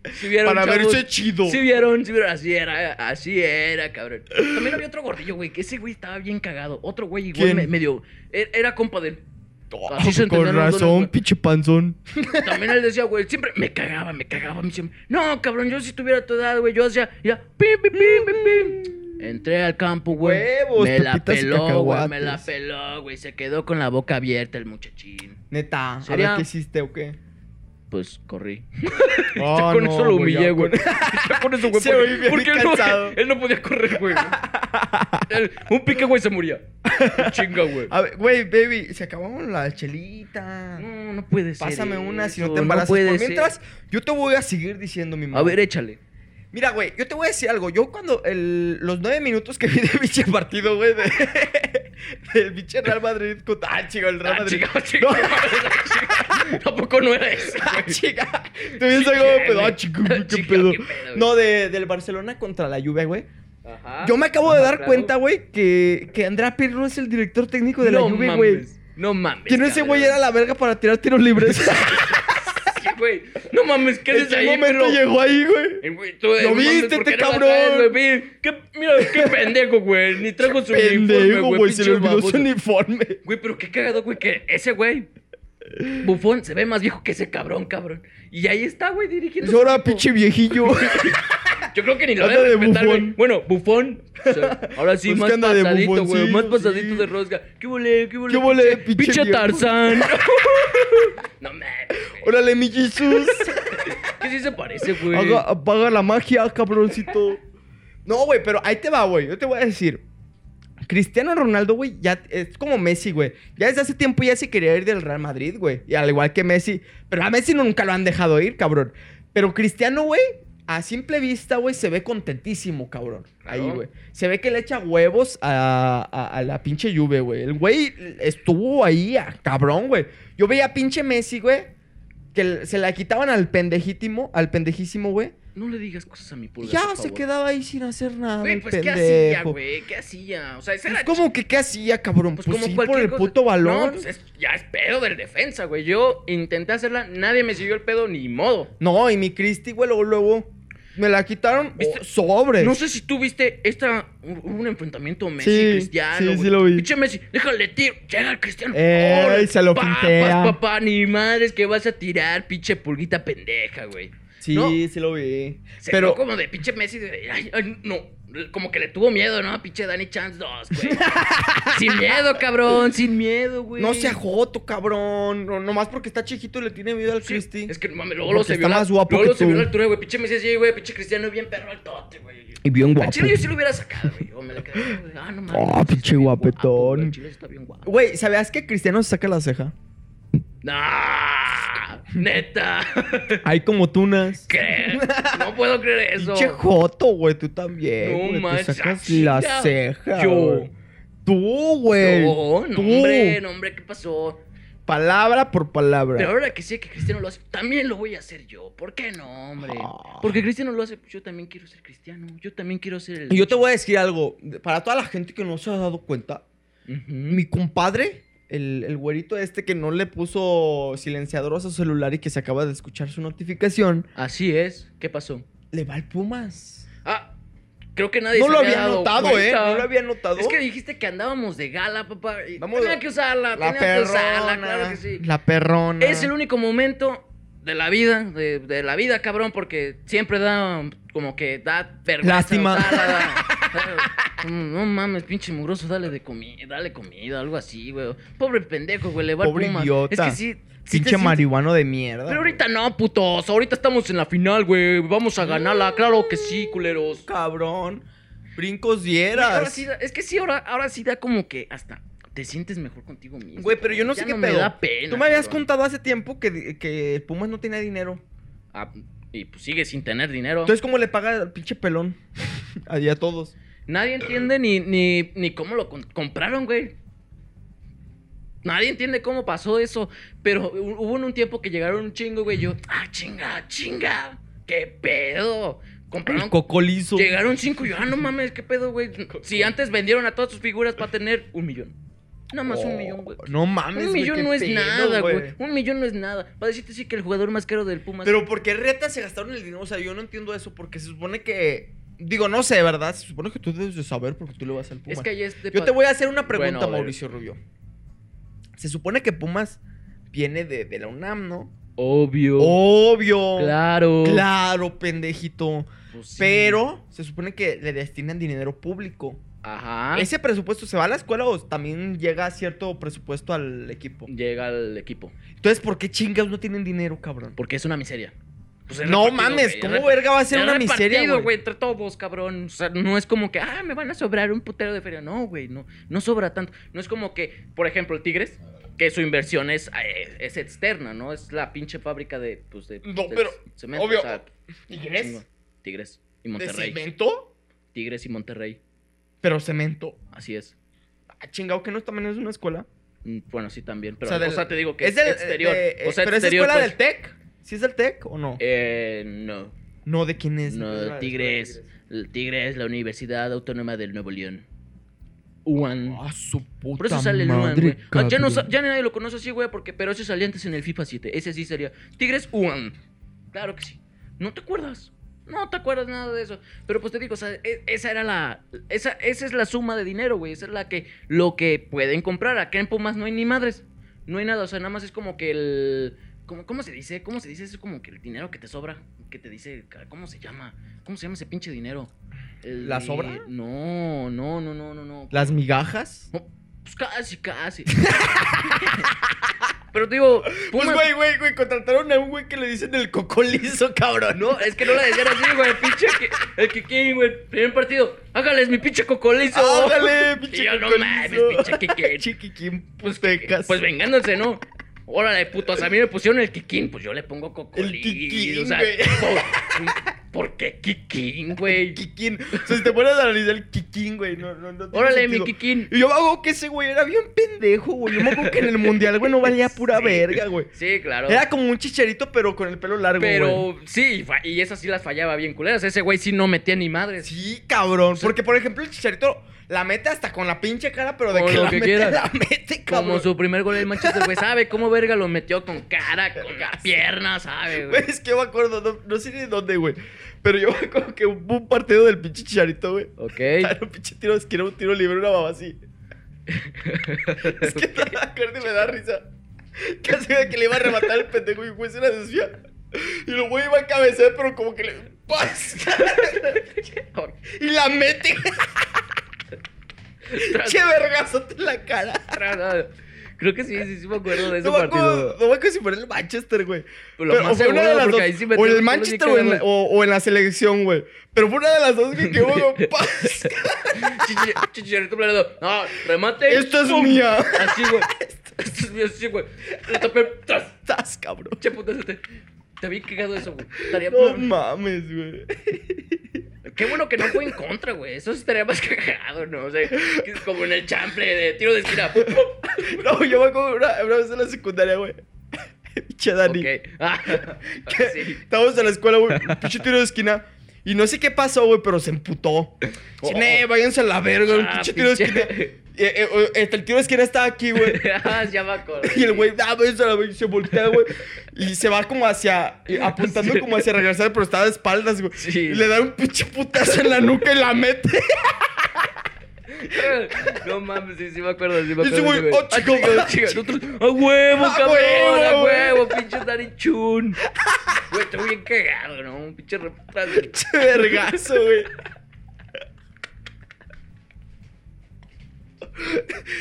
Speaker 2: <laughs> si vieron,
Speaker 1: para
Speaker 2: chavos,
Speaker 1: verse chido.
Speaker 2: Si vieron, si vieron. Así era, así era, cabrón. También había otro gordillo, güey, que ese güey estaba bien cagado. Otro güey igual
Speaker 1: ¿Quién?
Speaker 2: me- medio... Era, era compa de él.
Speaker 1: Oh,
Speaker 2: así se
Speaker 1: con
Speaker 2: entendieron los dos,
Speaker 1: razón,
Speaker 2: güey.
Speaker 1: pinche panzón.
Speaker 2: También él decía, güey, siempre me cagaba, me cagaba. Me decía, no, cabrón, yo si tuviera tu edad, güey, yo hacía, ya, pim, pim, pim, pim, pim. Entré al campo, güey.
Speaker 1: Huevos,
Speaker 2: me la
Speaker 1: pepitas y
Speaker 2: peló, güey, me
Speaker 1: cacahuates.
Speaker 2: la peló, güey. Se quedó con la boca abierta el muchachín.
Speaker 1: Neta,
Speaker 2: Sería-
Speaker 1: a ver qué hiciste o
Speaker 2: <laughs>
Speaker 1: qué.
Speaker 2: Pues corrí.
Speaker 1: Ah,
Speaker 2: <laughs> ya con
Speaker 1: no,
Speaker 2: eso lo
Speaker 1: güey, ya
Speaker 2: humillé,
Speaker 1: con-
Speaker 2: güey. <laughs> Ya con eso,
Speaker 1: <laughs>
Speaker 2: güey.
Speaker 1: Se
Speaker 2: porque-
Speaker 1: oí bien
Speaker 2: porque él no-
Speaker 1: cansado.
Speaker 2: Él no, podía correr,
Speaker 1: <laughs>
Speaker 2: güey. Él- un pique, güey, se moría. Chinga, güey.
Speaker 1: A ver, güey, baby, se acabaron la chelita.
Speaker 2: No, no puede ser.
Speaker 1: Pásame una si no
Speaker 2: eso,
Speaker 1: te embarazas.
Speaker 2: puede
Speaker 1: Por
Speaker 2: ser.
Speaker 1: mientras, yo te voy a seguir diciendo mi mamá.
Speaker 2: A ver, eh. échale.
Speaker 1: Mira, güey, yo te voy a decir algo. Yo cuando el- los nueve minutos que vi de pinche partido, güey, de, <laughs> del pinche Real Madrid contra... Ah, chico, el Real
Speaker 2: Ah,
Speaker 1: Madrid.
Speaker 2: chica, chica. <laughs>
Speaker 1: No.
Speaker 2: chica. Tampoco no era eso.
Speaker 1: <laughs> Ah,
Speaker 2: güey.
Speaker 1: chica. Tú bien sabes cómo pedo. Ah, chico,
Speaker 2: Chica,
Speaker 1: qué
Speaker 2: qué
Speaker 1: pedo.
Speaker 2: pedo, güey.
Speaker 1: No, de, del Barcelona contra la Juve, güey.
Speaker 2: Ajá.
Speaker 1: Yo me acabo de
Speaker 2: Ajá,
Speaker 1: dar
Speaker 2: Ah, claro.
Speaker 1: cuenta, güey, que, que Andrea Pirlo es el director técnico de la
Speaker 2: No
Speaker 1: Juve, güey.
Speaker 2: mames. No mames.
Speaker 1: Que no ese
Speaker 2: cabrón.
Speaker 1: güey era la verga para tirar tiros libres. <laughs>
Speaker 2: Sí, güey. No mames, <laughs> ¿qué
Speaker 1: ¿En
Speaker 2: haces
Speaker 1: qué
Speaker 2: ahí,
Speaker 1: momento
Speaker 2: perro?
Speaker 1: llegó ahí, güey?
Speaker 2: El güey, tú, eh,
Speaker 1: ¿Lo
Speaker 2: no mames,
Speaker 1: viste,
Speaker 2: ¿por
Speaker 1: te
Speaker 2: qué no la
Speaker 1: cabrón?
Speaker 2: traes, güey? Mira, qué- Mira, qué pendejo, güey. Ni trajo su uniforme,
Speaker 1: Pendejo, güey, se
Speaker 2: pinche
Speaker 1: le olvidó su
Speaker 2: baboso.
Speaker 1: uniforme.
Speaker 2: Güey, pero qué cagado, güey, que ese güey. Bufón se ve más viejo que ese cabrón, cabrón. Y ahí está, güey,
Speaker 1: Y
Speaker 2: dirigiendo. su
Speaker 1: Pues ahora,
Speaker 2: equipo.
Speaker 1: pinche
Speaker 2: <laughs>
Speaker 1: viejillo.
Speaker 2: Yo creo que ni lo voy a
Speaker 1: Anda de
Speaker 2: respetar,
Speaker 1: bufón.
Speaker 2: güey. Bueno, bufón. o sea, ahora sí,
Speaker 1: Pues
Speaker 2: más
Speaker 1: que anda de
Speaker 2: pasadito, güey. Más
Speaker 1: bufoncillo,
Speaker 2: pasadito
Speaker 1: sí.
Speaker 2: de rosca. ¿Qué vole, qué vole?
Speaker 1: ¿Qué vole, pinche
Speaker 2: pinche
Speaker 1: viejo? <laughs>
Speaker 2: Tarzán? no mames. güey.
Speaker 1: Órale, mi Jesús.
Speaker 2: ¿Qué sí se parece, güey?
Speaker 1: Haga- apaga la magia, cabroncito. No, güey, pero ahí te va, güey. Yo te voy a decir. Cristiano Ronaldo, güey, ya es como Messi, güey. Ya desde hace tiempo ya se quería ir del Real Madrid, güey. Y al igual que Messi. Pero a Messi nunca lo han dejado ir, cabrón. Pero Cristiano, güey, a simple vista, güey, se ve contentísimo, cabrón. Ahí,
Speaker 2: Claro.
Speaker 1: güey. Se ve que le echa huevos a, a- a la pinche Juve, güey. El güey estuvo ahí, a- cabrón, güey. Yo veía a pinche Messi, güey, que l- se la quitaban al pendejítimo, al pendejísimo, güey.
Speaker 2: No le digas cosas a mi
Speaker 1: Y
Speaker 2: pulga.
Speaker 1: ya
Speaker 2: por
Speaker 1: se
Speaker 2: favor.
Speaker 1: quedaba ahí sin hacer nada.
Speaker 2: Güey,
Speaker 1: el
Speaker 2: pues ¿qué hacía,
Speaker 1: pendejo.
Speaker 2: güey? ¿Qué hacía? O sea, ese
Speaker 1: Pues,
Speaker 2: era
Speaker 1: ¿Cómo que qué hacía, cabrón? Pues, sí, por el
Speaker 2: cosa.
Speaker 1: puto
Speaker 2: No,
Speaker 1: balón.
Speaker 2: pues es- ya es pedo del defensa, güey. Yo intenté hacerla, nadie me siguió el pedo, ni modo.
Speaker 1: No, y mi Cristi, güey, luego, luego me la quitaron oh,
Speaker 2: ¿Viste?
Speaker 1: sobre.
Speaker 2: No sé si tú viste esta, un, un enfrentamiento Messi
Speaker 1: Sí,
Speaker 2: Cristiano.
Speaker 1: sí,
Speaker 2: güey.
Speaker 1: sí lo vi.
Speaker 2: Pinche Messi, déjale tiro, llega el Cristiano.
Speaker 1: Eh,
Speaker 2: ¡Órale!
Speaker 1: se lo
Speaker 2: Pa,
Speaker 1: pintea.
Speaker 2: pa, pa, pa, ni madres que vas a tirar, pinche pulguita pendeja, güey.
Speaker 1: Sí,
Speaker 2: no.
Speaker 1: sí lo vi.
Speaker 2: Se
Speaker 1: Pero
Speaker 2: vio como de pinche Messi de, ay, ay, no, Como que le tuvo miedo, ¿no? Pinche Danny Chance 2,
Speaker 1: <laughs>
Speaker 2: güey. sin miedo, cabrón. Sin miedo, güey.
Speaker 1: No sea joto, cabrón. No, nomás porque está chiquito le tiene miedo al
Speaker 2: Sí,
Speaker 1: Cristi.
Speaker 2: Es que no mames, luego lo
Speaker 1: Porque
Speaker 2: se vio.
Speaker 1: está
Speaker 2: la-
Speaker 1: más guapo
Speaker 2: luego
Speaker 1: que
Speaker 2: se vio
Speaker 1: tú.
Speaker 2: la altura, güey. Pinche me decías, "Ey, güey, pinche cristiano, bien perro al tote, güey.
Speaker 1: Y bien
Speaker 2: Al
Speaker 1: guapo.
Speaker 2: chile yo sí lo hubiera sacado, güey. O me la quedé, güey. Ah, no mames.
Speaker 1: Ah,
Speaker 2: sí está
Speaker 1: pinche
Speaker 2: bien
Speaker 1: guapetón.
Speaker 2: guapo, güey. Al chile sí está bien guapo.
Speaker 1: Güey, ¿sabías que Cristiano se saca la ceja?
Speaker 2: Nah, neta. <laughs>
Speaker 1: Hay como tunas.
Speaker 2: ¿Qué? No puedo creer eso.
Speaker 1: Pinche joto, güey, tú también.
Speaker 2: No
Speaker 1: güey,
Speaker 2: manches,
Speaker 1: Te sacas
Speaker 2: ah,
Speaker 1: la
Speaker 2: chinga.
Speaker 1: ceja.
Speaker 2: Yo.
Speaker 1: güey. Tú, güey.
Speaker 2: No, no,
Speaker 1: eh, tú.
Speaker 2: hombre, no, hombre, ¿qué pasó?
Speaker 1: Palabra por palabra.
Speaker 2: Pero ahora que sé que Cristiano lo hace, también lo voy a hacer yo. ¿Por qué no, hombre?
Speaker 1: Ah.
Speaker 2: Porque Cristiano lo hace, pues yo también quiero ser cristiano. Yo también quiero ser el.
Speaker 1: Y yo te voy a decir algo. Para toda la gente que no se ha dado cuenta,
Speaker 2: Ujú.
Speaker 1: mi compadre, el, el güerito este que no le puso silenciador a su celular y que se acaba de escuchar su notificación,
Speaker 2: Así es. ¿Qué pasó?
Speaker 1: le va al Pumas.
Speaker 2: Ah, creo que nadie
Speaker 1: no
Speaker 2: se
Speaker 1: lo
Speaker 2: había
Speaker 1: había
Speaker 2: dado
Speaker 1: notado, ¿eh?
Speaker 2: cuenta.
Speaker 1: No lo había notado.
Speaker 2: Es que dijiste que andábamos de gala, papá. y
Speaker 1: Vamos-
Speaker 2: tenía que
Speaker 1: la
Speaker 2: usarla, tenía que
Speaker 1: perrona.
Speaker 2: usarla, claro que sí.
Speaker 1: La perrona.
Speaker 2: Es el único momento de la vida, de, de la vida, cabrón, porque siempre da um, como que da vergüenza.
Speaker 1: Lástima.
Speaker 2: usarla,
Speaker 1: <laughs>
Speaker 2: da- um, No mames, pinche mugroso, dale de comida, dale comida, algo así, güey. Pobre pendejo, güey, le va al
Speaker 1: Pobre
Speaker 2: Pumas.
Speaker 1: idiota.
Speaker 2: Es que sí, sí te
Speaker 1: Pinche
Speaker 2: sientes-
Speaker 1: marihuano de mierda.
Speaker 2: Pero
Speaker 1: güey.
Speaker 2: ahorita no, putos. Ahorita estamos en la final, güey. Vamos a ganarla. Claro que sí, culeros.
Speaker 1: Cabrón. Brincos
Speaker 2: Güey, ahora
Speaker 1: dieras.
Speaker 2: sí da- es que sí, ahora, ahora sí da como que hasta te sientes mejor contigo mismo.
Speaker 1: Güey, pero yo no
Speaker 2: Ya
Speaker 1: sé qué
Speaker 2: me
Speaker 1: pedo.
Speaker 2: da pena,
Speaker 1: Tú me habías
Speaker 2: cabrón.
Speaker 1: contado hace tiempo que, que el Pumas no tenía dinero.
Speaker 2: Ah, y pues sigue sin tener dinero.
Speaker 1: Entonces, ¿cómo le paga al pinche pelón? <laughs> Allí a todos.
Speaker 2: Nadie entiende ni, ni, ni cómo lo con- compraron, güey. Nadie entiende cómo pasó eso. Pero hu- hubo en un tiempo que llegaron un chingo, güey. Yo, ah, chinga, chinga. ¿Qué pedo? Compraron
Speaker 1: El cocolizo.
Speaker 2: Llegaron cinco y yo, ah, no mames, qué pedo, güey. Si antes vendieron a todas sus figuras para tener un millón. Nada más un
Speaker 1: Oh,
Speaker 2: millón, güey.
Speaker 1: No mames.
Speaker 2: Un
Speaker 1: güey,
Speaker 2: millón
Speaker 1: qué
Speaker 2: no es
Speaker 1: pedo,
Speaker 2: nada, güey. Un millón no es nada. Para decirte sí que el jugador más caro del Pumas.
Speaker 1: Pero ¿por qué reta se gastaron el dinero? O sea, yo no entiendo eso porque se supone que... Digo, no sé, ¿verdad? Se supone que tú debes de saber porque tú le vas al Pumas.
Speaker 2: es que ahí es de
Speaker 1: Yo
Speaker 2: pa-
Speaker 1: te voy a hacer una
Speaker 2: Bueno,
Speaker 1: pregunta,
Speaker 2: a ver.
Speaker 1: Mauricio Rubio. Se supone que Pumas viene de, de la UNAM, ¿no?
Speaker 2: Obvio.
Speaker 1: Obvio.
Speaker 2: Claro.
Speaker 1: Oh, Claro, pendejito.
Speaker 2: Pues sí.
Speaker 1: Pero se supone que le destinan dinero público.
Speaker 2: Ajá.
Speaker 1: ¿Ese presupuesto se va a la escuela o también llega cierto presupuesto al equipo?
Speaker 2: Llega al equipo.
Speaker 1: Entonces, ¿por qué chingados no tienen dinero, cabrón?
Speaker 2: Porque es una miseria. Pues es
Speaker 1: No
Speaker 2: repartido,
Speaker 1: mames,
Speaker 2: güey, es
Speaker 1: ¿cómo
Speaker 2: rep-
Speaker 1: verga va a ser
Speaker 2: es
Speaker 1: una miseria,
Speaker 2: repartido,
Speaker 1: güey?
Speaker 2: güey, entre todos, cabrón. O sea, no es como que, ah, me van a sobrar un putero de feria. No, güey, no, no sobra tanto. No es como que, por ejemplo, el Tigres, que su inversión es, eh, es externa, ¿no? Es la pinche fábrica de, pues, de...
Speaker 1: No,
Speaker 2: de
Speaker 1: pero,
Speaker 2: cemento,
Speaker 1: obvio,
Speaker 2: o sea, chingo.
Speaker 1: ¿Tigres?
Speaker 2: Tigres y
Speaker 1: ¿De
Speaker 2: Monterrey.
Speaker 1: cemento?
Speaker 2: Tigres y Monterrey,
Speaker 1: Pero cemento.
Speaker 2: así es.
Speaker 1: Ah, chingado, que no también es una escuela.
Speaker 2: Mm, Bueno, sí también, pero, o
Speaker 1: sea,
Speaker 2: sea,
Speaker 1: del-
Speaker 2: te digo que es,
Speaker 1: del-
Speaker 2: exterior.
Speaker 1: de-
Speaker 2: o sea,
Speaker 1: ¿Pero
Speaker 2: exterior,
Speaker 1: es escuela del
Speaker 2: pues.
Speaker 1: TEC? ¿Sí es del TEC o no?
Speaker 2: Eh, no.
Speaker 1: no, ¿de quién es?
Speaker 2: No,
Speaker 1: Es la escuela de
Speaker 2: Tigres. El Tigre es la Universidad Autónoma del Nuevo León. UAN.
Speaker 1: Ah, su puta
Speaker 2: Por eso sale el UAN,
Speaker 1: madre,
Speaker 2: güey. Ah, ya, no, sa-
Speaker 1: cabrón.
Speaker 2: ya nadie lo conoce así, güey, porque, pero ese salía antes en el FIFA 7. Ese sí sería Tigres UAN. Claro que sí. ¿No te acuerdas? No te acuerdas nada de eso. Pero pues te digo, o sea, e- esa era la. Esa, esa es la suma de dinero, güey. Esa es la que. Lo que pueden comprar. Acá en Pumas no hay ni madres. No hay nada. O sea, nada más es como que el. ¿Cómo, cómo se dice? ¿Cómo se dice? Es como que el dinero que te sobra. Que te dice. ¿Cómo se llama? ¿Cómo se llama ese pinche dinero? El
Speaker 1: ¿La
Speaker 2: di-
Speaker 1: sobra?
Speaker 2: No, no, no, no, no, no.
Speaker 1: ¿Las migajas?
Speaker 2: Pues casi, casi. Pero te digo, Pumas-
Speaker 1: Pues, güey, güey, güey, contrataron a un güey que le dicen el cocolizo, <laughs> cabrón, ¿no?
Speaker 2: No, es que no la decían así, güey. Pinche que, el que quién, güey. Primer partido. Hágales mi pinche cocolizo. <laughs>
Speaker 1: ¡Ándale,
Speaker 2: Y
Speaker 1: Ah, pinche
Speaker 2: yo, no
Speaker 1: cocolizo!
Speaker 2: mames, pinche
Speaker 1: <laughs>
Speaker 2: Kikín.
Speaker 1: Chiquiquín,
Speaker 2: Pues,
Speaker 1: putecas.
Speaker 2: Pues vengándose, ¿no? Órale, putos. A mí me pusieron el Kikín. Pues yo le pongo cocolizo.
Speaker 1: El Kikín,
Speaker 2: o sea,
Speaker 1: güey.
Speaker 2: por, ¿por qué Kikín, güey?
Speaker 1: Kikín. O sea, si te pones a analizar el Kikín, güey, no, no, no tiene
Speaker 2: Órale, mi
Speaker 1: sentido.
Speaker 2: Kikín.
Speaker 1: Y yo me hago que ese güey era bien pendejo, güey. Yo me acuerdo que en el mundial, güey, no valía pura
Speaker 2: <laughs> Sí.
Speaker 1: verga, güey.
Speaker 2: Sí, claro.
Speaker 1: Era como un chicharito, pero con el pelo largo, güey.
Speaker 2: Pero sí, fa- y esas sí las fallaba bien culeras. Ese güey sí no metía ni madres.
Speaker 1: Sí, cabrón. Porque, por ejemplo, el chicharito la mete hasta con la pinche cara, pero de
Speaker 2: Con
Speaker 1: que
Speaker 2: lo
Speaker 1: la
Speaker 2: que
Speaker 1: mete,
Speaker 2: quieras.
Speaker 1: la mete, cabrón.
Speaker 2: Como su primer gol del Manchester, güey, sabe cómo verga lo metió con cara, con la pierna,
Speaker 1: Güey,
Speaker 2: sabe, güey.
Speaker 1: es que yo me acuerdo, no, no sé ni de dónde, güey. Pero yo me acuerdo que hubo un partido del pinche chicharito, güey.
Speaker 2: Ok.
Speaker 1: Era un pinche tiro de esquina, un tiro libre, una baba así. Es que no me acuerdo y me da risa. Casi que le iba a rematar el pendejo y el güey se la desvía. Y el güey iba a cabecear, pero como que le. y la mete. <laughs>
Speaker 2: Tras-
Speaker 1: Che vergazote en la cara.
Speaker 2: tras- Creo que sí, sí, sí me acuerdo de ese
Speaker 1: No me acuerdo
Speaker 2: partido.
Speaker 1: no me acuerdo si fue en el Manchester, güey.
Speaker 2: Pues lo
Speaker 1: Pero-
Speaker 2: más
Speaker 1: o fue una
Speaker 2: seguro,
Speaker 1: de las
Speaker 2: porque
Speaker 1: dos.
Speaker 2: ahí sí
Speaker 1: o
Speaker 2: metieron
Speaker 1: en el
Speaker 2: goles
Speaker 1: Manchester
Speaker 2: bien
Speaker 1: o en, la,
Speaker 2: cagados.
Speaker 1: o- o en la selección, güey. Pero fue una de las dos güey, que
Speaker 2: <laughs>
Speaker 1: hubo paz.
Speaker 2: Chichi- Chicharito Planeado. No, remate.
Speaker 1: Esta es
Speaker 2: ¡Pum!
Speaker 1: mía.
Speaker 2: Así, güey. Esto es mío, así, güey. Lo tapé. Tras.
Speaker 1: <laughs> Estás, cabrón.
Speaker 2: Che, puta, se te. Te había cagado eso, güey. Estaría.
Speaker 1: No mames, güey.
Speaker 2: Qué bueno que no fue en contra, güey. Eso estaría más cagado, ¿no? O sea, que es como en el chample de tiro de
Speaker 1: <laughs>
Speaker 2: esquina. ¡Pum!
Speaker 1: No, yo me acuerdo una, una vez en la secundaria, güey. <laughs> Pinche Dani.
Speaker 2: Ok.
Speaker 1: <laughs>
Speaker 2: Ah,
Speaker 1: que
Speaker 2: <laughs> sí.
Speaker 1: Estábamos en la escuela, güey. Pinche tiro de esquina. Y no sé qué pasó, güey, pero se emputó. Sí,
Speaker 2: Oh.
Speaker 1: "Nee, váyanse a la verga, el
Speaker 2: Ah,
Speaker 1: pinche tiro de
Speaker 2: pinche.
Speaker 1: esquina. Eh, eh, eh, este, el tiro de esquina estaba aquí, güey. <laughs>
Speaker 2: Ah, ya me acordé.
Speaker 1: Y el güey, ah, váyanse a la verga", y se voltea, güey. Y se va como hacia, eh, apuntando
Speaker 2: Sí.
Speaker 1: como hacia regresar, pero estaba de espaldas, güey.
Speaker 2: Sí.
Speaker 1: Y le da un pinche putazo en la nuca y la mete.
Speaker 2: <laughs> No mames, sí, sí me acuerdo, sí me
Speaker 1: Y
Speaker 2: acuerdo.
Speaker 1: ese güey,
Speaker 2: sí, güey.
Speaker 1: "Ah, chico,
Speaker 2: ah,
Speaker 1: ah, <laughs>
Speaker 2: chico".
Speaker 1: chico.
Speaker 2: Nosotros, ¡A huevo,
Speaker 1: <laughs> ¡A
Speaker 2: cabrón!
Speaker 1: huevo,
Speaker 2: ¡A
Speaker 1: güey!
Speaker 2: huevo! ¡Pinche Dani Chun! Güey, estoy bien cagado, ¿no? Un pinche
Speaker 1: <laughs>
Speaker 2: retrás del
Speaker 1: Che, vergazo, güey.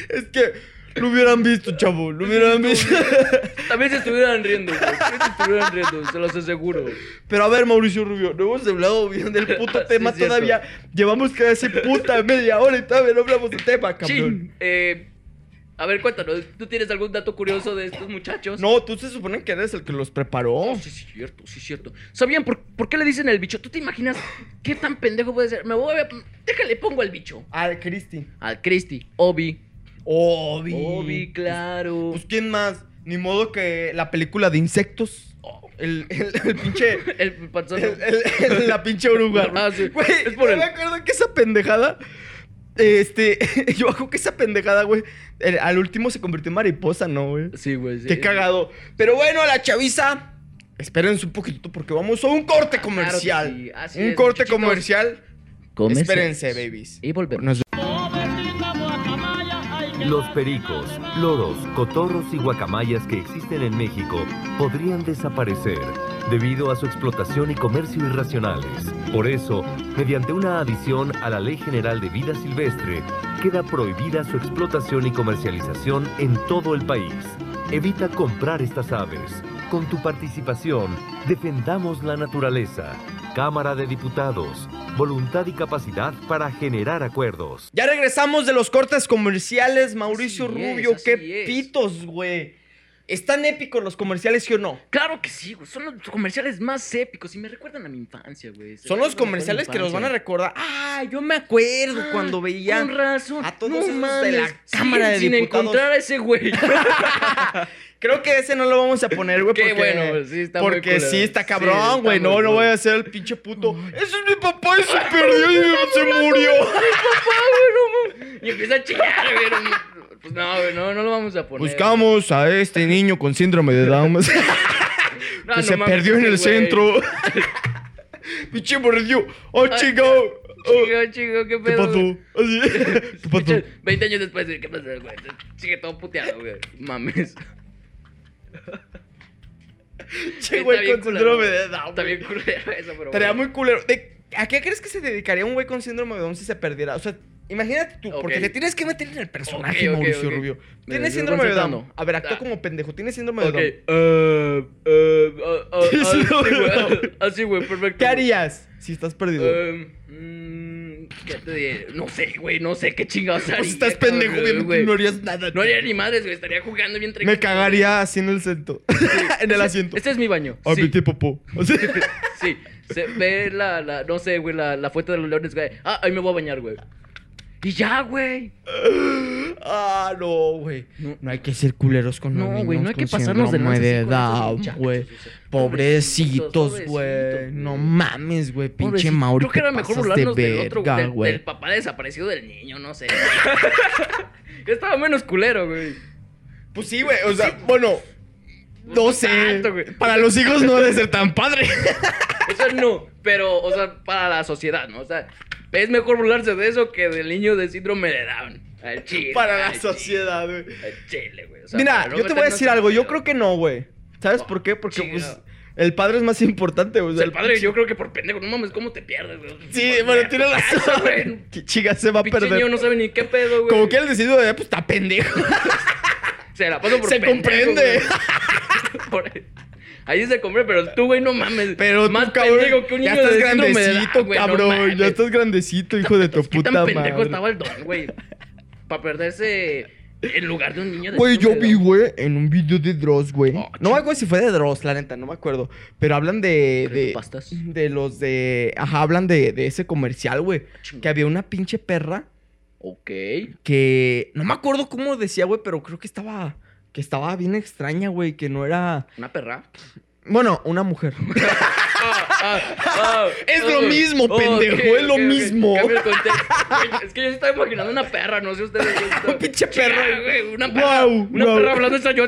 Speaker 1: Es que lo hubieran visto, chavo. Lo hubieran visto.
Speaker 2: También se estuvieran riendo, güey. También se estuvieran riendo, se los aseguro.
Speaker 1: <laughs> Pero a ver, Mauricio Rubio, no hemos hablado bien
Speaker 2: <laughs>
Speaker 1: del puto
Speaker 2: Sí,
Speaker 1: tema
Speaker 2: es cierto.
Speaker 1: todavía. Llevamos casi puta media hora y todavía no hablamos del tema, cabrón.
Speaker 2: Chin, eh, a ver, cuéntanos, ¿tú tienes algún dato curioso de estos muchachos?
Speaker 1: No, tú se supone que eres el que los preparó.
Speaker 2: Oh, sí, es cierto, sí, es cierto. ¿Sabían por, por qué le dicen el bicho? ¿Tú te imaginas qué tan pendejo puede ser? Me voy a... Déjale, pongo al bicho.
Speaker 1: Al Cristi.
Speaker 2: Al Christy, Obi.
Speaker 1: Obi.
Speaker 2: Obi, claro.
Speaker 1: Pues quién más. Ni modo que la película de insectos.
Speaker 2: Oh,
Speaker 1: El, el- el
Speaker 2: <laughs>
Speaker 1: pinche.
Speaker 2: el panzón.
Speaker 1: El- el- el- la pinche oruga.
Speaker 2: Ah, sí.
Speaker 1: Güey,
Speaker 2: Es por
Speaker 1: yo
Speaker 2: el-
Speaker 1: me acuerdo que esa pendejada. Este, <laughs> yo hago que esa pendejada, güey, el- al último se convirtió en mariposa, ¿no, güey?
Speaker 2: Sí, güey. Sí.
Speaker 1: Qué cagado. Pero bueno, la chaviza, espérense un poquitito porque vamos a un corte
Speaker 2: Ah, que
Speaker 1: comercial.
Speaker 2: sí, así
Speaker 1: un
Speaker 2: es,
Speaker 1: corte
Speaker 2: muchachitos.
Speaker 1: comercial.
Speaker 2: Cómese.
Speaker 1: Espérense, babies.
Speaker 2: Y volvemos.
Speaker 1: Nos-
Speaker 3: Los pericos, loros, cotorros y guacamayas que existen en México podrían desaparecer debido a su explotación y comercio irracionales. Por eso, mediante una adición a la Ley General de Vida Silvestre, queda prohibida su explotación y comercialización en todo el país. Evita comprar estas aves. Con tu participación, defendamos la naturaleza. Cámara de Diputados, voluntad y capacidad para generar acuerdos.
Speaker 1: Ya regresamos de los cortes comerciales, Mauricio
Speaker 2: Así es,
Speaker 1: Rubio.
Speaker 2: así
Speaker 1: qué
Speaker 2: es.
Speaker 1: pitos, güey. ¿Están épicos los comerciales, sí o no?
Speaker 2: Claro que sí, güey. Son los comerciales más épicos y me recuerdan a mi infancia, güey. Se
Speaker 1: Son
Speaker 2: me
Speaker 1: los
Speaker 2: recuerdan mi
Speaker 1: comerciales que nos van a
Speaker 2: infancia.
Speaker 1: recordar. Ah, yo me acuerdo
Speaker 2: Ah,
Speaker 1: cuando veía.
Speaker 2: Con razón.
Speaker 1: a todos
Speaker 2: no
Speaker 1: esos de
Speaker 2: mames,
Speaker 1: la
Speaker 2: sí,
Speaker 1: Cámara de
Speaker 2: sin
Speaker 1: Diputados.
Speaker 2: encontrar a
Speaker 1: <laughs>
Speaker 2: ese güey.
Speaker 1: Creo que ese no lo vamos a poner, güey.
Speaker 2: <laughs> Qué
Speaker 1: Porque,
Speaker 2: bueno, sí está muy
Speaker 1: Porque
Speaker 2: culero.
Speaker 1: sí está
Speaker 2: Sí,
Speaker 1: cabrón,
Speaker 2: está
Speaker 1: güey.
Speaker 2: muy
Speaker 1: no, no
Speaker 2: culero.
Speaker 1: voy a ser el pinche puto. Ese es mi papá y se perdió y se
Speaker 2: <laughs>
Speaker 1: murió.
Speaker 2: y empieza a chillar, güey. no, Pues no, güey, no, no lo vamos a poner.
Speaker 1: Buscamos a este niño con síndrome de Down. <laughs>
Speaker 2: No,
Speaker 1: que
Speaker 2: Ah, no
Speaker 1: se
Speaker 2: mames,
Speaker 1: perdió en
Speaker 2: ese
Speaker 1: el
Speaker 2: güey.
Speaker 1: centro.
Speaker 2: <laughs>
Speaker 1: pinche morrillo. Oh,
Speaker 2: Ay,
Speaker 1: chico. Oh,
Speaker 2: Chico, chico, qué
Speaker 1: ¿Qué
Speaker 2: pedo. güey?
Speaker 1: pasó? Así. <laughs> ¿Qué pasó?
Speaker 2: Pinche, 20 años después, ¿qué pasó, güey? Sigue todo puteado, güey. Mames.
Speaker 1: Che,
Speaker 2: Está
Speaker 1: güey,
Speaker 2: bien
Speaker 1: con
Speaker 2: culero,
Speaker 1: síndrome de
Speaker 2: güey.
Speaker 1: Down.
Speaker 2: Está bien culero eso, pero.
Speaker 1: Estaría
Speaker 2: bueno.
Speaker 1: muy culero. ¿De- ¿A qué crees que se dedicaría un güey con síndrome de Down si se perdiera? O sea, imagínate tú, porque
Speaker 2: Ok.
Speaker 1: le tienes que meter en el personaje,
Speaker 2: Ok, ok,
Speaker 1: Mauricio
Speaker 2: ok.
Speaker 1: Rubio.
Speaker 2: Me
Speaker 1: Tienes
Speaker 2: estoy
Speaker 1: síndrome de Down.
Speaker 2: concentrando.
Speaker 1: A ver, actúa
Speaker 2: Ah.
Speaker 1: como pendejo. Tienes síndrome
Speaker 2: Ok.
Speaker 1: de Down.
Speaker 2: eh, eh, ah, ah,
Speaker 1: <laughs> Sí,
Speaker 2: así,
Speaker 1: no,
Speaker 2: güey,
Speaker 1: no.
Speaker 2: Así, güey, perfecto.
Speaker 1: ¿Qué harías si estás perdido?
Speaker 2: Eh, mm, ¿Qué te diré? No sé, güey, no sé qué chingados haría.
Speaker 1: pues estás
Speaker 2: cabrón,
Speaker 1: pendejo, obviamente
Speaker 2: güey.
Speaker 1: no harías nada.
Speaker 2: No haría ni madres, güey. Estaría jugando bien
Speaker 1: Me
Speaker 2: tranquilo.
Speaker 1: cagaría Ah, así en el centro. <laughs> en el asiento.
Speaker 2: Este es mi baño.
Speaker 1: A mi
Speaker 2: Sí,
Speaker 1: tipo <laughs> popó. O sea,
Speaker 2: <laughs> sí. Se ve la, la, no sé, güey, la, la fuente de los leones, güey. Ah, ahí me voy a bañar, güey. Y ya, güey.
Speaker 1: ah, no, güey.
Speaker 2: No.
Speaker 1: No hay que ser culeros con los
Speaker 2: No, güey, no
Speaker 1: niños
Speaker 2: hay que
Speaker 1: con
Speaker 2: pasarnos de
Speaker 1: síndrome
Speaker 2: lanza
Speaker 1: de
Speaker 2: así con esos
Speaker 1: Down,
Speaker 2: muchachos,
Speaker 1: güey.
Speaker 2: o sea,
Speaker 1: Pobrecitos, güey.
Speaker 2: pobrecitos,
Speaker 1: No
Speaker 2: güey.
Speaker 1: mames, güey. Pinche
Speaker 2: Pobrecito.
Speaker 1: Mauri.
Speaker 2: Creo que
Speaker 1: te
Speaker 2: era mejor
Speaker 1: pasas de
Speaker 2: burlarnos del otro, güey,
Speaker 1: verga,
Speaker 2: del, del
Speaker 1: güey.
Speaker 2: papá desaparecido del niño, no sé. <laughs> Yo estaba menos culero, güey.
Speaker 1: Pues sí, güey. O sea, bueno. No
Speaker 2: no
Speaker 1: sé.
Speaker 2: tanto, güey.
Speaker 1: Para los hijos no ha de ser tan
Speaker 2: <laughs>
Speaker 1: padre.
Speaker 2: Eso no, pero, o sea, para la sociedad, ¿no? O sea, es mejor burlarse de eso que del niño de síndrome de Down. Al chile.
Speaker 1: para la
Speaker 2: al
Speaker 1: sociedad, güey.
Speaker 2: chile, Al chile, güey. O sea,
Speaker 1: Mira,
Speaker 2: para no
Speaker 1: yo te voy a
Speaker 2: meternos
Speaker 1: decir
Speaker 2: en
Speaker 1: algo. Yo
Speaker 2: pedo.
Speaker 1: creo que no, güey. ¿Sabes
Speaker 2: Oh,
Speaker 1: por qué? Porque, pues,
Speaker 2: chingado.
Speaker 1: El padre es más importante, güey.
Speaker 2: O sea, el padre, <laughs> yo creo que por pendejo, no mames, ¿cómo te pierdes, güey?
Speaker 1: Sí, <laughs> bueno, tiene
Speaker 2: Pasa,
Speaker 1: razón.
Speaker 2: güey.
Speaker 1: Que Chica, se va a
Speaker 2: Pinche niño
Speaker 1: perder.
Speaker 2: no sabe ni qué pedo, güey.
Speaker 1: Como que él decidió, eh, pues está pendejo. <laughs>
Speaker 2: Se la paso por
Speaker 1: Se
Speaker 2: pendejo,
Speaker 1: comprende.
Speaker 2: güey. <laughs> Por- Ahí se comprende, pero tú, güey, no mames.
Speaker 1: Pero
Speaker 2: más
Speaker 1: tú, cabrón,
Speaker 2: pendejo que un niño
Speaker 1: ya estás
Speaker 2: de síndrome de
Speaker 1: grandecito,
Speaker 2: Down, güey, no
Speaker 1: cabrón.
Speaker 2: mames.
Speaker 1: ya estás grandecito, hijo de tu
Speaker 2: ¿Qué
Speaker 1: puta
Speaker 2: tan pendejo
Speaker 1: madre.
Speaker 2: estaba el don, güey? Para perderse en lugar de un niño de
Speaker 1: Güey, yo
Speaker 2: síndrome
Speaker 1: vi,
Speaker 2: de Down.
Speaker 1: güey, en un video de Dross, güey.
Speaker 2: Oh,
Speaker 1: no me acuerdo si fue de Dross, la neta, no me acuerdo. Pero hablan de. de
Speaker 2: Creepypastas.
Speaker 1: de los de. Ajá, hablan de, de ese comercial, güey.
Speaker 2: Ah,
Speaker 1: Que había una pinche perra
Speaker 2: Ok.
Speaker 1: que. No me acuerdo cómo decía, güey, pero creo que estaba. Que estaba bien extraña, güey. Que no era.
Speaker 2: Una perra.
Speaker 1: Bueno, una mujer.
Speaker 2: Ah, ah, ah,
Speaker 1: Es
Speaker 2: ah,
Speaker 1: lo
Speaker 2: güey.
Speaker 1: mismo,
Speaker 2: Oh,
Speaker 1: pendejo,
Speaker 2: ok,
Speaker 1: es lo
Speaker 2: ok, ok.
Speaker 1: mismo.
Speaker 2: Cambio el contexto. Güey, Es que yo se estaba imaginando una perra, no sé
Speaker 1: <laughs>
Speaker 2: ustedes. güey, estaba-
Speaker 1: Un pinche
Speaker 2: Chica,
Speaker 1: perro.
Speaker 2: güey, una perra.
Speaker 1: Guau,
Speaker 2: una
Speaker 1: guau.
Speaker 2: perra hablando esta yo.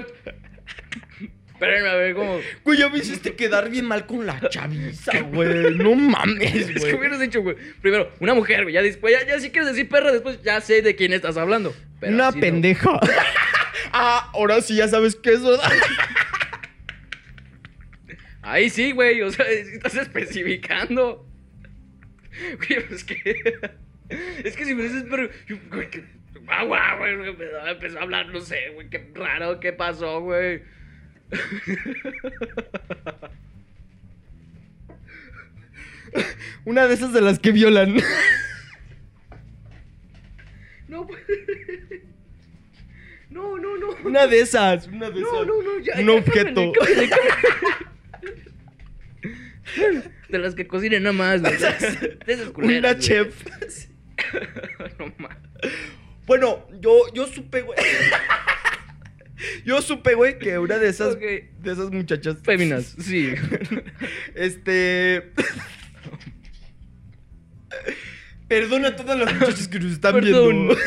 Speaker 2: Espérenme, a ver cómo.
Speaker 1: Güey, ya me hiciste quedar bien mal con la chaviza, güey. No mames,
Speaker 2: Es que
Speaker 1: güey.
Speaker 2: hubieras dicho, güey. Primero, una mujer, güey. Ya después, ya, ya si quieres decir perra, después ya sé de quién estás hablando. Pero
Speaker 1: Una
Speaker 2: así no.
Speaker 1: pendeja.
Speaker 2: <laughs>
Speaker 1: ah, ahora sí ya sabes qué es, ¿verdad?
Speaker 2: Ahí sí, güey. O sea, <laughs> es- estás especificando. Güey, pues que. <laughs> Es que si me dices, pero. yo- Güey, que. guau, guau, güey. güey, Empezó empezó a hablar, no sé, güey. Qué raro, qué pasó, güey.
Speaker 1: Una de esas de las que violan.
Speaker 2: No, pues. <laughs> No, no, no.
Speaker 1: Una de esas, una de
Speaker 2: No,
Speaker 1: esas.
Speaker 2: no, no, ya.
Speaker 1: Un
Speaker 2: ya,
Speaker 1: objeto.
Speaker 2: cámbiale, cámbiale, cámbiale. <laughs> De las que cocinen nada
Speaker 1: <laughs>
Speaker 2: más, güey. De esas culeras,
Speaker 1: Una
Speaker 2: güey.
Speaker 1: chef.
Speaker 2: <laughs> No más.
Speaker 1: Bueno, yo, yo supe,
Speaker 2: <laughs>
Speaker 1: güey. Yo supe, güey, que una de esas.
Speaker 2: Ok.
Speaker 1: De esas muchachas.
Speaker 2: Féminas, sí.
Speaker 1: <laughs> Este. <laughs> Perdona a todas las muchachas que nos están
Speaker 2: Perdón. <laughs>
Speaker 1: viendo.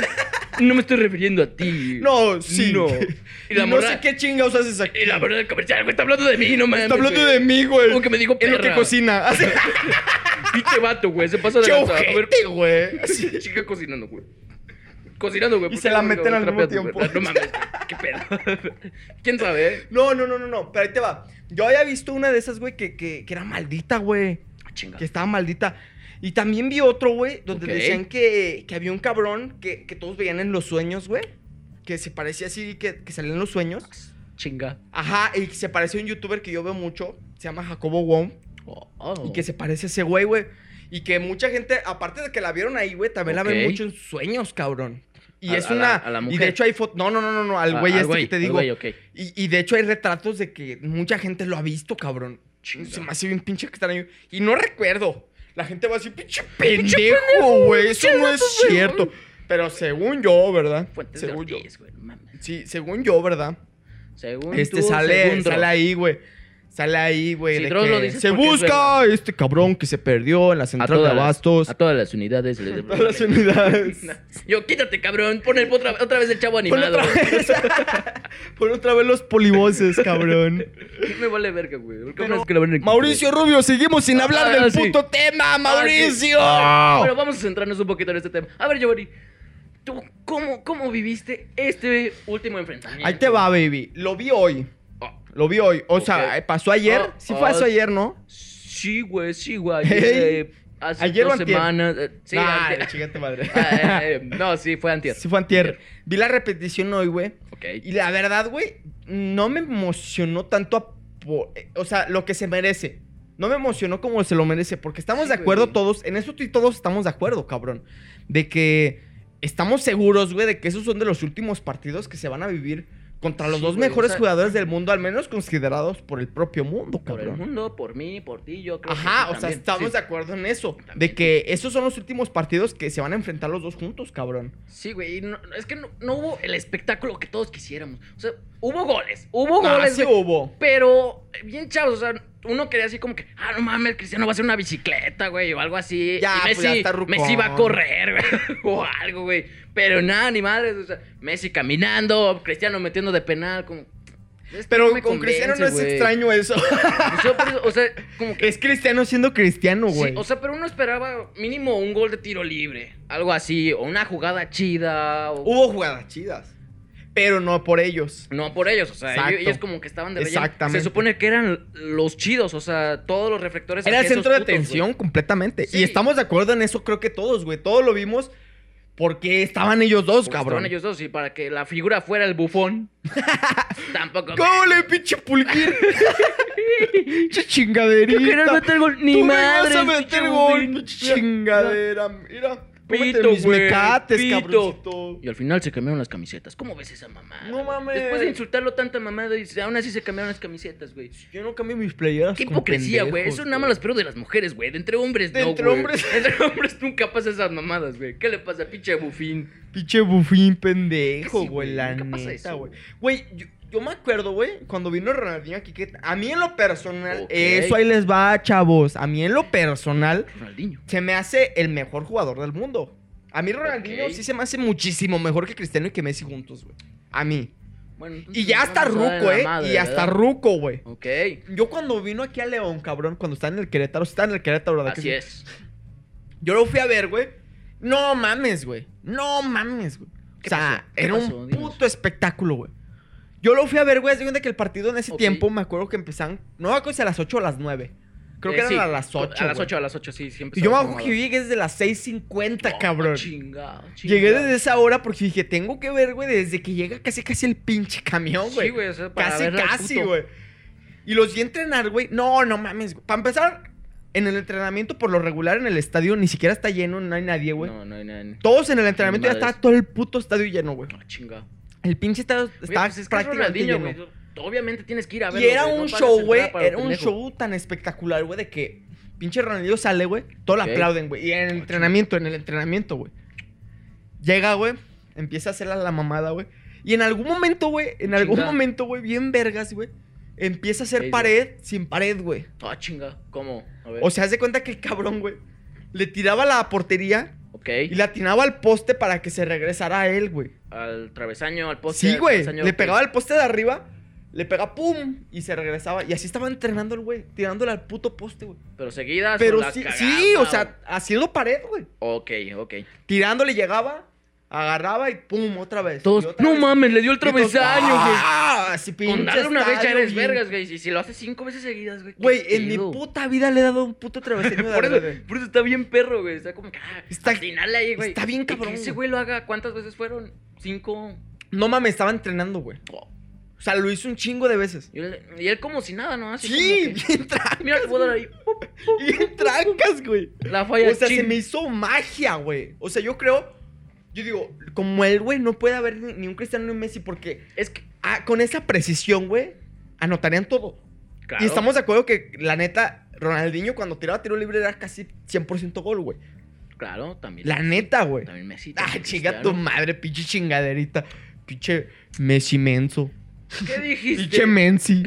Speaker 2: No me estoy refiriendo a ti.
Speaker 1: No, sí. <laughs>
Speaker 2: No.
Speaker 1: Y
Speaker 2: Y la
Speaker 1: no
Speaker 2: morra-
Speaker 1: sé qué chingados haces aquí.
Speaker 2: Y la verdad del comercial, güey, está hablando de mí, no mames.
Speaker 1: Está hablando
Speaker 2: güey.
Speaker 1: de mí, güey.
Speaker 2: Como que me dijo
Speaker 1: Es lo que
Speaker 2: perra.
Speaker 1: cocina. Así.
Speaker 2: <laughs> Pinche vato, güey, se pasa de
Speaker 1: Che
Speaker 2: lanza. A ver,
Speaker 1: <laughs>
Speaker 2: <laughs>
Speaker 1: ojete, güey. Así.
Speaker 2: chica cocinando, güey. Cocinando, güey.
Speaker 1: Y
Speaker 2: ¿por
Speaker 1: se
Speaker 2: qué
Speaker 1: la
Speaker 2: no,
Speaker 1: meten
Speaker 2: no,
Speaker 1: al
Speaker 2: no
Speaker 1: mismo
Speaker 2: trapeas,
Speaker 1: tiempo.
Speaker 2: güey? No mames, qué pedo. <laughs> ¿Quién sabe? eh?
Speaker 1: No, no, no, no, no. Pero ahí te va. Yo había visto una de esas, güey, que, que, que era maldita, güey.
Speaker 2: Ah, Chinga.
Speaker 1: Que estaba maldita. Y también vi otro, güey, donde
Speaker 2: Ok.
Speaker 1: decían que, que había un cabrón que, que todos veían en los sueños, güey. Que se parecía así, que, que salía en los sueños.
Speaker 2: Chinga.
Speaker 1: Ajá, y que se parecía a un youtuber que yo veo mucho. Se llama Jacobo Wong.
Speaker 2: Oh, oh.
Speaker 1: Y que se parece a ese güey, güey. Y que mucha gente, aparte de que la vieron ahí, güey, también la ven
Speaker 2: Ok.
Speaker 1: mucho en sueños, cabrón. Y
Speaker 2: A-
Speaker 1: es
Speaker 2: a la-
Speaker 1: una.
Speaker 2: a la
Speaker 1: Y
Speaker 2: mujer.
Speaker 1: de hecho hay fotos. No, no, no, no, no, al
Speaker 2: Ah,
Speaker 1: güey
Speaker 2: al
Speaker 1: este que te
Speaker 2: al
Speaker 1: digo.
Speaker 2: güey, ok.
Speaker 1: Y, y de hecho hay retratos de que mucha gente lo ha visto, cabrón.
Speaker 2: Chinga.
Speaker 1: Se me hace bien pinche extraño. Y no recuerdo. La gente va a decir, pinche pendejo, güey. Eso no es
Speaker 2: datos de-
Speaker 1: cierto. Pero según yo, ¿verdad?
Speaker 2: Fuentes
Speaker 1: según
Speaker 2: de
Speaker 1: yo.
Speaker 2: Ortiz, güey, no mames.
Speaker 1: Sí, según yo, ¿verdad?
Speaker 2: Según
Speaker 1: Este
Speaker 2: tú,
Speaker 1: sale,
Speaker 2: según
Speaker 1: sale
Speaker 2: Dross.
Speaker 1: ahí, güey. Sale ahí, güey.
Speaker 2: Si
Speaker 1: de
Speaker 2: Dross
Speaker 1: que
Speaker 2: lo dice
Speaker 1: se
Speaker 2: porque es
Speaker 1: busca este cabrón que se perdió en la
Speaker 2: a
Speaker 1: central de
Speaker 2: todas, las,
Speaker 1: abastos.
Speaker 2: a todas las unidades.
Speaker 1: <laughs>
Speaker 2: le-
Speaker 1: todas las
Speaker 2: <laughs>
Speaker 1: unidades.
Speaker 2: Yo, quítate, cabrón. Pon el- otra, otra vez el chavo
Speaker 1: Pon
Speaker 2: animado.
Speaker 1: otra vez. <laughs> Pon otra vez los polivoces,
Speaker 2: <laughs>
Speaker 1: cabrón.
Speaker 2: Me vale verga, güey. ¿Por qué
Speaker 1: Pero,
Speaker 2: crees que lo van a encontrar?
Speaker 1: Mauricio Rubio, seguimos sin
Speaker 2: Ah,
Speaker 1: hablar del
Speaker 2: sí. Ah.
Speaker 1: puto tema, Mauricio.
Speaker 2: Bueno, vamos a centrarnos un poquito en este tema. A ver, Giovanni, ¿tú cómo, cómo viviste este último enfrentamiento?
Speaker 1: Ahí te va, baby. Lo vi hoy.
Speaker 2: Ah,
Speaker 1: Lo vi hoy. O sea,
Speaker 2: Ok.
Speaker 1: eh, pasó ayer.
Speaker 2: Ah,
Speaker 1: sí
Speaker 2: ah.
Speaker 1: pasó ayer, ¿no?
Speaker 2: sí, güey, sí, güey. Eh, hace
Speaker 1: ¿Ayer o
Speaker 2: dos
Speaker 1: antier?
Speaker 2: semanas. eh, sí,
Speaker 1: Nah,
Speaker 2: antier.
Speaker 1: chingate madre.
Speaker 2: Ah, eh, eh, no, sí, fue <laughs> antier.
Speaker 1: sí fue antier. Vi la repetición hoy, güey.
Speaker 2: Ok.
Speaker 1: Y la verdad, güey, no me emocionó tanto a po- eh, o sea, lo que se merece. No me emocionó como se lo merece, porque estamos
Speaker 2: Sí,
Speaker 1: de acuerdo
Speaker 2: güey.
Speaker 1: todos, en eso tú y todos estamos de acuerdo, cabrón, de que estamos seguros, güey, de que esos son de los últimos partidos que se van a vivir contra los
Speaker 2: Sí,
Speaker 1: dos
Speaker 2: güey,
Speaker 1: mejores
Speaker 2: o sea-
Speaker 1: jugadores del mundo, al menos considerados por el propio mundo,
Speaker 2: por el
Speaker 1: cabrón.
Speaker 2: mundo, por mí, por ti, yo creo
Speaker 1: Ajá,
Speaker 2: que
Speaker 1: o sea, estamos de acuerdo en eso, de
Speaker 2: También.
Speaker 1: que esos son los últimos partidos que se van a enfrentar los dos juntos, cabrón.
Speaker 2: Sí, güey, y no- es que no, no hubo el espectáculo que todos quisiéramos. O sea, hubo goles, hubo
Speaker 1: Ah,
Speaker 2: goles,
Speaker 1: sí
Speaker 2: güey,
Speaker 1: hubo.
Speaker 2: Pero, eh, bien chavos, o sea, uno quería así como que, ah, no mames, Cristiano va a hacer una bicicleta, güey, o algo así.
Speaker 1: Ya,
Speaker 2: Y
Speaker 1: pues,
Speaker 2: Messi,
Speaker 1: ya está rucón.
Speaker 2: Messi va a correr, güey, <laughs> o algo, güey. Pero nada, ni madres, o sea, Messi caminando, Cristiano metiendo de penal, como. esto
Speaker 1: Pero
Speaker 2: no me
Speaker 1: con Cristiano no
Speaker 2: convence,
Speaker 1: es
Speaker 2: güey.
Speaker 1: extraño eso.
Speaker 2: O sea, por eso- o sea, como que.
Speaker 1: Es cristiano siendo cristiano, <laughs> güey.
Speaker 2: sí, o sea, pero uno esperaba mínimo un gol de tiro libre, algo así, o una jugada chida, o.
Speaker 1: Hubo jugadas chidas. pero no por ellos.
Speaker 2: No por ellos, o sea,
Speaker 1: Exacto.
Speaker 2: ellos, ellos como que estaban de relleno.
Speaker 1: Exactamente.
Speaker 2: Se supone que eran los chidos, o sea, todos los reflectores.
Speaker 1: Era el
Speaker 2: hacia
Speaker 1: centro de
Speaker 2: esos putos,
Speaker 1: atención completamente.
Speaker 2: Sí.
Speaker 1: Y estamos de acuerdo en eso, creo que todos, güey. Todos lo vimos porque estaban ellos dos,
Speaker 2: güey, porque
Speaker 1: cabrón.
Speaker 2: estaban ellos dos, y para que la figura fuera
Speaker 1: <laughs>
Speaker 2: el bufón. tampoco.
Speaker 1: ¿Cómo le pinche
Speaker 2: <laughs>
Speaker 1: pulguín? ¡Qué chingaderita!
Speaker 2: Yo quería meter gol. Ni
Speaker 1: Tú me vas
Speaker 2: madre.
Speaker 1: a
Speaker 2: pinche
Speaker 1: meter gol,
Speaker 2: Bufón.
Speaker 1: pinche chingadera. Mira,
Speaker 2: Pito,
Speaker 1: cómete mis
Speaker 2: güey,
Speaker 1: mecates,
Speaker 2: pito.
Speaker 1: cabroncito.
Speaker 2: Y al final se cambiaron las camisetas. ¿Cómo ves esa mamada?
Speaker 1: No mames.
Speaker 2: Después de insultarlo tanta mamada, y aún así se cambiaron las camisetas, güey.
Speaker 1: Yo no cambio mis playeras
Speaker 2: Qué
Speaker 1: con
Speaker 2: hipocresía, güey.
Speaker 1: pendejos,
Speaker 2: Eso nada más lo espero de las mujeres, güey. De entre hombres,
Speaker 1: De
Speaker 2: no,
Speaker 1: entre
Speaker 2: güey. <laughs>
Speaker 1: hombres.
Speaker 2: Entre hombres nunca pasa esas mamadas, güey. ¿Qué le pasa al pinche bufín?
Speaker 1: Pinche bufín pendejo, güey,
Speaker 2: Sí, güey,
Speaker 1: la
Speaker 2: nunca pasa
Speaker 1: neta,
Speaker 2: eso,
Speaker 1: güey.
Speaker 2: güey.
Speaker 1: Güey, yo, yo me acuerdo, güey, cuando vino Ronaldinho aquí, que a mí en lo personal,
Speaker 2: Ok.
Speaker 1: eso ahí les va, chavos. A mí en lo personal,
Speaker 2: Ronaldinho.
Speaker 1: se me hace el mejor jugador del mundo. A mí Ronaldinho
Speaker 2: Ok.
Speaker 1: sí se me hace muchísimo mejor que Cristiano y que Messi juntos, güey. A mí.
Speaker 2: Bueno, entonces
Speaker 1: Y ya
Speaker 2: nos
Speaker 1: hasta
Speaker 2: Pues vamos a dar en
Speaker 1: ruco,
Speaker 2: la
Speaker 1: eh.
Speaker 2: madre,
Speaker 1: Y hasta
Speaker 2: ¿verdad?
Speaker 1: ruco, güey.
Speaker 2: Ok.
Speaker 1: Yo cuando vino aquí a León, cabrón, cuando estaba en el Querétaro, está en el Querétaro, ¿verdad? que
Speaker 2: Así
Speaker 1: sí?
Speaker 2: es.
Speaker 1: Yo lo fui a ver, güey. No mames, güey. No mames, güey.
Speaker 2: ¿Qué
Speaker 1: O sea,
Speaker 2: pasó? ¿Qué
Speaker 1: era
Speaker 2: pasó?
Speaker 1: un
Speaker 2: Dinos.
Speaker 1: puto espectáculo, güey. Yo lo fui a ver, güey. Se cuenta que el partido en ese
Speaker 2: Ok.
Speaker 1: tiempo, me acuerdo que empezaban, no me acuerdo si a las 8 o a las 9. Creo
Speaker 2: Eh,
Speaker 1: que eran
Speaker 2: sí,
Speaker 1: a las 8.
Speaker 2: A las
Speaker 1: güey.
Speaker 2: 8, a las 8, sí, siempre.
Speaker 1: Y yo me
Speaker 2: estaba
Speaker 1: acuerdo que
Speaker 2: mamada.
Speaker 1: llegué desde las 6.50,
Speaker 2: Oh,
Speaker 1: cabrón.
Speaker 2: chingado, chingado.
Speaker 1: Llegué desde esa hora porque dije, tengo que ver, güey, desde que llega casi casi el pinche camión, güey.
Speaker 2: Sí, güey, o sea, para
Speaker 1: Casi,
Speaker 2: verla al
Speaker 1: casi,
Speaker 2: puto.
Speaker 1: güey. Y los vi entrenar, güey. No, no mames, güey. Para empezar, en el entrenamiento, por lo regular, en el estadio ni siquiera está lleno, no hay nadie, güey.
Speaker 2: No, no hay nada. No,
Speaker 1: Todos en el entrenamiento ya
Speaker 2: madres.
Speaker 1: está todo el puto estadio lleno, güey.
Speaker 2: chingado.
Speaker 1: El pinche estadio está
Speaker 2: Güey, pues es que es
Speaker 1: prácticamente
Speaker 2: Ronaldinho,
Speaker 1: lleno.
Speaker 2: güey. Obviamente tienes que ir a
Speaker 1: Y
Speaker 2: verlo.
Speaker 1: era
Speaker 2: güey, no
Speaker 1: un
Speaker 2: pagas
Speaker 1: show,
Speaker 2: entrada
Speaker 1: güey.
Speaker 2: para
Speaker 1: Era
Speaker 2: lo
Speaker 1: un
Speaker 2: pendejo.
Speaker 1: show tan espectacular, güey, de que pinche Ronaldinho sale, güey. Todo lo
Speaker 2: Ok.
Speaker 1: aplauden, güey. Y en el
Speaker 2: Oh,
Speaker 1: entrenamiento, en el entrenamiento, güey. Llega, güey. Empieza a hacer la, la mamada, güey. Y en algún momento, güey. En algún
Speaker 2: Chinga.
Speaker 1: momento, güey, bien vergas, güey. Empieza a hacer
Speaker 2: Ey, güey.
Speaker 1: pared sin pared, güey.
Speaker 2: Ah, chinga. ¿Cómo? A ver.
Speaker 1: O sea, haz de cuenta que el cabrón, güey. Le tiraba la portería
Speaker 2: ok.
Speaker 1: y le atinaba al poste para que se regresara a él, güey.
Speaker 2: Al travesaño, al poste.
Speaker 1: Sí,
Speaker 2: al
Speaker 1: güey.
Speaker 2: travesaño,
Speaker 1: Le
Speaker 2: ok.
Speaker 1: pegaba al poste de arriba, le pegaba pum y se regresaba. Y así estaba entrenando el güey, tirándole al puto poste, güey.
Speaker 2: Pero seguidas. o
Speaker 1: Pero
Speaker 2: Ah, la
Speaker 1: sí,
Speaker 2: cagaba,
Speaker 1: sí, o sea, haciendo pared, güey.
Speaker 2: Ok, ok.
Speaker 1: Tirándole llegaba, agarraba y pum, otra vez.
Speaker 2: Todos,
Speaker 1: y otra
Speaker 2: no
Speaker 1: vez.
Speaker 2: mames, le dio el
Speaker 1: Y todos,
Speaker 2: travesaño, güey.
Speaker 1: ¡Ah! Así pinche
Speaker 2: Con darle una vez ya
Speaker 1: estadio,
Speaker 2: eres
Speaker 1: bien.
Speaker 2: vergas, güey. Y si lo haces cinco veces seguidas, güey. qué
Speaker 1: Güey, en mi
Speaker 2: pedo.
Speaker 1: puta vida le he dado un puto travesaño de
Speaker 2: <laughs> Por
Speaker 1: verde.
Speaker 2: eso, por eso está bien perro, güey. Está como que. Ah,
Speaker 1: Está-
Speaker 2: atinale ahí, güey.
Speaker 1: está bien
Speaker 2: Y que
Speaker 1: cabrón,
Speaker 2: ese
Speaker 1: güey.
Speaker 2: güey lo haga, ¿cuántas veces fueron? Cinco.
Speaker 1: No mames, estaba entrenando, güey.
Speaker 2: Oh.
Speaker 1: O sea, lo hizo un chingo de veces.
Speaker 2: Y él, y él como si nada, ¿no? Así
Speaker 1: Sí,
Speaker 2: como que,
Speaker 1: bien, tra-
Speaker 2: Mira, le voy a dar ahí. pop, pop,
Speaker 1: bien trancas, güey.
Speaker 2: La falla.
Speaker 1: O sea, se
Speaker 2: chin.
Speaker 1: me hizo magia, güey. O sea, yo creo. Yo digo, como él, güey, no puede haber ni ni un Cristiano ni un Messi porque
Speaker 2: Es que.
Speaker 1: ah, con esa precisión, güey, anotarían todo.
Speaker 2: Claro.
Speaker 1: Y estamos de acuerdo que, la neta, Ronaldinho cuando tiraba tiro libre era casi 100% gol, güey.
Speaker 2: Claro, también.
Speaker 1: La neta, güey.
Speaker 2: También Messi.
Speaker 1: Ah,
Speaker 2: también
Speaker 1: chinga tu
Speaker 2: Cristiano.
Speaker 1: madre, pinche chingaderita. Pinche Messi menso.
Speaker 2: ¿Qué dijiste?
Speaker 1: Pinche Mensi.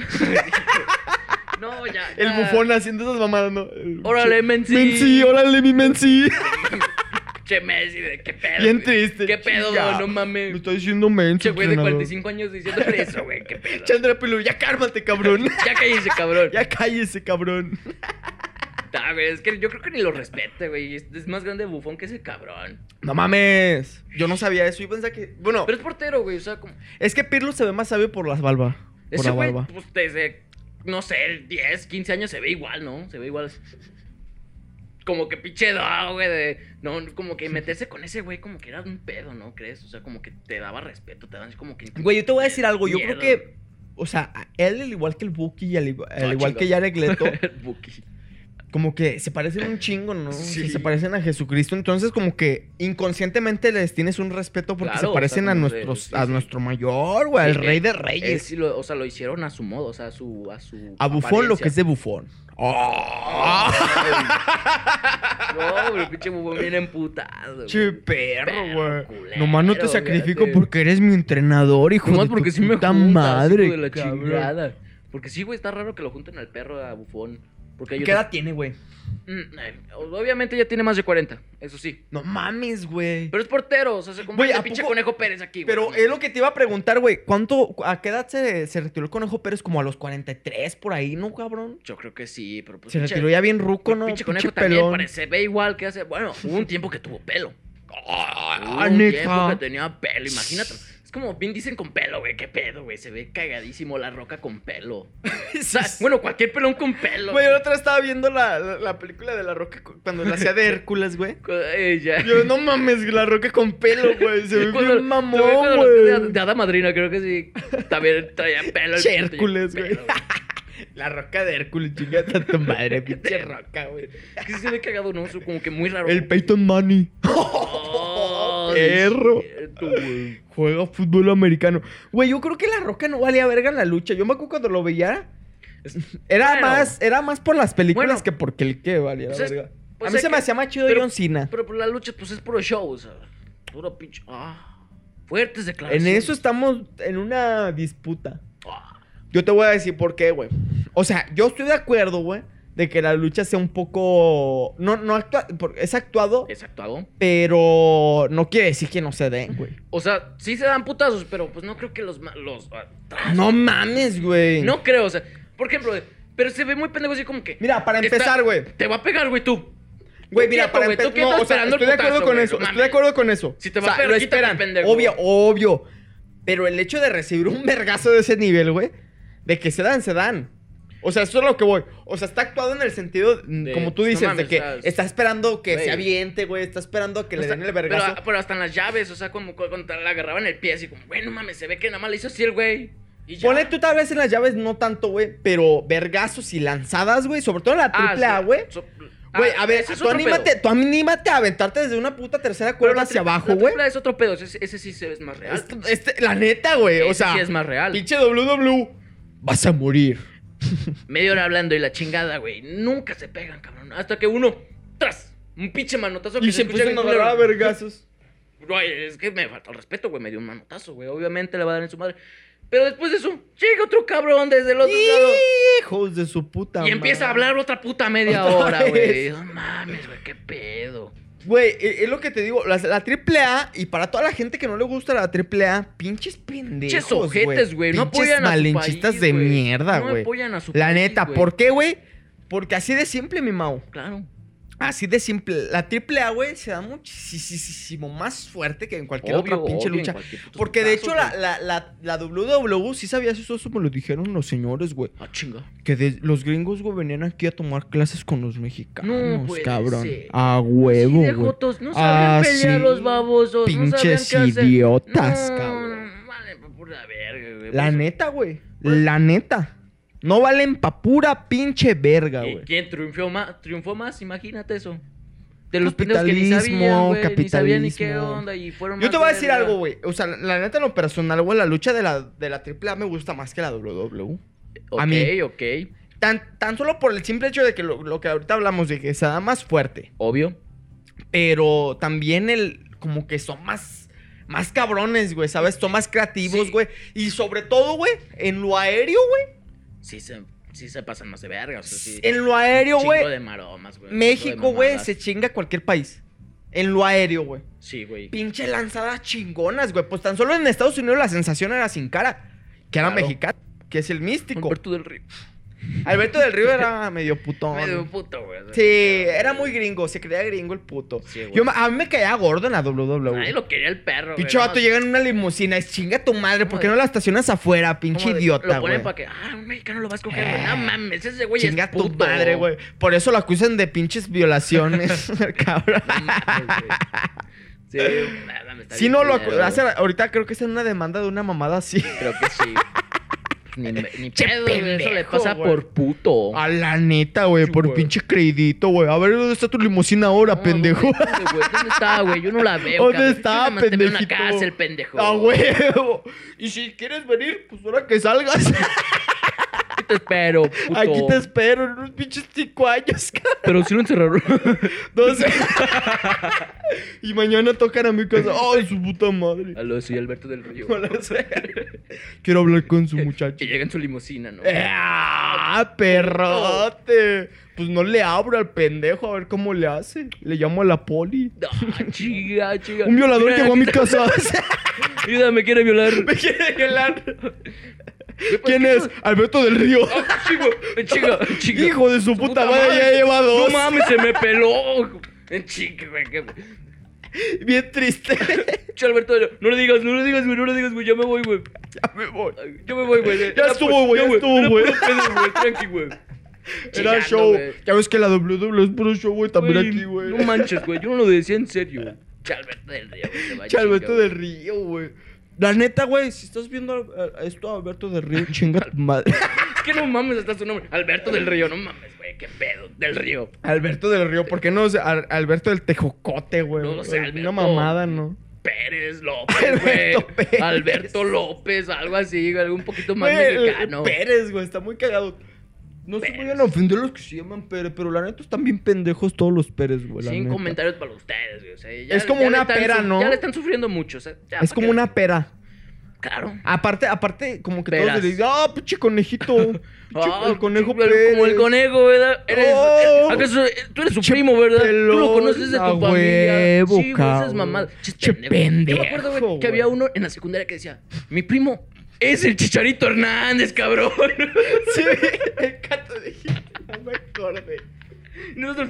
Speaker 2: No, ya.
Speaker 1: El
Speaker 2: ya.
Speaker 1: bufón haciendo esas mamadas, ¿no? El
Speaker 2: Ah. Órale, Menzi.
Speaker 1: pinche- Mensi, órale, mi Mensi.
Speaker 2: <laughs> Che, Messi, de qué pedo.
Speaker 1: Bien
Speaker 2: güey?
Speaker 1: triste,
Speaker 2: Qué pedo,
Speaker 1: chinga.
Speaker 2: no
Speaker 1: Me
Speaker 2: mames.
Speaker 1: está diciendo Mensi.
Speaker 2: Che, Eh, güey, de
Speaker 1: entrenador.
Speaker 2: 45 años diciéndole eso, güey. Qué pedo.
Speaker 1: Chandra Pelu, <laughs> ya cármate,
Speaker 2: <laughs>
Speaker 1: cabrón.
Speaker 2: Ya cállense, cabrón.
Speaker 1: ya cállese, cabrón.
Speaker 2: Ah, güey, es que yo creo que ni lo respete, güey. Es, es más grande bufón que ese cabrón.
Speaker 1: No mames. Yo no sabía eso. Yo pensaba que. Bueno,
Speaker 2: Pero es portero, güey. O sea, como.
Speaker 1: es que Pirlo se ve más sabio por las balbas. Por
Speaker 2: Ese
Speaker 1: la
Speaker 2: güey,
Speaker 1: barba.
Speaker 2: pues desde, no sé, 10, 15 años se ve igual, ¿no? Se ve igual. Como que pinche dog, güey, de... No, como que meterse con ese güey como que era un pedo, ¿no crees? O sea, como que te daba respeto, te daban como que...
Speaker 1: Güey, yo te voy a decir algo. Yo
Speaker 2: Miedo.
Speaker 1: creo que. O sea, a él, al igual que el Buki y al, i- al
Speaker 2: Ah,
Speaker 1: igual
Speaker 2: chinga.
Speaker 1: que Jared
Speaker 2: <laughs>
Speaker 1: Leto,
Speaker 2: <laughs> Buki.
Speaker 1: como que se parecen un chingo, ¿no? O sea,
Speaker 2: Sí.
Speaker 1: se parecen a Jesucristo. Entonces, como que inconscientemente les tienes un respeto porque
Speaker 2: Claro,
Speaker 1: se
Speaker 2: o sea,
Speaker 1: parecen a,
Speaker 2: como de-
Speaker 1: nuestros,
Speaker 2: sí,
Speaker 1: a
Speaker 2: sí.
Speaker 1: nuestro mayor, güey, al
Speaker 2: Sí,
Speaker 1: rey de
Speaker 2: él- él
Speaker 1: reyes.
Speaker 2: sí lo- o sea, lo hicieron a su modo, o sea, a su... A, su
Speaker 1: a Bufón, lo que es
Speaker 2: apariencia.
Speaker 1: de Bufón. ¡Oh!
Speaker 2: No, güey, pinche bufón bien emputado, güey.
Speaker 1: Che, perro, güey.
Speaker 2: culero,
Speaker 1: Nomás no te
Speaker 2: güey,
Speaker 1: sacrifico
Speaker 2: te-
Speaker 1: porque eres mi entrenador, hijo
Speaker 2: Nomás
Speaker 1: de
Speaker 2: porque
Speaker 1: tu
Speaker 2: sí me
Speaker 1: puta
Speaker 2: juntas,
Speaker 1: madre.
Speaker 2: hijo de la
Speaker 1: cabrón.
Speaker 2: chingada. Porque sí, güey, está raro que lo junten al perro a bufón. Porque hay
Speaker 1: ¿Qué
Speaker 2: otro-
Speaker 1: edad tiene, güey?
Speaker 2: Mm, eh, Obviamente ya tiene más de 40, eso sí.
Speaker 1: No mames, güey. Pero,
Speaker 2: Pero es portero, o sea, se
Speaker 1: Güey,
Speaker 2: convierte
Speaker 1: ¿a
Speaker 2: en pinche
Speaker 1: poco?
Speaker 2: conejo Pérez aquí. güey. Pues,
Speaker 1: es lo que te iba a preguntar, güey. ¿Cuánto, a qué edad se, se retiró el Conejo Pérez? Como a los 43 por ahí, ¿no, cabrón?
Speaker 2: Yo creo que sí, pero pues.
Speaker 1: Se
Speaker 2: pinche-
Speaker 1: retiró ya bien ruco,
Speaker 2: pero
Speaker 1: ¿no?
Speaker 2: Pinche conejo
Speaker 1: Pinche
Speaker 2: también,
Speaker 1: pelón.
Speaker 2: parece, ve igual que hace. Bueno, hubo un tiempo que tuvo pelo.
Speaker 1: Ah,
Speaker 2: Hubo un
Speaker 1: neta. <laughs>
Speaker 2: tiempo que tenía pelo, imagínate. Es como Vin dicen con pelo, güey. ¿Qué pedo, güey? Se ve cagadísimo la roca con pelo. O
Speaker 1: <laughs>
Speaker 2: sea, Ah, bueno, cualquier pelón con pelo.
Speaker 1: Güey, el otro estaba viendo la, la, la película de La Roca cu- cuando la
Speaker 2: <laughs>
Speaker 1: hacía de Hércules, güey.
Speaker 2: Ella. <laughs>
Speaker 1: Yo, no mames, La Roca con pelo, güey. Se ve bien mamón,
Speaker 2: De,
Speaker 1: güey.
Speaker 2: de Hada Madrina, creo que sí. También traía pelo. el
Speaker 1: Che,
Speaker 2: puto,
Speaker 1: Hércules,
Speaker 2: pelo,
Speaker 1: güey. <laughs> La Roca de Hércules, chingada tu
Speaker 2: <laughs>
Speaker 1: madre, pinche Roca, güey.
Speaker 2: Es que sí se ve cagado, ¿no? Su- Como que muy raro.
Speaker 1: El Peyton Manny.
Speaker 2: Oh,
Speaker 1: perro.
Speaker 2: cierto, güey.
Speaker 1: Juega fútbol americano. Güey, yo creo que la roca no valía verga en la lucha. Yo me acuerdo cuando lo veía. Era
Speaker 2: Bueno.
Speaker 1: más, era más por las películas
Speaker 2: Bueno.
Speaker 1: que porque el que valía
Speaker 2: Pues
Speaker 1: la
Speaker 2: es-
Speaker 1: verga.
Speaker 2: pues
Speaker 1: a mí
Speaker 2: es
Speaker 1: se me
Speaker 2: que-
Speaker 1: hacía más chido
Speaker 2: pero-
Speaker 1: John Cena.
Speaker 2: Pero por la lucha, pues es puro show, o sea. Puro pinche. Ah, fuertes
Speaker 1: en
Speaker 2: declaraciones.
Speaker 1: eso estamos en una disputa.
Speaker 2: Ah,
Speaker 1: Yo te voy a decir por qué, güey. O sea, yo estoy de acuerdo, güey, de que la lucha sea un poco no no actua- por- es actuado,
Speaker 2: es actuado.
Speaker 1: pero no quiere decir que no se den, güey.
Speaker 2: O sea, sí se dan putazos, pero pues no creo que los. ma- los ah, tra-
Speaker 1: No mames, güey.
Speaker 2: no creo, o sea. Por ejemplo, pero se ve muy pendejo así como que.
Speaker 1: Mira, para
Speaker 2: Está-
Speaker 1: empezar, güey.
Speaker 2: Te va a pegar, güey, tú.
Speaker 1: Güey,
Speaker 2: Tú
Speaker 1: mira,
Speaker 2: quieto,
Speaker 1: para
Speaker 2: güey, tú
Speaker 1: empezar.
Speaker 2: quieto
Speaker 1: No, o sea,
Speaker 2: esperando
Speaker 1: estoy
Speaker 2: el
Speaker 1: de acuerdo
Speaker 2: putazo,
Speaker 1: con
Speaker 2: güey,
Speaker 1: eso.
Speaker 2: no
Speaker 1: Estoy de
Speaker 2: mames.
Speaker 1: acuerdo con eso.
Speaker 2: Si te
Speaker 1: O
Speaker 2: va a
Speaker 1: sea,
Speaker 2: pegar,
Speaker 1: lo
Speaker 2: quítate,
Speaker 1: esperan.
Speaker 2: pendejo.
Speaker 1: Obvio, obvio. Pero el hecho de recibir un vergazo de ese nivel, güey, de que se dan, se dan. O sea, eso es lo que voy. O sea, está actuado en el sentido, mm,
Speaker 2: De,
Speaker 1: como tú
Speaker 2: no
Speaker 1: dices, de
Speaker 2: mames,
Speaker 1: que
Speaker 2: o sea,
Speaker 1: está esperando que
Speaker 2: güey.
Speaker 1: se aviente, güey. Está esperando que
Speaker 2: O
Speaker 1: le
Speaker 2: sea,
Speaker 1: den el vergazo.
Speaker 2: Pero, pero hasta en las llaves, o sea, como cu- cuando la agarraban el pie, así como, güey, no mames, se ve que nada más le hizo así el güey. Y ya.
Speaker 1: Ponle tú tal vez en las llaves, no tanto, güey, pero vergazos y lanzadas, güey. Sobre todo en la
Speaker 2: Ah,
Speaker 1: triple A,
Speaker 2: sí.
Speaker 1: güey.
Speaker 2: So- ah,
Speaker 1: Güey, a ver,
Speaker 2: ese es
Speaker 1: tú
Speaker 2: otro
Speaker 1: anímate,
Speaker 2: pedo.
Speaker 1: tú anímate a aventarte desde una puta tercera
Speaker 2: Pero
Speaker 1: cuerda
Speaker 2: la
Speaker 1: hacia
Speaker 2: tri-
Speaker 1: abajo,
Speaker 2: la
Speaker 1: güey.
Speaker 2: triple A es otro pedo, ese, ese sí se ve más real.
Speaker 1: Este- este- la neta, güey. O
Speaker 2: Ese
Speaker 1: sea,
Speaker 2: sí es más real.
Speaker 1: pinche WW. Vas a morir.
Speaker 2: Media hora hablando y la chingada, güey. Nunca se pegan, cabrón. Hasta que uno, tras, un pinche manotazo que
Speaker 1: Y se
Speaker 2: escucha
Speaker 1: empiezan
Speaker 2: bien
Speaker 1: a
Speaker 2: culero.
Speaker 1: agarrar a vergazos.
Speaker 2: Güey, es que me faltó el respeto, güey. Me dio un manotazo, güey. Obviamente le va a dar en su madre. Pero después de eso, llega otro cabrón desde el otro lado.
Speaker 1: Hijos de su puta
Speaker 2: Y empieza a
Speaker 1: madre.
Speaker 2: hablar otra puta media
Speaker 1: Otra
Speaker 2: hora, güey.
Speaker 1: vez.
Speaker 2: No mames, güey, qué pedo.
Speaker 1: Güey, e- es lo que te digo. La, la AAA, y para toda la gente que no le gusta la AAA, pinches pendejos.
Speaker 2: Pinches ojetes, güey. No
Speaker 1: Pinches
Speaker 2: apoyan a su
Speaker 1: malinchistas
Speaker 2: país,
Speaker 1: de
Speaker 2: güey.
Speaker 1: mierda,
Speaker 2: No
Speaker 1: güey.
Speaker 2: apoyan a su
Speaker 1: La
Speaker 2: país,
Speaker 1: neta,
Speaker 2: güey.
Speaker 1: ¿por qué, güey? Porque así de simple, mi Mau.
Speaker 2: Claro.
Speaker 1: Así de simple. La AAA, güey, se da muchísimo más fuerte que en cualquier otra
Speaker 2: Obvio,
Speaker 1: pinche
Speaker 2: obvio, en
Speaker 1: lucha.
Speaker 2: cualquier puto
Speaker 1: Porque de hecho
Speaker 2: putazo,
Speaker 1: la,
Speaker 2: güey.
Speaker 1: la, la, la WW sí sabía eso, eso me lo dijeron los señores, güey.
Speaker 2: Ah, chinga.
Speaker 1: Que de- los gringos, güey, venían aquí a tomar clases con los mexicanos,
Speaker 2: No puede
Speaker 1: cabrón.
Speaker 2: ser.
Speaker 1: A
Speaker 2: Sí,
Speaker 1: huevo,
Speaker 2: de
Speaker 1: güey.
Speaker 2: jotos, no sabían
Speaker 1: Ah,
Speaker 2: pelear
Speaker 1: sí.
Speaker 2: los babosos.
Speaker 1: Pinches
Speaker 2: no sabían qué hacer.
Speaker 1: idiotas,
Speaker 2: No,
Speaker 1: cabrón.
Speaker 2: No, vale, por la verga, güey.
Speaker 1: La
Speaker 2: Pues,
Speaker 1: neta, güey.
Speaker 2: Pues-
Speaker 1: La neta. No valen pa' pura pinche verga,
Speaker 2: ¿qui-
Speaker 1: güey.
Speaker 2: ¿Quién triunfó más? Triunfó más, imagínate eso. De los pendejos que ni
Speaker 1: Capitalismo,
Speaker 2: sabían, güey, ni sabían ni qué
Speaker 1: capitalismo.
Speaker 2: onda y fueron
Speaker 1: Yo
Speaker 2: más
Speaker 1: te voy a
Speaker 2: de
Speaker 1: decir
Speaker 2: verga.
Speaker 1: algo, güey. O sea, la- la neta, en lo personal, güey, la lucha de la, de la AAA me gusta más que la E. WW. A mí.
Speaker 2: Ok, ok,
Speaker 1: Tan, tan solo por el simple hecho de que lo, lo que ahorita hablamos, de que se da más fuerte.
Speaker 2: obvio.
Speaker 1: pero también el como que son más más cabrones, güey, ¿sabes? Son más creativos,
Speaker 2: Sí.
Speaker 1: güey. Y sobre todo, güey, en lo aéreo, güey.
Speaker 2: Sí se, sí se pasan más de verga, o sea, sí.
Speaker 1: En lo aéreo,
Speaker 2: Chingo
Speaker 1: güey.
Speaker 2: de maromas, güey. chingo
Speaker 1: México,
Speaker 2: de
Speaker 1: güey,
Speaker 2: mamadas.
Speaker 1: se chinga cualquier país. En lo aéreo, güey.
Speaker 2: Sí, güey.
Speaker 1: Pinche lanzadas chingonas, güey. Pues tan solo en Estados Unidos la sensación era sin cara. Que era
Speaker 2: Claro.
Speaker 1: mexicano. Que es el místico.
Speaker 2: Humberto del Río.
Speaker 1: Alberto del Río era medio putón.
Speaker 2: <laughs> Medio puto, güey.
Speaker 1: Sí, era muy gringo. Se creía gringo el puto.
Speaker 2: Sí, güey.
Speaker 1: Yo, me- a mí me caía gordo en la WWE.
Speaker 2: Nadie lo quería el perro, güey.
Speaker 1: Pinche vato
Speaker 2: Nomás-
Speaker 1: llega en una limusina, es chinga tu madre, ¿por qué no la estacionas afuera, pinche
Speaker 2: como de-
Speaker 1: idiota,
Speaker 2: Lo
Speaker 1: güey?
Speaker 2: ponen para que, ah, un mexicano lo va a escoger, güey.
Speaker 1: Eh,
Speaker 2: No mames, ese güey es
Speaker 1: Chinga tu
Speaker 2: puto.
Speaker 1: madre, güey. Por eso lo acusan de pinches
Speaker 2: <laughs>
Speaker 1: violaciones, <laughs> cabrón.
Speaker 2: No mames,
Speaker 1: <laughs>
Speaker 2: güey. Sí, no mames, está
Speaker 1: Si
Speaker 2: bien
Speaker 1: no lo
Speaker 2: culero,
Speaker 1: acu- hace- ahorita creo que está en una demanda de una mamada
Speaker 2: <laughs>
Speaker 1: así. <laughs>
Speaker 2: güey. Creo que sí. Ni, ni
Speaker 1: Che
Speaker 2: pedo, güey. Eso le
Speaker 1: pendejo,
Speaker 2: pasa
Speaker 1: güey.
Speaker 2: por puto.
Speaker 1: A la neta, güey,
Speaker 2: Sí,
Speaker 1: por
Speaker 2: güey.
Speaker 1: pinche creidito, güey. A ver, ¿dónde está tu limusina ahora,
Speaker 2: No,
Speaker 1: pendejo?
Speaker 2: ¿Dónde, dónde, güey? ¿Dónde está, güey? Yo no
Speaker 1: <laughs>
Speaker 2: la veo.
Speaker 1: ¿Dónde
Speaker 2: cabrón. Yo
Speaker 1: está,
Speaker 2: nada más te veo en la
Speaker 1: pendejito? Ah,
Speaker 2: cárcel, pendejo.
Speaker 1: A huevo. <laughs> Y si quieres venir, pues ahora que salgas, <laughs>
Speaker 2: Aquí te espero, puto.
Speaker 1: aquí te espero en unos pinches cinco años, <laughs> cabrón.
Speaker 2: Pero si lo encerraron. <laughs>
Speaker 1: No sé. y mañana tocan a mi casa. Ay, su puta madre.
Speaker 2: <laughs> Aló, soy Alberto del Río.
Speaker 1: No lo sé. Quiero hablar con su muchacho.
Speaker 2: Que llega en su limusina, ¿no?
Speaker 1: Eh, ¡Ah, perrote! Pues no le abro al pendejo a ver cómo le hace. Le llamo a la poli.
Speaker 2: Ah, chiga, chiga.
Speaker 1: Un violador
Speaker 2: Mira,
Speaker 1: llegó a mi
Speaker 2: aquí <laughs>
Speaker 1: casa. <laughs>
Speaker 2: está- Ayuda, me quiere violar.
Speaker 1: Me quiere
Speaker 2: <laughs>
Speaker 1: violar.
Speaker 2: Güey, pues,
Speaker 1: ¿Quién
Speaker 2: ¿qué
Speaker 1: es? Alberto del Río.
Speaker 2: Ah, Chigo, chigo, chigo.
Speaker 1: Hijo de su puta madre, ya lleva
Speaker 2: No
Speaker 1: <laughs> dos.
Speaker 2: mames, se me peló. Eh, Chica, güey. qué-
Speaker 1: <laughs> Bien triste. <laughs>
Speaker 2: Che, Alberto, no lo digas, no lo digas, güey, no lo digas, güey, ya me voy, güey.
Speaker 1: ya me voy.
Speaker 2: Ay, Yo me voy, güey.
Speaker 1: Ya
Speaker 2: Era
Speaker 1: estuvo,
Speaker 2: puro-
Speaker 1: güey, ya estuvo,
Speaker 2: era
Speaker 1: güey.
Speaker 2: puro pedo, güey, Tranqui,
Speaker 1: <laughs>
Speaker 2: güey.
Speaker 1: Era
Speaker 2: Chillando,
Speaker 1: show.
Speaker 2: güey.
Speaker 1: Ya ves que la WWE es puro show, güey. También aquí, güey.
Speaker 2: No manches, güey. Yo no lo decía en serio. Chalberto del Río, güey. se va a
Speaker 1: Che, Alberto
Speaker 2: chingar,
Speaker 1: del Río, güey. La neta, güey, si estás viendo a- a- esto a Alberto del Río, chinga tu
Speaker 2: <laughs>
Speaker 1: madre.
Speaker 2: güey. Que no mames, hasta su nombre. Alberto del Río, no mames, güey. Qué pedo. Del Río.
Speaker 1: Alberto del Río, ¿por qué no? es Al- Alberto del Tejocote, güey.
Speaker 2: No lo sé,
Speaker 1: Una
Speaker 2: Alberto.
Speaker 1: mamada, ¿no?
Speaker 2: Pérez López, güey.
Speaker 1: Alberto Pérez.
Speaker 2: Alberto López, algo así, güey. Algo un poquito más
Speaker 1: Güey, el- el
Speaker 2: mexicano.
Speaker 1: Pérez, güey, está muy cagado. No se
Speaker 2: Pérez.
Speaker 1: vayan a ofender los que se llaman Pérez, pero la neta están bien pendejos todos los Pérez, güey. la
Speaker 2: Pues Sin
Speaker 1: neta.
Speaker 2: comentarios para ustedes, güey. o sea, ya-
Speaker 1: Es como
Speaker 2: ya le
Speaker 1: una
Speaker 2: están
Speaker 1: pera,
Speaker 2: su-
Speaker 1: ¿no?
Speaker 2: Ya le están sufriendo mucho. O sea, ya,
Speaker 1: Es
Speaker 2: ¿pa'
Speaker 1: como
Speaker 2: qué?
Speaker 1: una pera.
Speaker 2: Claro.
Speaker 1: Aparte, aparte, como que
Speaker 2: Peras.
Speaker 1: todos le dicen, ah, pinche
Speaker 2: <laughs>
Speaker 1: conejito. Pinche-
Speaker 2: Ah,
Speaker 1: el conejo
Speaker 2: claro,
Speaker 1: Pérez.
Speaker 2: Como el conejo, ¿verdad? Eres,
Speaker 1: Oh.
Speaker 2: eh, ¿acaso, eh, tú eres su
Speaker 1: Che
Speaker 2: primo, ¿verdad? tú lo
Speaker 1: pelón,
Speaker 2: conoces de tu
Speaker 1: a
Speaker 2: familia.
Speaker 1: huevo,
Speaker 2: sí, güey, esas
Speaker 1: cabrón.
Speaker 2: mamadas. Chis
Speaker 1: Che
Speaker 2: Yo me
Speaker 1: pendejo,
Speaker 2: acuerdo, güey, que
Speaker 1: güey.
Speaker 2: había uno en la secundaria que decía, mi primo es el Chicharito Hernández, cabrón.
Speaker 1: <laughs>
Speaker 2: <laughs>
Speaker 1: Sí, el gato de no me acordé.
Speaker 2: Y Nosotros,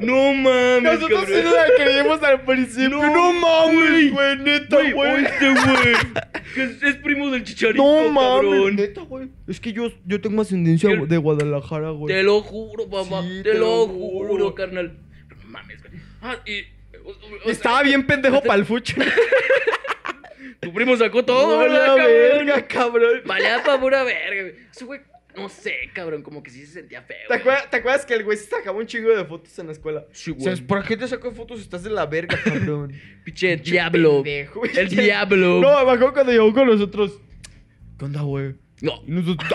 Speaker 2: no mames,
Speaker 1: Nosotros sí
Speaker 2: cabrón.
Speaker 1: nos la creímos al principio. No, mames, güey, neta,
Speaker 2: Güey,
Speaker 1: güey.
Speaker 2: oíste, güey. Que es, es primo del Chicharito,
Speaker 1: No mames,
Speaker 2: cabrón.
Speaker 1: neta, güey. Es que yo, yo tengo ascendencia
Speaker 2: El-
Speaker 1: de Guadalajara, güey.
Speaker 2: Te lo juro, papá.
Speaker 1: Sí,
Speaker 2: te,
Speaker 1: te
Speaker 2: lo
Speaker 1: lo
Speaker 2: juro,
Speaker 1: juro.
Speaker 2: carnal. Pero no mames, güey. Ah, y... o- o- o-
Speaker 1: Estaba bien pendejo
Speaker 2: este-
Speaker 1: para el <laughs> fucho.
Speaker 2: Tu primo sacó todo,
Speaker 1: No,
Speaker 2: ¿verdad,
Speaker 1: la
Speaker 2: cabrón?
Speaker 1: verga, cabrón.
Speaker 2: Valía pa' pura verga, güey. Ese güey, no sé, cabrón, como que sí se sentía feo.
Speaker 1: ¿Te
Speaker 2: güey.
Speaker 1: acuerdas, te acuerdas que el güey se sacaba un chingo de fotos en la escuela?
Speaker 2: Sí,
Speaker 1: O sea,
Speaker 2: güey.
Speaker 1: ¿por qué te saco fotos si estás de la verga, <laughs> cabrón?
Speaker 2: Pinche diablo.
Speaker 1: Pendejo.
Speaker 2: El diablo.
Speaker 1: No, bajó cuando llegó con nosotros. ¿Qué onda, güey?
Speaker 2: No.
Speaker 1: Y nosotros.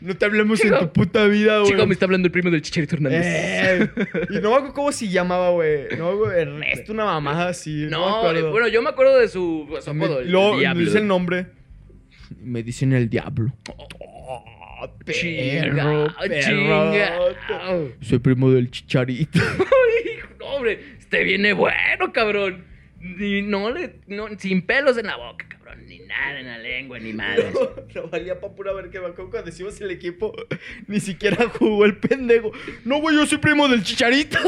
Speaker 1: No te <laughs> hablemos
Speaker 2: Chico.
Speaker 1: en tu puta vida, güey.
Speaker 2: Chico, me está hablando el primo del Chicharito Hernández.
Speaker 1: Eh, y no me acuerdo cómo se llamaba, güey. No, güey, Ernesto, una mamada así. me
Speaker 2: No, eh,
Speaker 1: acuerdo.
Speaker 2: bueno, yo me acuerdo de su, su
Speaker 1: me,
Speaker 2: apodo, el
Speaker 1: luego me
Speaker 2: diablo.
Speaker 1: dice el nombre. Me dicen el diablo.
Speaker 2: Chinga,
Speaker 1: Perro,
Speaker 2: chinga.
Speaker 1: perro. Soy primo del
Speaker 2: <laughs>
Speaker 1: chicharito.
Speaker 2: Ay, <laughs> no, hombre, este viene bueno, cabrón. Ni, no le, no, sin pelos en la boca, cabrón. Ni nada en la lengua, ni madre.
Speaker 1: No, no valía pa' pura ver que me acuerdo cuando hicimos el equipo. Ni siquiera jugó el pendejo. No, güey, yo soy primo del chicharito.
Speaker 2: <laughs>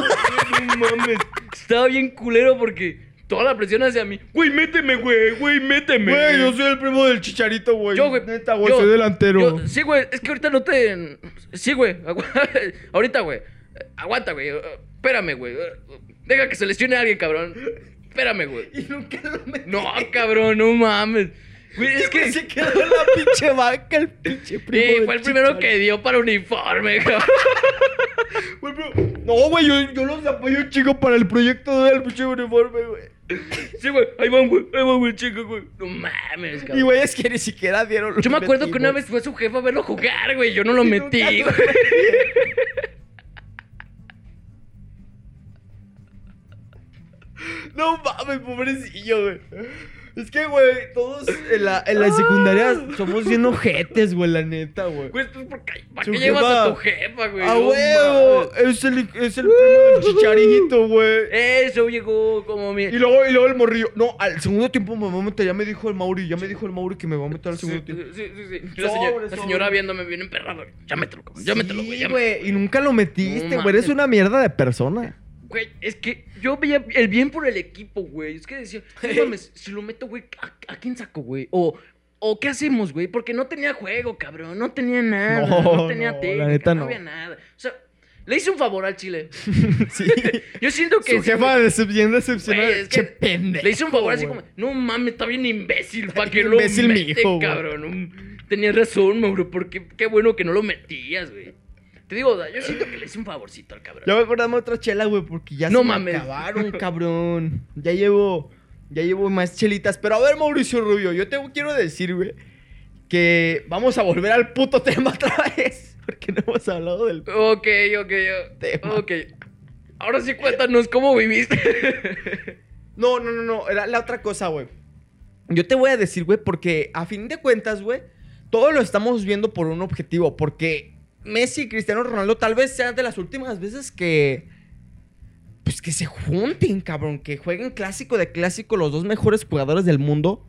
Speaker 2: No mames. Estaba bien culero porque toda la presión hacia mí. Güey, méteme, güey, güey, méteme.
Speaker 1: Güey, yo soy el primo del chicharito, güey.
Speaker 2: Yo, güey.
Speaker 1: Neta, güey,
Speaker 2: yo-
Speaker 1: soy delantero.
Speaker 2: yo- sí, güey, es que ahorita no te. Sí, güey. <laughs> agu- Ahorita, güey. Aguanta, güey. eh, Espérame, güey. eh, Deja que se lesione a alguien, cabrón. Espérame, güey.
Speaker 1: Y nunca lo metí.
Speaker 2: No, cabrón, no mames. Güey, es que.
Speaker 1: se quedó en la pinche banca el pinche primo.
Speaker 2: Sí,
Speaker 1: del
Speaker 2: fue el primero
Speaker 1: Chicharito.
Speaker 2: que dio para uniforme, <laughs> cabrón.
Speaker 1: Güey, pero- No, güey, yo, yo los apoyo un chingo para el proyecto del pinche uniforme, güey.
Speaker 2: Sí, güey. Ahí van, güey. Ahí van, güey, chico, güey. No mames, cabrón.
Speaker 1: Y güey, es que ni siquiera dieron los
Speaker 2: Yo me acuerdo que una
Speaker 1: motivos.
Speaker 2: vez fue su jefe a verlo jugar, güey. Yo no lo
Speaker 1: Y nunca
Speaker 2: metí,
Speaker 1: lo
Speaker 2: güey.
Speaker 1: <laughs> No mames, pobrecillo, güey. Es que, güey, todos en la, en la secundaria somos bien ojetes, güey, la neta, güey.
Speaker 2: Güey, pues, ¿por qué, ¿para
Speaker 1: Su
Speaker 2: qué llevas a
Speaker 1: jefa.
Speaker 2: tu jefa, güey?
Speaker 1: ¡A
Speaker 2: No
Speaker 1: huevo!
Speaker 2: mames.
Speaker 1: Es el, es el primo del chicharito, güey.
Speaker 2: Eso llegó como mi.
Speaker 1: Y luego, y luego el morrillo. No, al segundo tiempo me va a meter. Ya me dijo el Mauri, ya me dijo el Mauri que me va a meter al
Speaker 2: Sí,
Speaker 1: segundo tiempo.
Speaker 2: sí, sí, sí. Y La,
Speaker 1: Sobre,
Speaker 2: señora, la
Speaker 1: sobre.
Speaker 2: señora viéndome bien emperrado. Ya mételo, cabrón. Ya mételo, güey.
Speaker 1: Sí,
Speaker 2: ya
Speaker 1: güey. Y nunca lo
Speaker 2: No
Speaker 1: metiste, güey.
Speaker 2: mames.
Speaker 1: Eres una mierda de persona.
Speaker 2: <laughs> Güey, es que yo veía el bien por el equipo, güey. Es que decía, no mames, si lo meto, güey, ¿a, a quién saco, güey? O, o ¿qué hacemos, güey? Porque no tenía juego, cabrón. No tenía nada. No,
Speaker 1: No,
Speaker 2: tenía
Speaker 1: no, la
Speaker 2: técnica.
Speaker 1: neta
Speaker 2: no.
Speaker 1: no.
Speaker 2: había nada. O sea, le hice un favor al Chile.
Speaker 1: sí. <laughs>
Speaker 2: Yo siento que.
Speaker 1: Su jefa decep- bien decepcionada.
Speaker 2: Güey, es que
Speaker 1: che, pendejo.
Speaker 2: Le hice un favor así
Speaker 1: güey.
Speaker 2: como, no mames, está bien imbécil, ¿para
Speaker 1: Está
Speaker 2: que
Speaker 1: bien
Speaker 2: lo
Speaker 1: imbécil mi
Speaker 2: mete,
Speaker 1: hijo, güey.
Speaker 2: cabrón? Um, Tenías razón, Mauro, porque qué bueno que no lo metías, güey. Te digo, o sea, yo siento que le hice un favorcito al cabrón.
Speaker 1: Ya me acordaba otra chela, güey, porque ya
Speaker 2: No
Speaker 1: me
Speaker 2: mames. <laughs>
Speaker 1: acabaron, cabrón. Ya llevo, ya llevo más chelitas. Pero a ver, Mauricio Rubio, yo te quiero decir, güey, que vamos a volver al puto <laughs> tema otra vez. Porque no hemos hablado del
Speaker 2: Ok, ok,
Speaker 1: Te
Speaker 2: ok. Ok. Ahora sí cuéntanos cómo
Speaker 1: <laughs>
Speaker 2: viviste.
Speaker 1: No, no, no, no. Era la otra cosa, güey. Yo te voy a decir, güey, porque a fin de cuentas, güey, todo lo estamos viendo por un objetivo. Porque Messi y Cristiano Ronaldo tal vez sean de las últimas veces que. Pues que se junten, cabrón. Que jueguen clásico de clásico los dos mejores jugadores del mundo.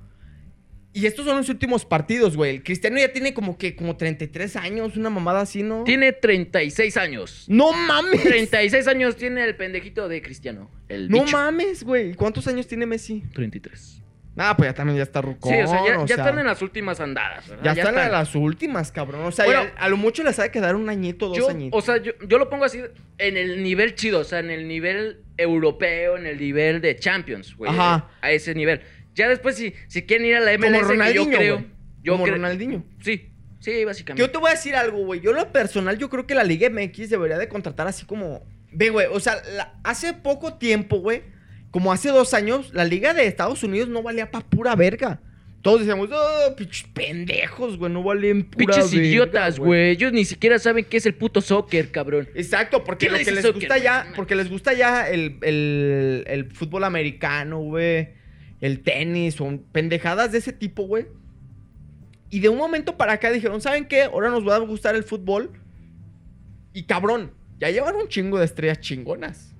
Speaker 1: Y estos son los últimos partidos, güey. El Cristiano ya tiene como que como 33 años, una mamada así, ¿no?
Speaker 2: Tiene 36 años.
Speaker 1: No mames.
Speaker 2: 36 años tiene el pendejito de Cristiano. El
Speaker 1: No
Speaker 2: bicho.
Speaker 1: mames, güey. ¿Cuántos años tiene Messi?
Speaker 2: 33.
Speaker 1: Ah, pues ya también ya está rucón.
Speaker 2: sí, o sea, ya, ya están en las últimas andadas. ¿verdad?
Speaker 1: ya están en las últimas, cabrón. O sea,
Speaker 2: Ah, Bueno,
Speaker 1: ya- a lo mucho les ha de quedar un añito, dos
Speaker 2: Yo,
Speaker 1: añitos.
Speaker 2: o sea, yo, yo lo pongo así en el nivel chido, o sea, en el nivel europeo, en el nivel de Champions, güey.
Speaker 1: Ajá.
Speaker 2: A ese nivel. Ya después, si, si quieren ir a la MLS,
Speaker 1: Como
Speaker 2: que
Speaker 1: Ronaldinho,
Speaker 2: yo creo.
Speaker 1: güey.
Speaker 2: Yo
Speaker 1: Como
Speaker 2: creo-
Speaker 1: Ronaldinho.
Speaker 2: Sí, sí,
Speaker 1: Que yo
Speaker 2: básicamente.
Speaker 1: te voy a decir algo, güey. Yo en lo personal, yo creo que la Liga MX debería de contratar así como... Ve, güey, o sea, la- hace poco tiempo, güey, como hace dos años, la Liga de Estados Unidos no valía pa' pura verga. Todos decíamos, oh, pinches pendejos, güey, no valen pura
Speaker 2: Pinches
Speaker 1: verga,
Speaker 2: idiotas, güey. Ellos ni siquiera saben qué es el puto soccer, cabrón.
Speaker 1: Exacto, porque
Speaker 2: ¿Quién
Speaker 1: lo
Speaker 2: le
Speaker 1: que
Speaker 2: dice
Speaker 1: les
Speaker 2: eso,
Speaker 1: gusta
Speaker 2: que-
Speaker 1: ya, porque les gusta ya el, el- el fútbol americano, güey, el tenis, son pendejadas de ese tipo, güey. Y de un momento para acá dijeron, ¿saben qué? Ahora nos va a gustar el fútbol. Y cabrón, ya llevaron un chingo de estrellas chingonas.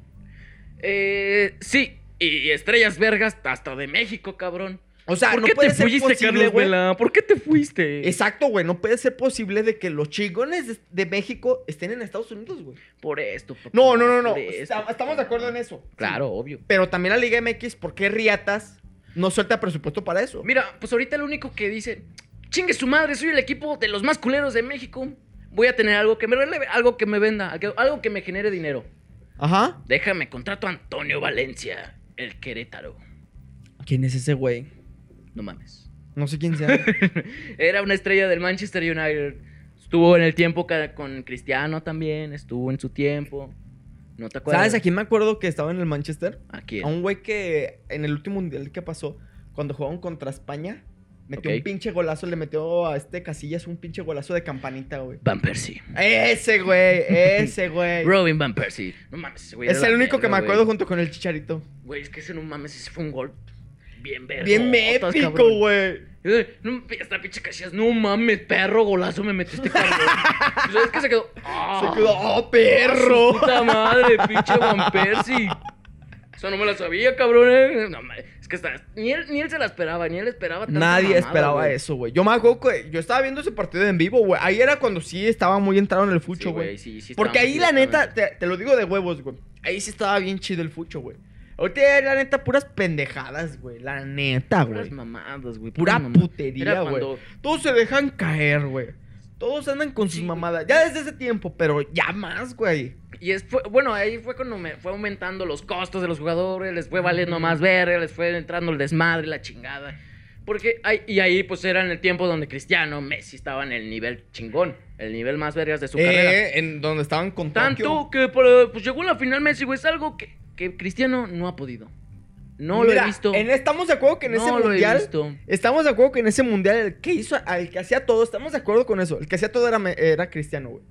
Speaker 2: Eh, sí, y estrellas vergas hasta de México, cabrón.
Speaker 1: O sea,
Speaker 2: ¿Por
Speaker 1: no
Speaker 2: qué
Speaker 1: puede
Speaker 2: te
Speaker 1: ser
Speaker 2: fuiste,
Speaker 1: posible,
Speaker 2: Carlos
Speaker 1: güey.
Speaker 2: Vela? ¿Por qué te fuiste?
Speaker 1: Exacto, güey, no puede ser posible de que los chingones de, de México estén en Estados Unidos, güey.
Speaker 2: Por esto. papá,
Speaker 1: No, no, no, no.
Speaker 2: por esto,
Speaker 1: Está- Estamos de acuerdo en eso.
Speaker 2: Claro, obvio.
Speaker 1: Pero también la Liga MX, ¿por qué Riatas no suelta presupuesto para eso?
Speaker 2: Mira, pues ahorita el único que dice, chingue su madre, soy el equipo de los más culeros de México. Voy a tener algo que me releve, algo que me venda, algo- algo que me genere dinero.
Speaker 1: Ajá.
Speaker 2: Déjame, contrato a Antonio Valencia, el Querétaro.
Speaker 1: ¿Quién es ese güey?
Speaker 2: No mames.
Speaker 1: No sé
Speaker 2: <laughs>
Speaker 1: quién sea.
Speaker 2: Era una estrella del Manchester United. Estuvo en el tiempo ca- con Cristiano también, estuvo en su tiempo. ¿No te acuerdas?
Speaker 1: ¿Sabes a quién me acuerdo que estaba en el Manchester?
Speaker 2: ¿A quién?
Speaker 1: A un güey que en el último mundial que pasó, cuando jugaban contra España, metió
Speaker 2: Ok.
Speaker 1: un pinche golazo, le metió a este Casillas un pinche golazo de campanita, güey.
Speaker 2: Van Persie.
Speaker 1: Ese güey,
Speaker 2: <laughs>
Speaker 1: ese güey.
Speaker 2: Robin Van Persie. No mames, ese güey.
Speaker 1: es
Speaker 2: era
Speaker 1: el
Speaker 2: la
Speaker 1: único que me
Speaker 2: verga,
Speaker 1: acuerdo
Speaker 2: güey.
Speaker 1: junto con el Chicharito.
Speaker 2: Güey, es que ese no mames, ese fue un gol bien verga.
Speaker 1: Bien épico, güey.
Speaker 2: Eh, No, esta pinche Casillas, no mames, perro, golazo me metiste, cabrón. Y ¿Sabes qué? Se quedó. ¡Ah!
Speaker 1: Se quedó, ¡oh, perro!
Speaker 2: ¡Puta madre, pinche Van Persie! Eso no me la sabía, cabrón. eh. No, ma- es que está, ni, él, ni él se la esperaba, ni él esperaba tanta
Speaker 1: Nadie
Speaker 2: mamada,
Speaker 1: esperaba
Speaker 2: güey.
Speaker 1: eso, güey. Yo me acuerdo que yo estaba viendo ese partido en vivo, güey. Ahí era cuando sí estaba muy entrado en el fucho,
Speaker 2: Sí,
Speaker 1: güey.
Speaker 2: sí, sí
Speaker 1: Porque
Speaker 2: estábamos
Speaker 1: ahí, la neta,
Speaker 2: directamente.
Speaker 1: te, te lo digo de huevos, güey. Ahí sí estaba bien chido el fucho, güey. Ahorita ya, la neta, puras pendejadas, güey. La neta,
Speaker 2: Puras
Speaker 1: güey.
Speaker 2: mamadas, güey.
Speaker 1: Pura
Speaker 2: puras mamadas.
Speaker 1: putería,
Speaker 2: Era
Speaker 1: güey.
Speaker 2: cuando-
Speaker 1: Todos se dejan caer, güey. Todos andan con sus mamadas. Ya desde ese tiempo, pero ya más, güey.
Speaker 2: Y es, fue- bueno, ahí fue cuando me, fue aumentando los costos de los jugadores, les fue valiendo más verga, les fue entrando el desmadre, la chingada. Porque ahí, y ahí pues era en el tiempo donde Cristiano, Messi estaba en el nivel chingón, el nivel más vergas de su carrera.
Speaker 1: Eh, en donde estaban con
Speaker 2: Tanto
Speaker 1: Tokio.
Speaker 2: que por- pues llegó la final Messi, güey, es algo que, que Cristiano no ha podido. No lo
Speaker 1: Mira,
Speaker 2: he visto.
Speaker 1: en- estamos de acuerdo que en
Speaker 2: no
Speaker 1: ese
Speaker 2: lo
Speaker 1: mundial.
Speaker 2: he visto.
Speaker 1: Estamos de acuerdo que en ese mundial el que hizo, al que hacía todo, estamos de acuerdo con eso. El que hacía todo era, me- era cristiano, güey.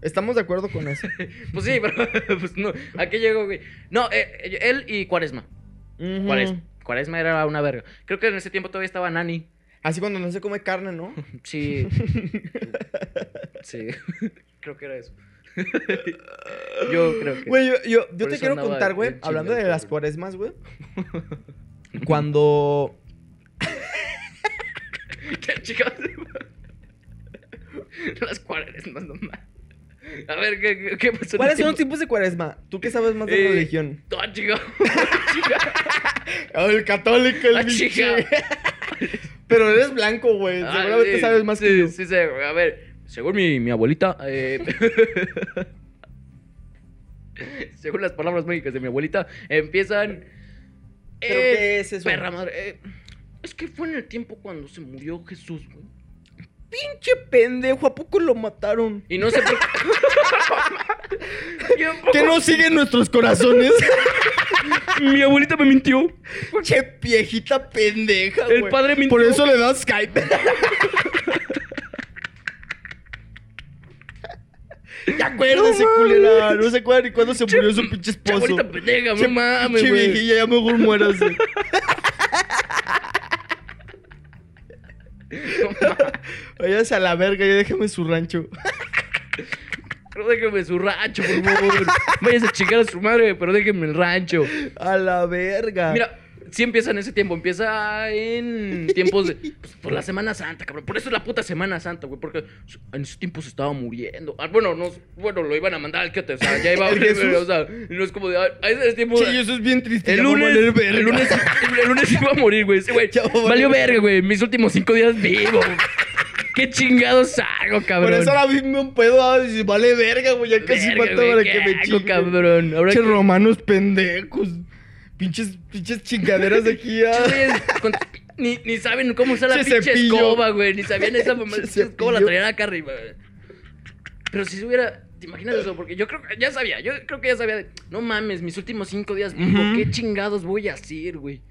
Speaker 1: Estamos de acuerdo con
Speaker 2: <laughs>
Speaker 1: eso.
Speaker 2: Pues sí, pero <laughs> pues no, ¿a qué llegó, güey? No, eh, él y Cuaresma.
Speaker 1: Ujú.
Speaker 2: Cuaresma. Cuaresma era una verga. Creo que en ese tiempo todavía estaba Nani.
Speaker 1: Así cuando no se come carne,
Speaker 2: <laughs>
Speaker 1: ¿no?
Speaker 2: Sí. sí. Creo que era eso. Yo creo que.
Speaker 1: Güey, yo, yo, yo
Speaker 2: Por
Speaker 1: te
Speaker 2: eso
Speaker 1: quiero
Speaker 2: andaba
Speaker 1: contar, güey,
Speaker 2: bien
Speaker 1: hablando de
Speaker 2: chingón,
Speaker 1: las
Speaker 2: cabrón.
Speaker 1: cuaresmas,
Speaker 2: <laughs>
Speaker 1: güey. cuando. <laughs>
Speaker 2: Chicas. Las cuaresmas nomás. A ver, ¿qué, qué- qué pasó? en
Speaker 1: ¿Cuáles
Speaker 2: el
Speaker 1: son los
Speaker 2: tiempo?
Speaker 1: tipos de cuaresma? ¿Tú qué sabes más de
Speaker 2: Eh,
Speaker 1: religión?
Speaker 2: Ah, chica. Chica. oh,
Speaker 1: El católico,
Speaker 2: Ah, <laughs>
Speaker 1: bicho.
Speaker 2: chica.
Speaker 1: Pero eres blanco, güey.
Speaker 2: Ah,
Speaker 1: Seguramente
Speaker 2: sí,
Speaker 1: sabes más
Speaker 2: sí,
Speaker 1: que yo.
Speaker 2: Sí, sí, a ver, según mi, mi abuelita, eh, <laughs> según las palabras mágicas de mi abuelita, empiezan...
Speaker 1: ¿Pero
Speaker 2: eh,
Speaker 1: qué es eso?
Speaker 2: Perra madre. eh, es que fue en el tiempo cuando se murió Jesús, güey.
Speaker 1: Pinche pendejo, ¿a poco lo mataron?
Speaker 2: Y no sé por <laughs> qué...
Speaker 1: ¿Qué no siguen nuestros
Speaker 2: <laughs>
Speaker 1: corazones?
Speaker 2: Mi abuelita me mintió.
Speaker 1: Che viejita pendeja,
Speaker 2: El
Speaker 1: güey.
Speaker 2: padre mintió.
Speaker 1: Por eso le das
Speaker 2: <laughs>
Speaker 1: Skype. Ya acuérdese,
Speaker 2: No mames.
Speaker 1: culera. No se acuerda ni cuándo se murió su pinche
Speaker 2: Che,
Speaker 1: esposo.
Speaker 2: abuelita pendeja,
Speaker 1: Che,
Speaker 2: no mames,
Speaker 1: pinche
Speaker 2: güey.
Speaker 1: viejilla, ya mejor muérase.
Speaker 2: No mames.
Speaker 1: Váyase a la verga, ya déjame su rancho.
Speaker 2: Pero <laughs> déjeme su rancho, por favor. Váyase a chingar a su madre, pero déjeme el rancho.
Speaker 1: A la verga.
Speaker 2: Mira, sí empieza en ese tiempo, empieza en tiempos de. pues, por la Semana Santa, cabrón. Por eso es la puta Semana Santa, güey. Porque en esos tiempos se estaba muriendo. Ah, bueno, no, bueno, lo iban a mandar al quete, o sea, <laughs> ya iba a
Speaker 1: El Jesús.
Speaker 2: O sea, no es como de. ah, ese es tiempo.
Speaker 1: Sí,
Speaker 2: de-
Speaker 1: eso es bien triste.
Speaker 2: el
Speaker 1: ya me voy a
Speaker 2: lunes,
Speaker 1: valer verga.
Speaker 2: el lunes, el lunes iba a morir, güey. Ese güey
Speaker 1: Ya voy a
Speaker 2: valió
Speaker 1: valer
Speaker 2: verga, güey. Mis últimos cinco días vivo. ¿Qué chingados hago,
Speaker 1: Por
Speaker 2: cabrón?
Speaker 1: eso ahora mismo un pedo, ah, si vale verga, güey. Ya casi
Speaker 2: Verga,
Speaker 1: falta
Speaker 2: güey,
Speaker 1: para
Speaker 2: ¿qué
Speaker 1: que me
Speaker 2: hago,
Speaker 1: chingue.
Speaker 2: cabrón. Ahora
Speaker 1: Pinches
Speaker 2: que-
Speaker 1: romanos pendejos. Pinches, pinches chingaderas de aquí. ah.
Speaker 2: Güeyes con- ni, ni saben cómo usar la
Speaker 1: Ese
Speaker 2: pinche
Speaker 1: cepillo.
Speaker 2: escoba, güey. Ni sabían
Speaker 1: <laughs>
Speaker 2: esa mamá.
Speaker 1: Ese
Speaker 2: pinche escoba la
Speaker 1: cepillo.
Speaker 2: traían acá arriba, güey. Pero si se hubiera. ¿Te imaginas eso? Porque yo creo que ya sabía. Yo creo que ya sabía. de, no mames, mis últimos cinco días vivo.
Speaker 1: Ujú.
Speaker 2: ¿Qué chingados voy a hacer, güey?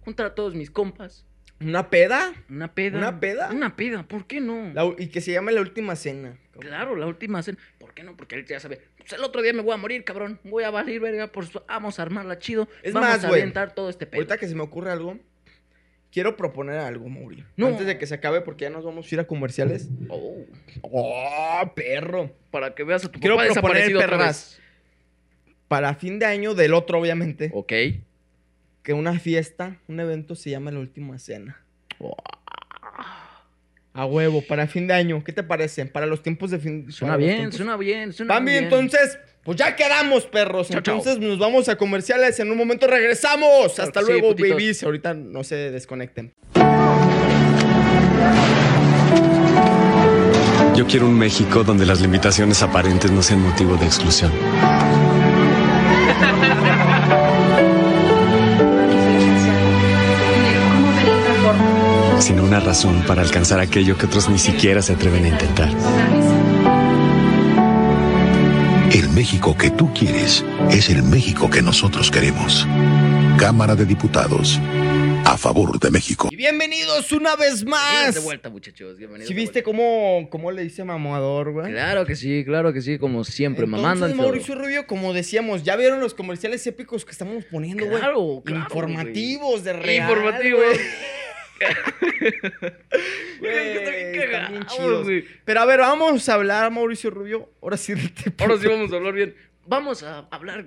Speaker 2: Juntar a todos mis compas.
Speaker 1: ¿Una peda?
Speaker 2: Una peda.
Speaker 1: ¿Una peda?
Speaker 2: Una peda. ¿Por qué no?
Speaker 1: La u- y que se llame la última cena.
Speaker 2: Claro, la última cena. ¿Por qué no? Porque él ya sabe. Pues el otro día me voy a morir, cabrón. Voy a valer verga. Por su... Vamos a armarla chido.
Speaker 1: Es
Speaker 2: Vamos
Speaker 1: más,
Speaker 2: a
Speaker 1: güey,
Speaker 2: aventar todo este pedo.
Speaker 1: Ahorita que se me ocurre algo, quiero proponer algo, Mauri.
Speaker 2: No.
Speaker 1: Antes de que se acabe, porque ya nos vamos a ir a comerciales.
Speaker 2: Oh,
Speaker 1: ¡Oh, perro!
Speaker 2: para que veas a tu
Speaker 1: Quiero
Speaker 2: papá
Speaker 1: proponer
Speaker 2: desaparecido otra
Speaker 1: perras.
Speaker 2: vez.
Speaker 1: Para fin de año del otro, obviamente,
Speaker 2: Ok.
Speaker 1: que una fiesta, un evento se llama la última cena. A huevo, para fin de año. ¿Qué te parece? Para los tiempos de fin
Speaker 2: Suena
Speaker 1: para los
Speaker 2: bien,
Speaker 1: tiempos-
Speaker 2: suena bien, suena
Speaker 1: Van bien, entonces, pues ya quedamos, perros.
Speaker 2: Chao, chao.
Speaker 1: entonces nos vamos a comerciales. En un momento regresamos.
Speaker 2: Claro
Speaker 1: Hasta
Speaker 2: que sí,
Speaker 1: luego,
Speaker 2: putitos.
Speaker 1: babies. Ahorita no se desconecten.
Speaker 4: Yo quiero un México donde las limitaciones aparentes no sean motivo de exclusión. Sino una razón para alcanzar aquello que otros ni siquiera se atreven a intentar.
Speaker 5: El México que tú quieres es el México que nosotros queremos. Cámara de Diputados. A favor de México.
Speaker 1: Y bienvenidos una vez
Speaker 2: Bienvenidos
Speaker 1: más.
Speaker 2: de vuelta, muchachos. Bienvenidos.
Speaker 1: Si
Speaker 2: de
Speaker 1: viste
Speaker 2: vuelta.
Speaker 1: cómo, cómo le dice mamador, güey.
Speaker 2: Claro que sí, claro que sí, como siempre,
Speaker 1: Entonces,
Speaker 2: mamando al toro.
Speaker 1: Mauricio Rubio, como decíamos, ya vieron los comerciales épicos que estamos poniendo, güey.
Speaker 2: Claro, claro,
Speaker 1: Informativos de
Speaker 2: güey.
Speaker 1: real.
Speaker 2: Informativo.
Speaker 1: güey.
Speaker 2: Güey, está bien
Speaker 1: Güey, están bien
Speaker 2: cagado,
Speaker 1: chidos.
Speaker 2: güey.
Speaker 1: Pero a ver, vamos a hablar, Mauricio Rubio. Ahora sí, <laughs> del tipo-
Speaker 2: Ahora sí vamos a hablar bien. Vamos a hablar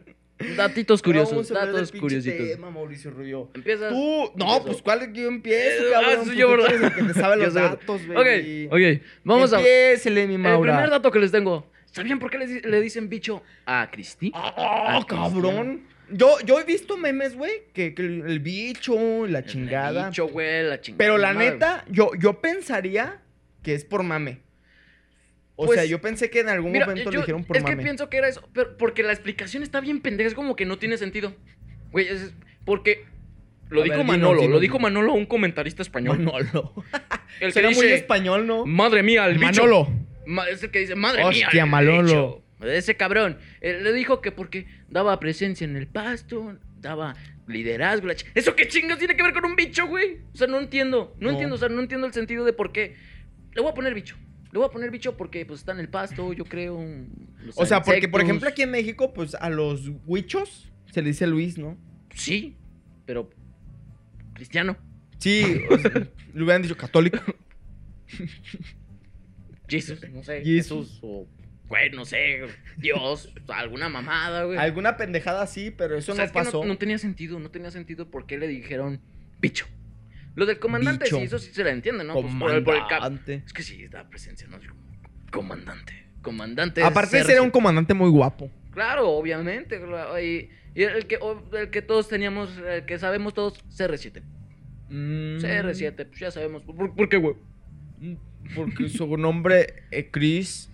Speaker 2: datitos curiosos,
Speaker 1: Vamos a hablar del
Speaker 2: datos
Speaker 1: pinche
Speaker 2: curiositos.
Speaker 1: tema, Mauricio Rubio.
Speaker 2: Empiezas.
Speaker 1: Tú, no,
Speaker 2: Empiezo.
Speaker 1: pues cuál yo empiezo,
Speaker 2: Eh,
Speaker 1: cabrón.
Speaker 2: ah, soy
Speaker 1: Pues,
Speaker 2: yo,
Speaker 1: tú
Speaker 2: ¿verdad?
Speaker 1: eres el que te sabe
Speaker 2: <laughs> Yo
Speaker 1: los
Speaker 2: soy-
Speaker 1: datos, güey.
Speaker 2: Ok, ok. Vamos a.
Speaker 1: Empiécele, mi
Speaker 2: El
Speaker 1: Maura.
Speaker 2: primer dato que les tengo. ¿Sabían por qué le, di- le dicen bicho a Cristi?
Speaker 1: Ah,
Speaker 2: Ah,
Speaker 1: cabrón. Yo, yo he visto memes, güey, que, que el, el bicho, la chingada.
Speaker 2: Bicho, güey, la chingada.
Speaker 1: Pero la
Speaker 2: madre.
Speaker 1: neta, yo, yo pensaría que es por mame. O
Speaker 2: Pues,
Speaker 1: sea, yo pensé que en algún
Speaker 2: Mira,
Speaker 1: momento le
Speaker 2: yo-
Speaker 1: dijeron por
Speaker 2: es
Speaker 1: mame.
Speaker 2: que pienso que era eso, pero porque la explicación está bien pendeja, es como que no tiene sentido. Güey, es porque lo
Speaker 1: A
Speaker 2: dijo
Speaker 1: ver, dinos,
Speaker 2: Manolo,
Speaker 1: dinos,
Speaker 2: lo dijo
Speaker 1: dinos.
Speaker 2: Manolo, un comentarista español.
Speaker 1: Manolo.
Speaker 2: El que
Speaker 1: Será muy
Speaker 2: dice,
Speaker 1: español, ¿no?
Speaker 2: madre mía, el bicho.
Speaker 1: Manolo.
Speaker 2: Ma- es el que dice, madre mía.
Speaker 1: Hostia,
Speaker 2: el
Speaker 1: Manolo".
Speaker 2: bicho". Ese cabrón. eh, le dijo que porque daba presencia en el pasto, daba liderazgo. la chi- ¿Eso qué chingas tiene que ver con un bicho, güey? O sea, no entiendo. No,
Speaker 1: No.
Speaker 2: entiendo, o sea, no entiendo el sentido de por qué. Le voy a poner bicho. Le voy a poner bicho porque pues está en el pasto, yo creo. los
Speaker 1: O sea, porque, por
Speaker 2: insectos.
Speaker 1: ejemplo, aquí en México, pues a los huichos se le dice Luis, ¿no?
Speaker 2: Sí, pero. Cristiano.
Speaker 1: Sí,
Speaker 2: <laughs>
Speaker 1: o sea, le hubieran dicho católico.
Speaker 2: Jesus, no sé.
Speaker 1: Jesus.
Speaker 2: Jesús o. Güey, no sé. Dios. alguna mamada, güey.
Speaker 1: Alguna pendejada así, pero eso
Speaker 2: Pues. O sea,
Speaker 1: no
Speaker 2: es que
Speaker 1: pasó.
Speaker 2: no tenía sentido, no tenía sentido por qué le dijeron bicho. Lo del comandante,
Speaker 1: Bicho.
Speaker 2: sí, eso sí se la entiende, ¿no? Pues, por el- por el cap-
Speaker 1: Comandante.
Speaker 2: Es que sí, da presencia, ¿no? Yo, Comandante. Comandante. es
Speaker 1: Aparte,
Speaker 2: Este, Sergio.
Speaker 1: era un comandante muy guapo.
Speaker 2: Claro, obviamente. claro, Y, y el, que, o- el que todos teníamos, el que sabemos todos, CR7.
Speaker 1: Mm.
Speaker 2: CR7, pues ya sabemos. ¿Por, por- por qué, güey?
Speaker 1: Porque su nombre eh, es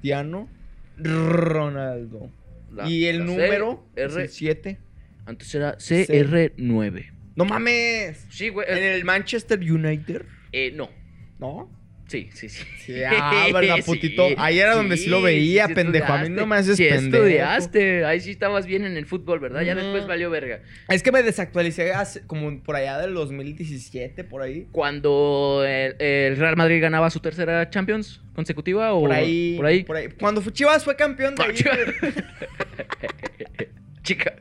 Speaker 1: Cristiano Ronaldo.
Speaker 2: La-
Speaker 1: y el
Speaker 2: la C,
Speaker 1: número es
Speaker 2: R,
Speaker 1: el 7.
Speaker 2: antes era CR9.
Speaker 1: No mames.
Speaker 2: Sí, güey.
Speaker 1: En
Speaker 2: eh,
Speaker 1: el Manchester United.
Speaker 2: eh, no.
Speaker 1: ¿No?
Speaker 2: Sí, sí, sí.
Speaker 1: Sí,
Speaker 2: <laughs>
Speaker 1: ah, ¿verdad, putito? Ahí era donde sí lo veía, pendejo. A mí no me haces
Speaker 2: sí
Speaker 1: pendejo.
Speaker 2: estudiaste. Ahí sí estabas bien en el fútbol, ¿verdad? Ya
Speaker 1: Ujú.
Speaker 2: después valió verga.
Speaker 1: Es que me desactualicé hace- como por allá del 2017, por ahí.
Speaker 2: Cuando el, el Real Madrid ganaba su tercera Champions consecutiva o
Speaker 1: Por ahí.
Speaker 2: Por <laughs> ahí.
Speaker 1: Cuando fue- Chivas fue campeón de
Speaker 2: Ah,
Speaker 1: ahí.
Speaker 2: chiva.
Speaker 1: güey.
Speaker 2: <laughs> Chica.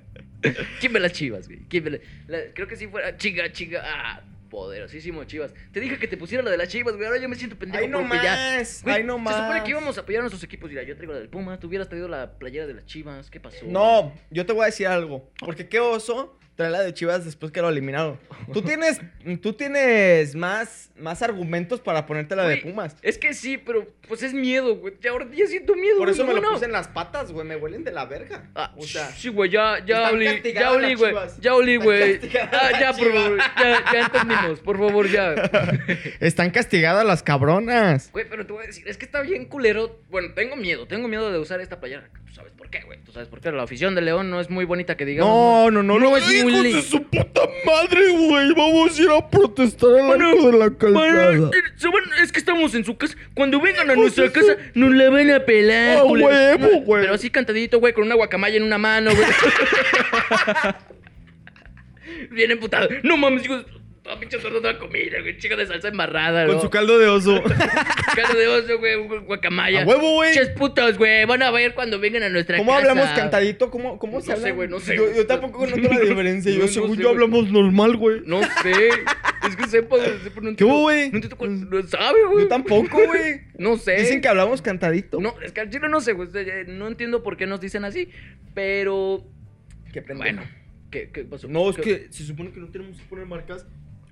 Speaker 2: ¿Quién me las chivas, güey? ¿Quién me la- la- creo que sí fuera. Chica, chica. Ah, poderosísimo chivas. Te dije que te pusiera la de las chivas, güey. Ahora yo me siento pendejo.
Speaker 1: Ahí no
Speaker 2: <laughs> porque ya-
Speaker 1: más.
Speaker 2: Güey,
Speaker 1: Ahí no más.
Speaker 2: Se supone que íbamos a apoyar a nuestros equipos. Mira, yo traigo la del Puma, tú hubieras traído la playera de las Chivas. ¿Qué pasó?
Speaker 1: No, yo te voy a decir algo. Porque qué oso trae la de Chivas después que lo eliminaron.
Speaker 2: <laughs>
Speaker 1: Tú tienes, tú tienes más, más argumentos para ponerte la de
Speaker 2: Güey,
Speaker 1: Pumas.
Speaker 2: Es que sí, pero pues es miedo, güey. Ya ahora ya siento miedo.
Speaker 1: Por eso me
Speaker 2: güey,
Speaker 1: lo
Speaker 2: no.
Speaker 1: puse en las patas, güey. Me huelen de la verga.
Speaker 2: Ah,
Speaker 1: o sea,
Speaker 2: sí, güey, ya, ya
Speaker 1: están
Speaker 2: olí,
Speaker 1: castigadas
Speaker 2: ya olí,
Speaker 1: las
Speaker 2: güey,
Speaker 1: Chivas.
Speaker 2: ya olí,
Speaker 1: Están
Speaker 2: güey,
Speaker 1: castigadas
Speaker 2: ah, ya,
Speaker 1: las
Speaker 2: por
Speaker 1: Chivas.
Speaker 2: favor,
Speaker 1: <laughs>
Speaker 2: ya, ya entendimos, por favor, ya,
Speaker 1: están castigadas las cabronas.
Speaker 2: güey, pero te voy a decir, es que está bien culero, bueno, tengo miedo, tengo miedo de usar esta playera, tú sabes por qué, güey, tú sabes por qué, la afición de León no es muy bonita que digamos,
Speaker 1: No, no, no,
Speaker 2: No
Speaker 1: no
Speaker 2: es muy lindo.
Speaker 1: su puta madre, güey. Vamos a ir a protestar al
Speaker 2: Bueno,
Speaker 1: arco de la
Speaker 2: Para-
Speaker 1: calzada.
Speaker 2: se van- es que estamos en su casa. Cuando vengan a nuestra casa, nos la van a pelar.
Speaker 1: Pues Ah,
Speaker 2: culeros.
Speaker 1: huevo,
Speaker 2: No,
Speaker 1: güey.
Speaker 2: Pero así cantadito, güey, con una guacamaya en una mano,
Speaker 1: <laughs>
Speaker 2: güey. Bien emputado. No mames, digo, toda pinche torta, toda comida, güey. Chica de salsa embarrada,
Speaker 1: Con
Speaker 2: ¿no?
Speaker 1: su caldo de oso.
Speaker 2: caldo <laughs> de oso, güey, gu- guacamaya.
Speaker 1: A huevo, güey.
Speaker 2: Pinches putos, güey. Van a ver cuando vengan a nuestra
Speaker 1: ¿Cómo
Speaker 2: casa.
Speaker 1: hablamos cantadito? ¿Cómo, cómo se
Speaker 2: No
Speaker 1: habla?
Speaker 2: sé, güey, no sé,
Speaker 1: Yo,
Speaker 2: güey.
Speaker 1: yo tampoco noto la diferencia.
Speaker 2: <laughs> No,
Speaker 1: Yo,
Speaker 2: no
Speaker 1: según
Speaker 2: sé,
Speaker 1: yo,
Speaker 2: güey.
Speaker 1: hablamos normal, güey.
Speaker 2: No sé. Es que sepa, sepa, no
Speaker 1: ¿Qué
Speaker 2: entiendo-
Speaker 1: hubo, güey?
Speaker 2: No entiendo cuál- No sabe, güey.
Speaker 1: Yo tampoco,
Speaker 2: <laughs>
Speaker 1: güey.
Speaker 2: No sé.
Speaker 1: Dicen que hablamos cantadito.
Speaker 2: No, es que al chile no sé, güey. eh, No entiendo por qué nos dicen así. Pero.
Speaker 1: Qué pendejo.
Speaker 2: Bueno. ¿Qué, qué pasó?
Speaker 1: No, es
Speaker 2: ¿Qué-
Speaker 1: que se supone que no tenemos que poner marcas.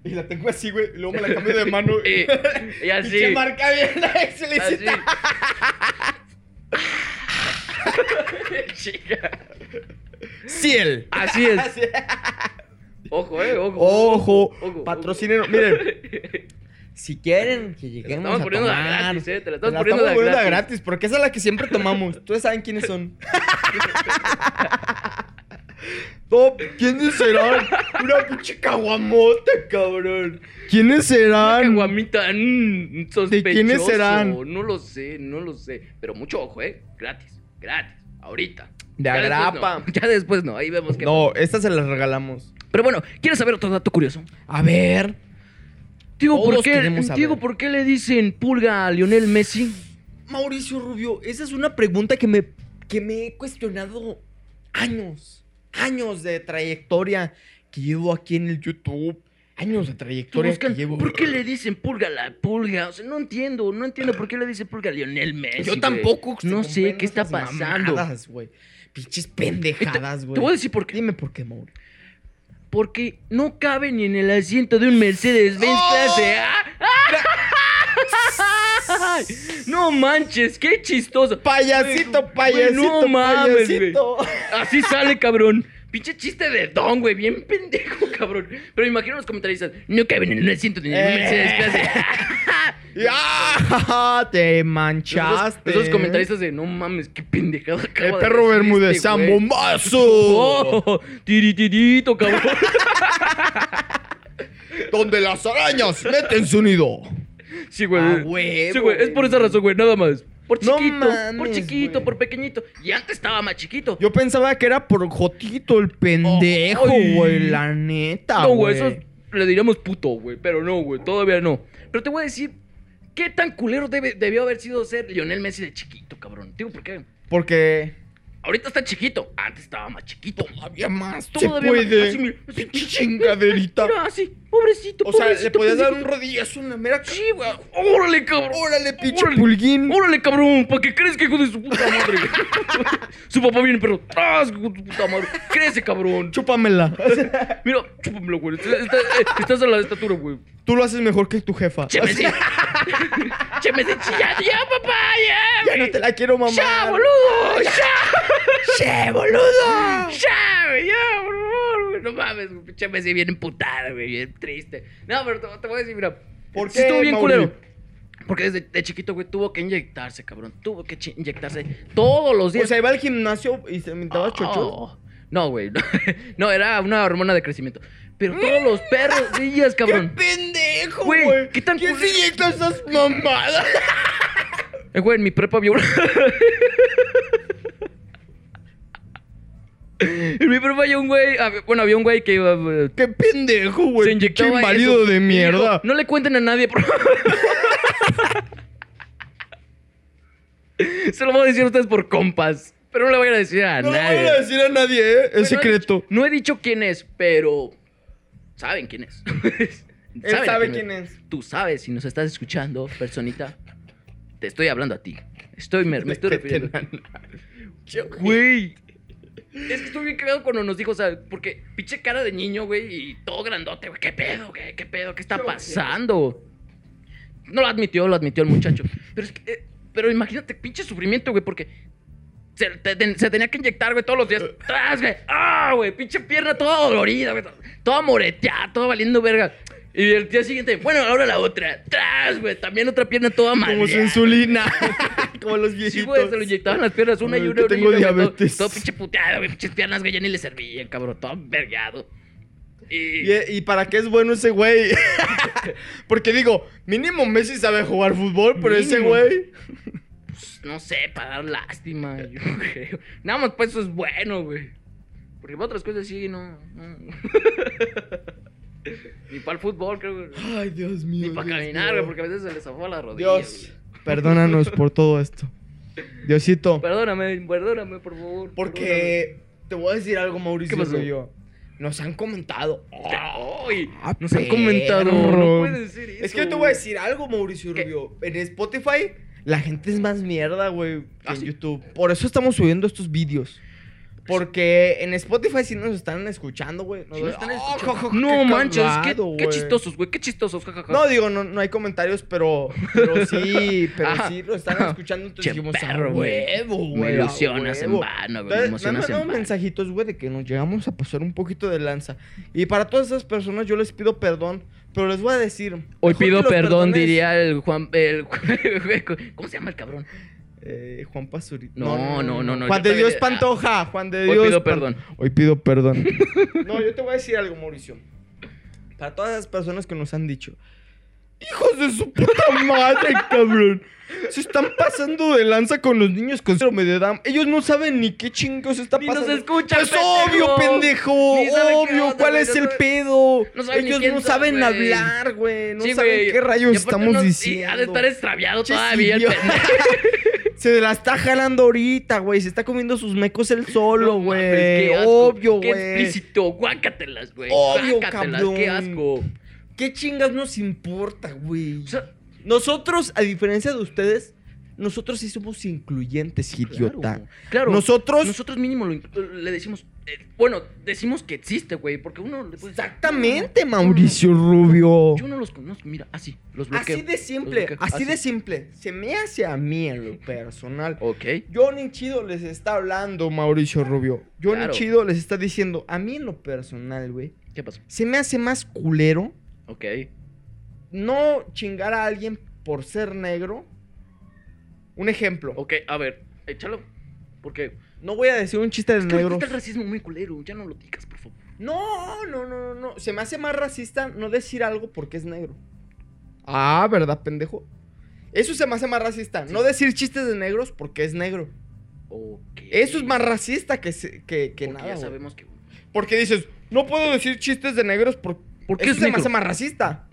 Speaker 1: Y la tengo así, güey. y Luego me la cambio
Speaker 2: <laughs>
Speaker 1: de mano.
Speaker 2: Eh, y así.
Speaker 1: <laughs> Pinche marca bien <laughs>
Speaker 2: así.
Speaker 1: explícita. <laughs>
Speaker 2: Chica.
Speaker 1: Ciel.
Speaker 2: Así es. Ojo, eh, ojo.
Speaker 1: Ojo,
Speaker 2: ojo.
Speaker 1: patrocinen. Oh, Miren,
Speaker 2: <laughs>
Speaker 1: si quieren que
Speaker 2: Te la
Speaker 1: lleguemos
Speaker 2: estamos
Speaker 1: a
Speaker 2: poniendo de
Speaker 1: tomar,
Speaker 2: gratis, eh. Te la
Speaker 1: Nos
Speaker 2: estamos
Speaker 1: la
Speaker 2: poniendo de
Speaker 1: estamos poniendo
Speaker 2: gratis.
Speaker 1: a gratis, porque esa es la que siempre tomamos. Ustedes saben quiénes
Speaker 2: <laughs>
Speaker 1: son. No, ¿quiénes serán? Una pinche caguamota, cabrón. ¿Quiénes serán?
Speaker 2: Caguamita, mm, sospechoso.
Speaker 1: quiénes serán?
Speaker 2: No lo sé, no lo sé. Pero mucho ojo, eh. Gratis, gratis. Ahorita.
Speaker 1: De
Speaker 2: Ya
Speaker 1: agrapa.
Speaker 2: después no, <laughs> Ya después no, ahí vemos que.
Speaker 1: No, esta se las regalamos.
Speaker 2: Pero bueno, ¿quieres saber otro dato curioso?
Speaker 1: A ver.
Speaker 2: Digo, ¿por
Speaker 1: Todos
Speaker 2: qué,
Speaker 1: queremos saber.
Speaker 2: Diego, ¿por qué le dicen pulga a Lionel Messi?
Speaker 1: Mauricio Rubio, esa es una pregunta que me, que me he cuestionado años. Años de trayectoria que llevo aquí en el YouTube. Años de
Speaker 2: Tú
Speaker 1: trayectoria
Speaker 2: buscan,
Speaker 1: que llevo. eh,
Speaker 2: ¿Por qué le dicen pulga a la pulga? O sea, no entiendo, no entiendo por qué le dicen pulga a Lionel Messi.
Speaker 1: Yo
Speaker 2: güey.
Speaker 1: tampoco.
Speaker 2: No
Speaker 1: se
Speaker 2: sé qué está
Speaker 1: comprendo esas
Speaker 2: pasando. Eh,
Speaker 1: mamadas, güey. Pinches pendejadas, güey.
Speaker 2: Te voy a decir por qué.
Speaker 1: Dime por qué, Mauri.
Speaker 2: Porque no cabe ni en el asiento de un Mercedes-Benz
Speaker 1: ¡Oh!
Speaker 2: clase A. ¡Ay! No manches, qué chistoso.
Speaker 1: Payasito, payasito,
Speaker 2: Güey, no mames,
Speaker 1: payasito. <laughs>
Speaker 2: Así sale, cabrón. Pinche chiste de don, güey. Bien pendejo, cabrón. Pero imagino los comentaristas. No caben en el asiento de un
Speaker 1: Eh.
Speaker 2: Mercedes clase A.
Speaker 1: <laughs> ¡Ah! Te
Speaker 2: Esos,
Speaker 1: manchaste.
Speaker 2: esos comentaristas de no mames, qué pendejada acaba
Speaker 1: El
Speaker 2: de
Speaker 1: perro
Speaker 2: decir
Speaker 1: Bermúdez,
Speaker 2: este
Speaker 1: San
Speaker 2: güey". <laughs>
Speaker 1: Bombazo.
Speaker 2: Oh, tiritirito, cabrón. <laughs>
Speaker 1: Donde las arañas meten su nido.
Speaker 2: Sí, güey.
Speaker 1: Ah, huevo,
Speaker 2: sí, güey. Es por
Speaker 1: güey.
Speaker 2: esa razón, güey. Nada más. Por
Speaker 1: No
Speaker 2: chiquito, por
Speaker 1: mames,
Speaker 2: chiquito,
Speaker 1: güey.
Speaker 2: por pequeñito. Y antes estaba más chiquito.
Speaker 1: Yo pensaba que era por Jotito el pendejo,
Speaker 2: Ay.
Speaker 1: güey. La neta,
Speaker 2: no, güey.
Speaker 1: ah, güey.
Speaker 2: Eso le diríamos puto, güey. Pero no, güey. Todavía no. Pero te voy a decir, ¿qué tan culero debe- debió haber sido ser Lionel Messi de chiquito, cabrón? Digo, ¿por qué?
Speaker 1: Porque.
Speaker 2: Ahorita está chiquito. Antes estaba más chiquito.
Speaker 1: Todavía más. Se
Speaker 2: Todavía más.
Speaker 1: puede.
Speaker 2: Así, mira, así.
Speaker 1: Pinche chingaderita.
Speaker 2: Mira, así. Pobrecito,
Speaker 1: O sea, le
Speaker 2: pobrecito,
Speaker 1: podías dar un
Speaker 2: pobrecito.
Speaker 1: rodillazo en la mera.
Speaker 2: Sí, güey. Órale, cabrón.
Speaker 1: Órale, pinche
Speaker 2: Órale.
Speaker 1: pulguín.
Speaker 2: Órale, cabrón, ¿para qué crees que hijo de su
Speaker 1: <laughs>
Speaker 2: puta madre? su papá viene, pero ¡tras, hijo de tu puta madre! ¡Crece, cabrón!
Speaker 1: Chúpamela.
Speaker 2: Mira, chúpamelo, güey. Está- está- eh, estás a la estatura, güey.
Speaker 1: Tú lo haces mejor que tu jefa.
Speaker 2: Chémese. <laughs> Chémese, chillado, ya, papá, ya.
Speaker 1: Ya
Speaker 2: güey.
Speaker 1: no te la quiero, mamá.
Speaker 2: ¡Ya, boludo! ¡Ya!
Speaker 1: ¡Che, boludo!
Speaker 2: ¡Ya, güey! ¡Ya, por favor! güey. No mames, güey. Chémese bien emputada, güey, bien triste. No, pero te, te voy a decir, mira.
Speaker 1: ¿Por
Speaker 2: sí
Speaker 1: qué,
Speaker 2: estuvo bien
Speaker 1: Mauri?
Speaker 2: culero. Porque desde de chiquito, güey, tuvo que inyectarse, cabrón. Tuvo que chi- inyectarse todos los días.
Speaker 1: O sea, iba al gimnasio y se inventaba chocho.
Speaker 2: Oh. No, güey. No, <laughs> No, era una hormona de crecimiento. Pero todos los
Speaker 1: <laughs>
Speaker 2: perros días, cabrón.
Speaker 1: pendejo,
Speaker 2: Güey, ¿qué tan
Speaker 1: ¿Quién se
Speaker 2: culero?
Speaker 1: inyecta esas mamadas? <laughs>
Speaker 2: Eh, güey, en mi prepa había una. <laughs> en mi prepa había un güey. ah, Bueno, había un güey que iba. eh,
Speaker 1: ¡Qué pendejo, güey!
Speaker 2: se inyectaba.
Speaker 1: Pues, ¡Qué
Speaker 2: eso.
Speaker 1: inválido de
Speaker 2: Y
Speaker 1: mierda!
Speaker 2: dijo, no le cuenten a nadie, por favor". <laughs> Se lo voy a decir a ustedes por compas. Pero no le voy a decir a
Speaker 1: No, le
Speaker 2: nadie.
Speaker 1: voy a decir a nadie, ¿eh? Es
Speaker 2: Güey, no he
Speaker 1: secreto.
Speaker 2: dicho- No he dicho quién es, pero saben quién es. <laughs>
Speaker 1: Él
Speaker 2: a
Speaker 1: sabe quién es.
Speaker 2: Tú sabes, si nos estás escuchando, personita,
Speaker 1: Este
Speaker 2: te estoy hablando a ti. Estoy, me, me estoy refiriendo.
Speaker 1: Qué
Speaker 2: Güey, Es que estuve bien cagado cuando nos dijo, o sea, porque pinche cara de niño, güey, y todo grandote, güey. ¿Qué pedo, güey? ¿Qué pedo? ¿Qué está pasando? No lo admitió, lo admitió el muchacho. Pero es que, eh, pero imagínate, pinche sufrimiento, güey, porque se, te- te- se tenía que inyectar, güey, todos los días. ¡Tras, güey! ¡Ah, güey! Pinche pierna toda dolorida, güey. Toda moreteada, toda valiendo verga. Y el día siguiente, bueno, ahora la otra. ¡Tras, güey! También otra pierna toda mal.
Speaker 1: Como su <laughs> insulina. Como los
Speaker 2: Sí,
Speaker 1: viejitos.
Speaker 2: güey, se lo inyectaban las piernas una
Speaker 1: Ay,
Speaker 2: y una.
Speaker 1: que
Speaker 2: una y
Speaker 1: tengo
Speaker 2: una, güey,
Speaker 1: diabetes.
Speaker 2: Todo, todo pinche puteado, güey. Pinches piernas, güey, ya ni le servían, cabrón. Todo vergado. Y,
Speaker 1: ¿Y, y para qué es bueno ese güey? <laughs> Porque digo, mínimo Messi sabe jugar fútbol, pero ese
Speaker 2: Mínimo.
Speaker 1: güey.
Speaker 2: pues, no sé, para dar lástima, yo <laughs> creo. Nada más, pues eso es bueno, güey. Porque para otras cosas sí, no. no. <laughs> Ni para el fútbol, creo, güey.
Speaker 1: Ay, Dios mío.
Speaker 2: Ni para
Speaker 1: Dios
Speaker 2: caminar,
Speaker 1: mío.
Speaker 2: güey, porque a veces se les zafó la rodilla.
Speaker 1: Dios, perdónanos por todo esto. Diosito.
Speaker 2: güey. Perdóname, perdóname, por favor.
Speaker 1: Porque te voy a decir algo, Mauricio.
Speaker 2: ¿Qué pasó?
Speaker 1: Rubio. Nos han comentado.
Speaker 2: perdóname. ¡Ay!
Speaker 1: Ah,
Speaker 2: Nos han
Speaker 1: perro.
Speaker 2: comentado. No puedes decir eso.
Speaker 1: Es que yo te voy a decir algo, Mauricio
Speaker 2: ¿Qué?
Speaker 1: Rubio. En Spotify, la gente es más mierda, güey, que
Speaker 2: ¿Ah,
Speaker 1: en
Speaker 2: sí?
Speaker 1: YouTube. Por eso estamos subiendo estos vídeos. Porque en Spotify sí nos están escuchando, güey. Nos
Speaker 2: Si no están
Speaker 1: ¡Oh,
Speaker 2: escuchando-
Speaker 1: jo, jo,
Speaker 2: no
Speaker 1: qué
Speaker 2: manches, qué,
Speaker 1: cagado,
Speaker 2: qué
Speaker 1: güey!
Speaker 2: chistosos, güey, qué chistosos, jajaja.
Speaker 1: No, digo, no, no hay comentarios, pero, pero
Speaker 2: <laughs>
Speaker 1: sí, pero
Speaker 2: Ajá.
Speaker 1: sí lo están escuchando. Entonces
Speaker 2: Che,
Speaker 1: dijimos, "Ah,
Speaker 2: perro, güey.
Speaker 1: huevo, güey.
Speaker 2: me
Speaker 1: a
Speaker 2: ilusionas en
Speaker 1: huevo".
Speaker 2: vano, güey,
Speaker 1: Entonces, me han
Speaker 2: me emocionas en
Speaker 1: mandado
Speaker 2: vano.
Speaker 1: mensajitos, güey, de que nos llegamos a pasar un poquito de lanza. Y para todas esas personas yo les pido perdón, pero les voy a decir...
Speaker 2: Hoy
Speaker 1: mejor que
Speaker 2: pido
Speaker 1: los
Speaker 2: perdón,
Speaker 1: perdones,
Speaker 2: diría el Juan, el, <laughs> ¿cómo se llama el cabrón?
Speaker 1: eh, Juan Pazurita.
Speaker 2: No, no, no, no,
Speaker 1: Juan de
Speaker 2: yo también- ah,
Speaker 1: Dios Pantoja, Juan de
Speaker 2: Hoy
Speaker 1: Dios...
Speaker 2: pido
Speaker 1: Pan-
Speaker 2: perdón.
Speaker 1: Hoy pido perdón. <laughs> no, yo te voy a decir algo, Mauricio. Para todas las personas que nos han dicho... ¡Hijos de su puta madre, <laughs> cabrón! Se están pasando de lanza con los niños con síndrome de Down. Ellos no saben ni qué chingos está
Speaker 2: Ni nos
Speaker 1: pasando.
Speaker 2: escuchan,
Speaker 1: ¡Es
Speaker 2: pendejo.
Speaker 1: Pues obvio, pendejo!
Speaker 2: Ni saben qué
Speaker 1: ¡Obvio!
Speaker 2: onda,
Speaker 1: ¿Cuál
Speaker 2: güey,
Speaker 1: es
Speaker 2: no
Speaker 1: el
Speaker 2: saben-
Speaker 1: pedo?
Speaker 2: no saben ni
Speaker 1: Ellos
Speaker 2: quién
Speaker 1: no
Speaker 2: son,
Speaker 1: saben
Speaker 2: güey.
Speaker 1: hablar, güey. No
Speaker 2: Sí,
Speaker 1: saben
Speaker 2: güey.
Speaker 1: qué
Speaker 2: Y
Speaker 1: rayos
Speaker 2: aparte
Speaker 1: estamos
Speaker 2: no- y
Speaker 1: diciendo.
Speaker 2: ha de estar extraviado
Speaker 1: Pinches
Speaker 2: todavía
Speaker 1: <laughs>
Speaker 2: el
Speaker 1: idiota.
Speaker 2: pendejo.
Speaker 1: <laughs> Se la está jalando ahorita, güey. Se está comiendo sus mecos él solo,
Speaker 2: No mames, qué
Speaker 1: güey.
Speaker 2: asco,
Speaker 1: Obvio,
Speaker 2: Qué
Speaker 1: güey. Qué,
Speaker 2: explícito, guácatelas, güey.
Speaker 1: Obvio,
Speaker 2: guácatelas,
Speaker 1: cabrón.
Speaker 2: qué asco.
Speaker 1: chingas nos importa, güey?
Speaker 2: O sea,
Speaker 1: Nosotros, a diferencia de ustedes, nosotros sí somos incluyentes, idiota.
Speaker 2: Claro, claro.
Speaker 1: Nosotros-
Speaker 2: Nosotros mínimo lo in- le decimos. eh, bueno, decimos que existe, güey, porque uno le puede decir,
Speaker 1: Exactamente,
Speaker 2: pues, "No, no, no,
Speaker 1: Mauricio Rubio.
Speaker 2: Yo no los conozco. Mira, así, los bloqueo.
Speaker 1: Así de
Speaker 2: los
Speaker 1: simple,
Speaker 2: bloqueo,
Speaker 1: así de simple. Se me hace a mí en lo personal.
Speaker 2: Ok.
Speaker 1: Johnny Chido les está hablando, Mauricio Rubio. Johnny
Speaker 2: Claro.
Speaker 1: Chido les está diciendo, a mí en lo personal, güey,
Speaker 2: ¿Qué pasó?
Speaker 1: se me hace más culero
Speaker 2: Ok.
Speaker 1: no chingar a alguien por ser negro. Un ejemplo.
Speaker 2: Ok, a ver, échalo. Porque.
Speaker 1: No voy a decir un chiste de
Speaker 2: Es que ahorita
Speaker 1: negros.
Speaker 2: está el racismo muy culero. Ya no lo digas, por favor.
Speaker 1: No, no, no, no, no. Se me hace más racista no decir algo porque es negro. Ah, ¿verdad, pendejo? Eso se me hace más racista. No decir chistes de negros porque es negro.
Speaker 2: Ok.
Speaker 1: Eso es más racista que, se- que, que
Speaker 2: Porque
Speaker 1: nada.
Speaker 2: ya
Speaker 1: güey.
Speaker 2: sabemos que.
Speaker 1: Porque dices, no puedo decir chistes de negros porque
Speaker 2: Porque
Speaker 1: eso
Speaker 2: es
Speaker 1: se me
Speaker 2: negro.
Speaker 1: hace más racista.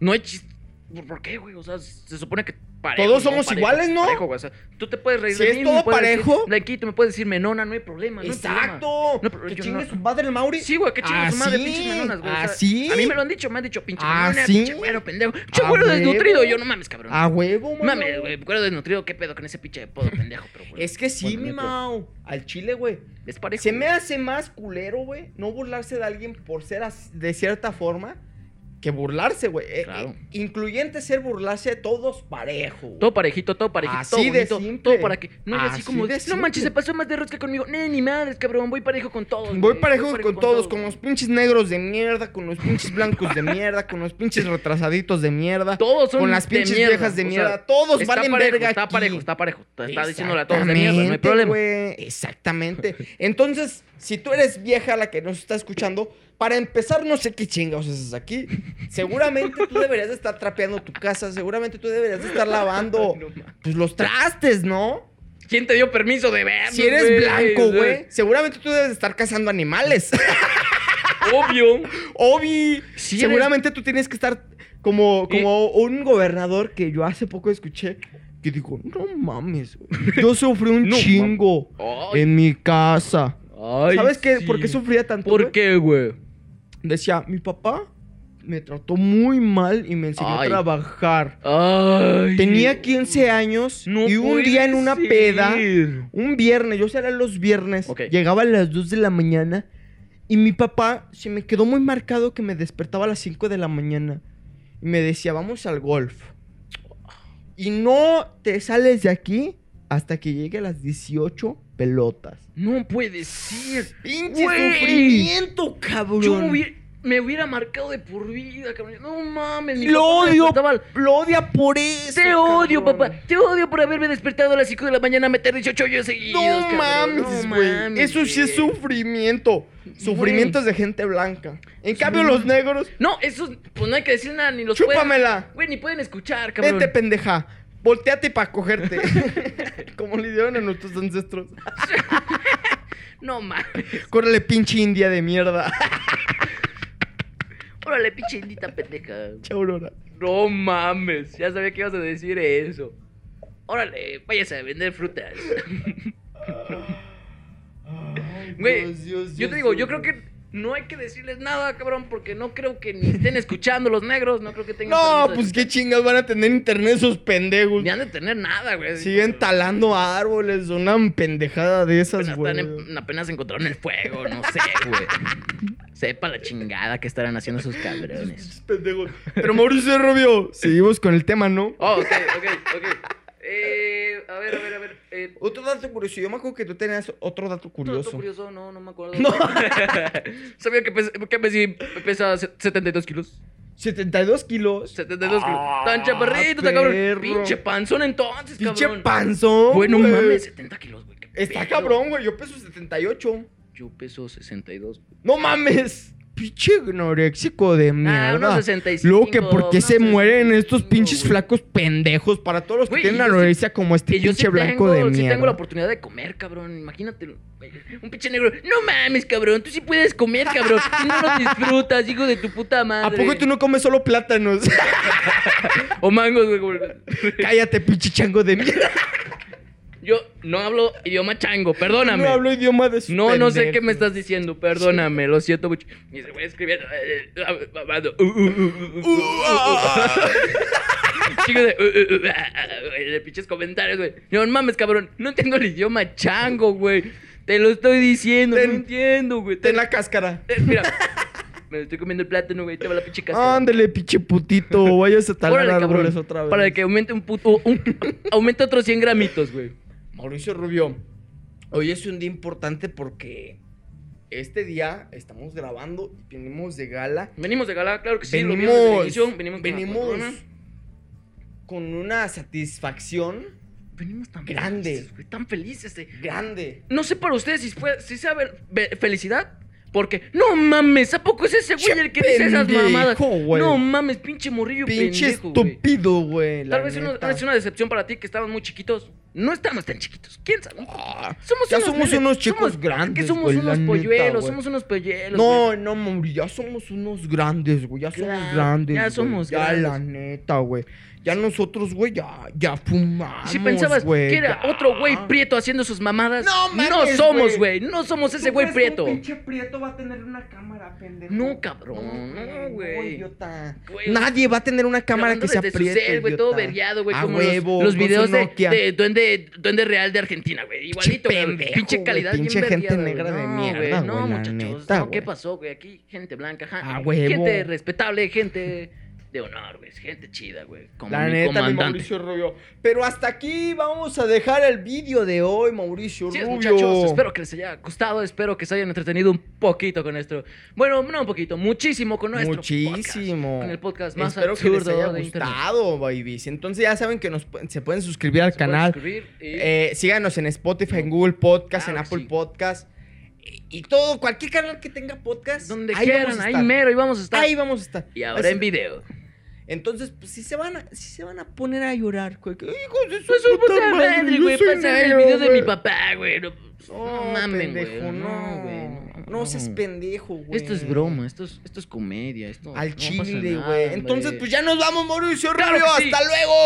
Speaker 2: No hay chiste. ¿Por, por qué, güey? O sea, se supone que. parejo,
Speaker 1: Todos somos
Speaker 2: Parejo,
Speaker 1: iguales, ¿no?
Speaker 2: parejo, güey. O sea, tú te puedes reír
Speaker 1: Si
Speaker 2: de
Speaker 1: es
Speaker 2: mí,
Speaker 1: todo
Speaker 2: me puedes decir
Speaker 1: parejo.
Speaker 2: Blanquito, me puedes decir menona, no hay problema. no hay problema.
Speaker 1: Exacto.
Speaker 2: No, pero
Speaker 1: que
Speaker 2: yo
Speaker 1: chingue
Speaker 2: no-
Speaker 1: su madre el Mauri.
Speaker 2: Sí, güey, que chingas su madre,
Speaker 1: Así,
Speaker 2: pinches menonas, güey. o sea,
Speaker 1: así.
Speaker 2: A mí me lo han dicho, me han dicho, pinche menona,
Speaker 1: Así.
Speaker 2: pinche güero, pendejo. Pinche
Speaker 1: A
Speaker 2: güero
Speaker 1: huevo.
Speaker 2: desnutrido. Yo no mames, cabrón.
Speaker 1: A huevo, mano.
Speaker 2: Mames, güey, güero desnutrido, qué pedo con ese pinche podo pendejo, pero güey.
Speaker 1: Es que sí,
Speaker 2: Bueno,
Speaker 1: mi
Speaker 2: neta.
Speaker 1: Mau. Al chile, güey.
Speaker 2: Es parejo.
Speaker 1: Se me
Speaker 2: güey.
Speaker 1: hace más culero, güey, no burlarse de alguien por ser as- de cierta forma que burlarse, güey. Eh,
Speaker 2: Claro.
Speaker 1: eh, incluyente ser burlarse de todos parejo. güey.
Speaker 2: Todo parejito, todo parejito,
Speaker 1: Así
Speaker 2: todo
Speaker 1: de
Speaker 2: bonito,
Speaker 1: simple.
Speaker 2: todo para que... No, y así
Speaker 1: Así
Speaker 2: como...
Speaker 1: de
Speaker 2: no
Speaker 1: simple.
Speaker 2: manches, se pasó más de rosca conmigo. Ni, ni madres, cabrón, voy parejo con todos.
Speaker 1: Voy
Speaker 2: güey,
Speaker 1: parejo con, todos, con
Speaker 2: güey.
Speaker 1: los pinches negros de mierda, con los pinches blancos de mierda, con los pinches retrasaditos de mierda.
Speaker 2: Todos son
Speaker 1: con las
Speaker 2: de
Speaker 1: pinches
Speaker 2: mierda,
Speaker 1: viejas de
Speaker 2: o sea,
Speaker 1: mierda. todos
Speaker 2: está
Speaker 1: valen
Speaker 2: parejo,
Speaker 1: verga
Speaker 2: Está
Speaker 1: aquí.
Speaker 2: parejo, está parejo. Está, está diciéndole a todos de mierda, no hay
Speaker 1: Exactamente,
Speaker 2: problema.
Speaker 1: güey, Exactamente. Entonces, si tú eres vieja la que nos está escuchando, para empezar, no sé qué chingados haces aquí. Seguramente tú deberías de estar trapeando tu casa, seguramente tú deberías de estar lavando
Speaker 2: No mames.
Speaker 1: pues los trastes, ¿no?
Speaker 2: ¿Quién te dio permiso de ver?
Speaker 1: Si eres blanco, güey, seguramente tú debes de estar cazando animales. <laughs>
Speaker 2: Obvio.
Speaker 1: Obi,
Speaker 2: Sí,
Speaker 1: seguramente tú tienes que estar como,
Speaker 2: Y-
Speaker 1: como un gobernador que yo hace poco escuché que dijo, no mames, güey, yo sufrí un
Speaker 2: No
Speaker 1: chingo
Speaker 2: Ay.
Speaker 1: en mi casa.
Speaker 2: Ay,
Speaker 1: Eh, ¿Sabes qué?
Speaker 2: sí.
Speaker 1: ¿Por qué sufría tanto?
Speaker 2: ¿Por
Speaker 1: güey?
Speaker 2: qué, güey?
Speaker 1: Decía, mi papá me trató muy mal y me enseñó
Speaker 2: Ay.
Speaker 1: a trabajar.
Speaker 2: Ay.
Speaker 1: Tenía 15 años
Speaker 2: No
Speaker 1: y un
Speaker 2: puede
Speaker 1: día en una
Speaker 2: ser.
Speaker 1: peda, un viernes, yo salía los viernes,
Speaker 2: Ok.
Speaker 1: llegaba a las 2 de la mañana y mi papá se me quedó muy marcado que me despertaba a las 5 de la mañana y me decía, vamos al golf. Y no te sales de aquí hasta que llegue a las 18 pelotas.
Speaker 2: No puede ser.
Speaker 1: Pinche
Speaker 2: Güey.
Speaker 1: sufrimiento, cabrón.
Speaker 2: Yo me hubiera, me hubiera marcado de por vida, cabrón. No mames, mi
Speaker 1: Lo
Speaker 2: papá me
Speaker 1: odio.
Speaker 2: despertaba al-
Speaker 1: Lo odia por eso.
Speaker 2: Te odio,
Speaker 1: cabrón.
Speaker 2: papá. Te odio por haberme despertado a las 5 de la mañana a meter 18 hoyos seguidos.
Speaker 1: No
Speaker 2: cabrón.
Speaker 1: mames,
Speaker 2: No
Speaker 1: güey.
Speaker 2: mames,
Speaker 1: Eso sí es
Speaker 2: güey.
Speaker 1: sufrimiento. Sufrimientos de gente blanca. En cambio, los negros,
Speaker 2: No, eso, pues no hay que decir nada, ni los pueden.
Speaker 1: chúpamela.
Speaker 2: Güey, ni pueden escuchar, cabrón.
Speaker 1: Vete, pendeja. Volteate para cogerte. <laughs> Como le dieron a nuestros ancestros.
Speaker 2: no mames. <laughs>
Speaker 1: Córrele, pinche india de mierda. <laughs>
Speaker 2: Órale, pinche indita pendeja.
Speaker 1: Chao, Aurora.
Speaker 2: No mames. Ya sabía que ibas a decir eso. Órale, váyase a vender frutas.
Speaker 1: <laughs>
Speaker 2: Güey,
Speaker 1: Dios, Dios,
Speaker 2: yo
Speaker 1: Dios,
Speaker 2: te digo,
Speaker 1: Dios,
Speaker 2: yo creo
Speaker 1: Dios.
Speaker 2: que no hay que decirles nada, cabrón, porque no creo que ni estén escuchando los negros, no creo que tengan.
Speaker 1: No,
Speaker 2: permiso de-
Speaker 1: pues qué chingas van a tener internet esos pendejos.
Speaker 2: Ni han de tener nada, güey.
Speaker 1: Siguen talando árboles, una pendejada de esas,
Speaker 2: Apenas,
Speaker 1: güey.
Speaker 2: están en- apenas encontraron el fuego, no
Speaker 1: <laughs>
Speaker 2: sé, güey. Sepa la chingada que estarán haciendo esos cabrones.
Speaker 1: Esos pendejos. Pero Mauricio
Speaker 2: <laughs>
Speaker 1: Rubio, seguimos con el tema, ¿no?
Speaker 2: Oh, ok, ok, ok. Eh, a ver, a ver, a ver. Eh,
Speaker 1: Otro dato curioso. Yo me acuerdo que tú tenías otro dato
Speaker 2: otro dato
Speaker 1: curioso.
Speaker 2: curioso, no, no me acuerdo.
Speaker 1: No.
Speaker 2: <laughs> Sabía que, pes- que Messi pesa se- 72 kilos.
Speaker 1: 72 kilos.
Speaker 2: 72 kilos. Tan chaparrito,
Speaker 1: Ah,
Speaker 2: tan cabrón.
Speaker 1: perro.
Speaker 2: Pinche panzón entonces,
Speaker 1: Pinche
Speaker 2: cabrón.
Speaker 1: panzón.
Speaker 2: Bueno,
Speaker 1: güey.
Speaker 2: mames, 70 kilos, güey. qué
Speaker 1: Está
Speaker 2: pedo.
Speaker 1: cabrón, güey. Yo peso 78.
Speaker 2: Yo peso 62.
Speaker 1: No mames. Pinche anoréxico de
Speaker 2: Ah, unos
Speaker 1: mierda.
Speaker 2: 65.
Speaker 1: Luego que por qué
Speaker 2: unos
Speaker 1: se mueren estos
Speaker 2: 65,
Speaker 1: pinches
Speaker 2: güey.
Speaker 1: flacos pendejos para todos los que
Speaker 2: Güey,
Speaker 1: tienen
Speaker 2: yo sí-
Speaker 1: anorexia como este
Speaker 2: Que yo
Speaker 1: pinche
Speaker 2: sí
Speaker 1: blanco
Speaker 2: tengo,
Speaker 1: de
Speaker 2: sí
Speaker 1: mierda.
Speaker 2: tengo la oportunidad de comer, cabrón. Imagínate. Un pinche negro. No mames, cabrón. Tú sí puedes comer, cabrón. Tú no lo disfrutas, hijo de tu puta
Speaker 1: ¿A
Speaker 2: madre.
Speaker 1: poco tú no comes solo plátanos? <laughs>
Speaker 2: <laughs> O mangos, güey. como-
Speaker 1: Cállate, pinche chango de mierda.
Speaker 2: Yo no hablo idioma chango, perdóname.
Speaker 1: No hablo idioma de sus
Speaker 2: No, no sé
Speaker 1: pendejos.
Speaker 2: qué me estás diciendo, perdóname, lo siento mucho. Y se voy a escribir. eh, eh, ah, ah, ah, uh, uh, uh, uh, uh, Chico de. uh, uh, uh, ah, ah, güey, de pinches comentarios, güey. No mames, cabrón. No entiendo el idioma chango, güey. Te lo estoy diciendo,
Speaker 1: Ten-
Speaker 2: no entiendo, güey.
Speaker 1: Ten la cáscara.
Speaker 2: Ten- Mira, me estoy comiendo el plátano, güey. Te va la pinche cascada.
Speaker 1: Ándale, pinche putito. Vayas a talar
Speaker 2: Órale,
Speaker 1: árboles
Speaker 2: cabrón,
Speaker 1: otra vez.
Speaker 2: Para que aumente un puto. un- aumente otros 100 gramitos, güey.
Speaker 1: Mauricio Rubio, hoy es un día importante porque este día estamos grabando y venimos de gala.
Speaker 2: Venimos de gala, claro que Pues sí. lo vimos de
Speaker 1: venimos,
Speaker 2: televisión, venimos. con la
Speaker 1: venimos
Speaker 2: patrona.
Speaker 1: con una satisfacción
Speaker 2: Venimos tan
Speaker 1: Grande.
Speaker 2: felices, güey, tan felices. de-
Speaker 1: grande.
Speaker 2: No sé para ustedes si, fue, si sea ver- ve- felicidad. Porque, no mames, ¿a poco es ese güey
Speaker 1: Che,
Speaker 2: el que dice esas
Speaker 1: pendejo,
Speaker 2: mamadas?
Speaker 1: güey.
Speaker 2: No mames, pinche morrillo
Speaker 1: Pinche
Speaker 2: pendejo, güey.
Speaker 1: estúpido, güey. la
Speaker 2: Tal vez uno-
Speaker 1: neta.
Speaker 2: tal vez es una decepción para ti que estaban muy chiquitos. No estamos tan chiquitos, quién sabe.
Speaker 1: Ah,
Speaker 2: Somos
Speaker 1: ya
Speaker 2: unos,
Speaker 1: somos
Speaker 2: menes-
Speaker 1: unos chicos
Speaker 2: somos-
Speaker 1: grandes,
Speaker 2: Que somos
Speaker 1: güey, la
Speaker 2: unos
Speaker 1: neta,
Speaker 2: polluelos,
Speaker 1: güey.
Speaker 2: somos unos polluelos.
Speaker 1: No,
Speaker 2: güey.
Speaker 1: no, Mauricio, ya somos unos grandes, güey. Ya somos
Speaker 2: Claro,
Speaker 1: grandes.
Speaker 2: ya
Speaker 1: güey,
Speaker 2: somos
Speaker 1: Ya
Speaker 2: grandes.
Speaker 1: la neta, güey. Ya nosotros, güey, ya, ya fumamos.
Speaker 2: Si pensabas
Speaker 1: güey,
Speaker 2: que era
Speaker 1: ya.
Speaker 2: otro Ah, güey prieto haciendo sus mamadas,
Speaker 1: No mames,
Speaker 2: somos,
Speaker 1: güey.
Speaker 2: güey. No somos ese güey prieto.
Speaker 1: pinche prieto va a tener una cámara, pendejo.
Speaker 2: No, cabrón, no, güey.
Speaker 1: idiota.
Speaker 2: Güey.
Speaker 1: Nadie va a tener una cámara que
Speaker 2: grabando
Speaker 1: se
Speaker 2: desde su
Speaker 1: apriete,
Speaker 2: cel, güey, todo
Speaker 1: idiota.
Speaker 2: vergueado, güey,
Speaker 1: A
Speaker 2: como
Speaker 1: huevo,
Speaker 2: los, los
Speaker 1: con su
Speaker 2: videos de,
Speaker 1: Nokia.
Speaker 2: de duende, Duende Real de Argentina, güey. Igualito,
Speaker 1: Pinche
Speaker 2: cabrón.
Speaker 1: pendejo,
Speaker 2: pinche
Speaker 1: güey,
Speaker 2: calidad
Speaker 1: pinche
Speaker 2: bien
Speaker 1: gente
Speaker 2: vergueada, güey.
Speaker 1: negra de
Speaker 2: No,
Speaker 1: mierda,
Speaker 2: güey, No,
Speaker 1: güey, la
Speaker 2: muchachos,
Speaker 1: neta,
Speaker 2: no, ¿qué
Speaker 1: güey.
Speaker 2: pasó, güey? Aquí gente blanca, ja,
Speaker 1: A huevo.
Speaker 2: gente respetable, gente de honor, güey, gente chida, güey, como
Speaker 1: La
Speaker 2: mi
Speaker 1: neta, mi
Speaker 2: comandante.
Speaker 1: Mauricio Rubio. Pero hasta aquí vamos a dejar el vídeo de hoy, Mauricio
Speaker 2: Sí,
Speaker 1: Rubio.
Speaker 2: muchachos, espero que les haya gustado, espero que se hayan entretenido un poquito con esto. Bueno, no un poquito, muchísimo con nuestro podcast,
Speaker 1: Muchísimo.
Speaker 2: con el podcast más
Speaker 1: Espero que
Speaker 2: absurdo
Speaker 1: les haya
Speaker 2: de internet.
Speaker 1: gustado, babies. Entonces ya saben que nos pu- se pueden suscribir al
Speaker 2: Se pueden
Speaker 1: canal.
Speaker 2: suscribir y-
Speaker 1: Eh, síganos en Spotify, en Google Podcast,
Speaker 2: Claro
Speaker 1: en
Speaker 2: que
Speaker 1: Apple
Speaker 2: sí.
Speaker 1: Podcast. Y- Y todo, cualquier canal que tenga podcast.
Speaker 2: Donde
Speaker 1: ahí
Speaker 2: quieran,
Speaker 1: vamos a
Speaker 2: ahí
Speaker 1: estar.
Speaker 2: mero, y vamos a estar.
Speaker 1: Ahí vamos a estar.
Speaker 2: Y ahora en video.
Speaker 1: Entonces, pues si se van a, si se van a poner a llorar, güey. que, Hijos de su
Speaker 2: Pues un
Speaker 1: puta
Speaker 2: puta
Speaker 1: madre,
Speaker 2: madre,
Speaker 1: yo
Speaker 2: güey.
Speaker 1: soy
Speaker 2: Pasa el
Speaker 1: negro,
Speaker 2: video de mi
Speaker 1: güey.
Speaker 2: papá, güey. No,
Speaker 1: No,
Speaker 2: no mamen, güey.
Speaker 1: pendejo, no,
Speaker 2: güey.
Speaker 1: No, seas pendejo, güey.
Speaker 2: Esto es broma, esto es, esto es comedia. Esto,
Speaker 1: Al
Speaker 2: no pasa
Speaker 1: chile,
Speaker 2: nada,
Speaker 1: güey. Entonces,
Speaker 2: hombre.
Speaker 1: pues ya nos vamos, Mauricio
Speaker 2: Claro
Speaker 1: Rubio.
Speaker 2: que sí.
Speaker 1: Hasta luego.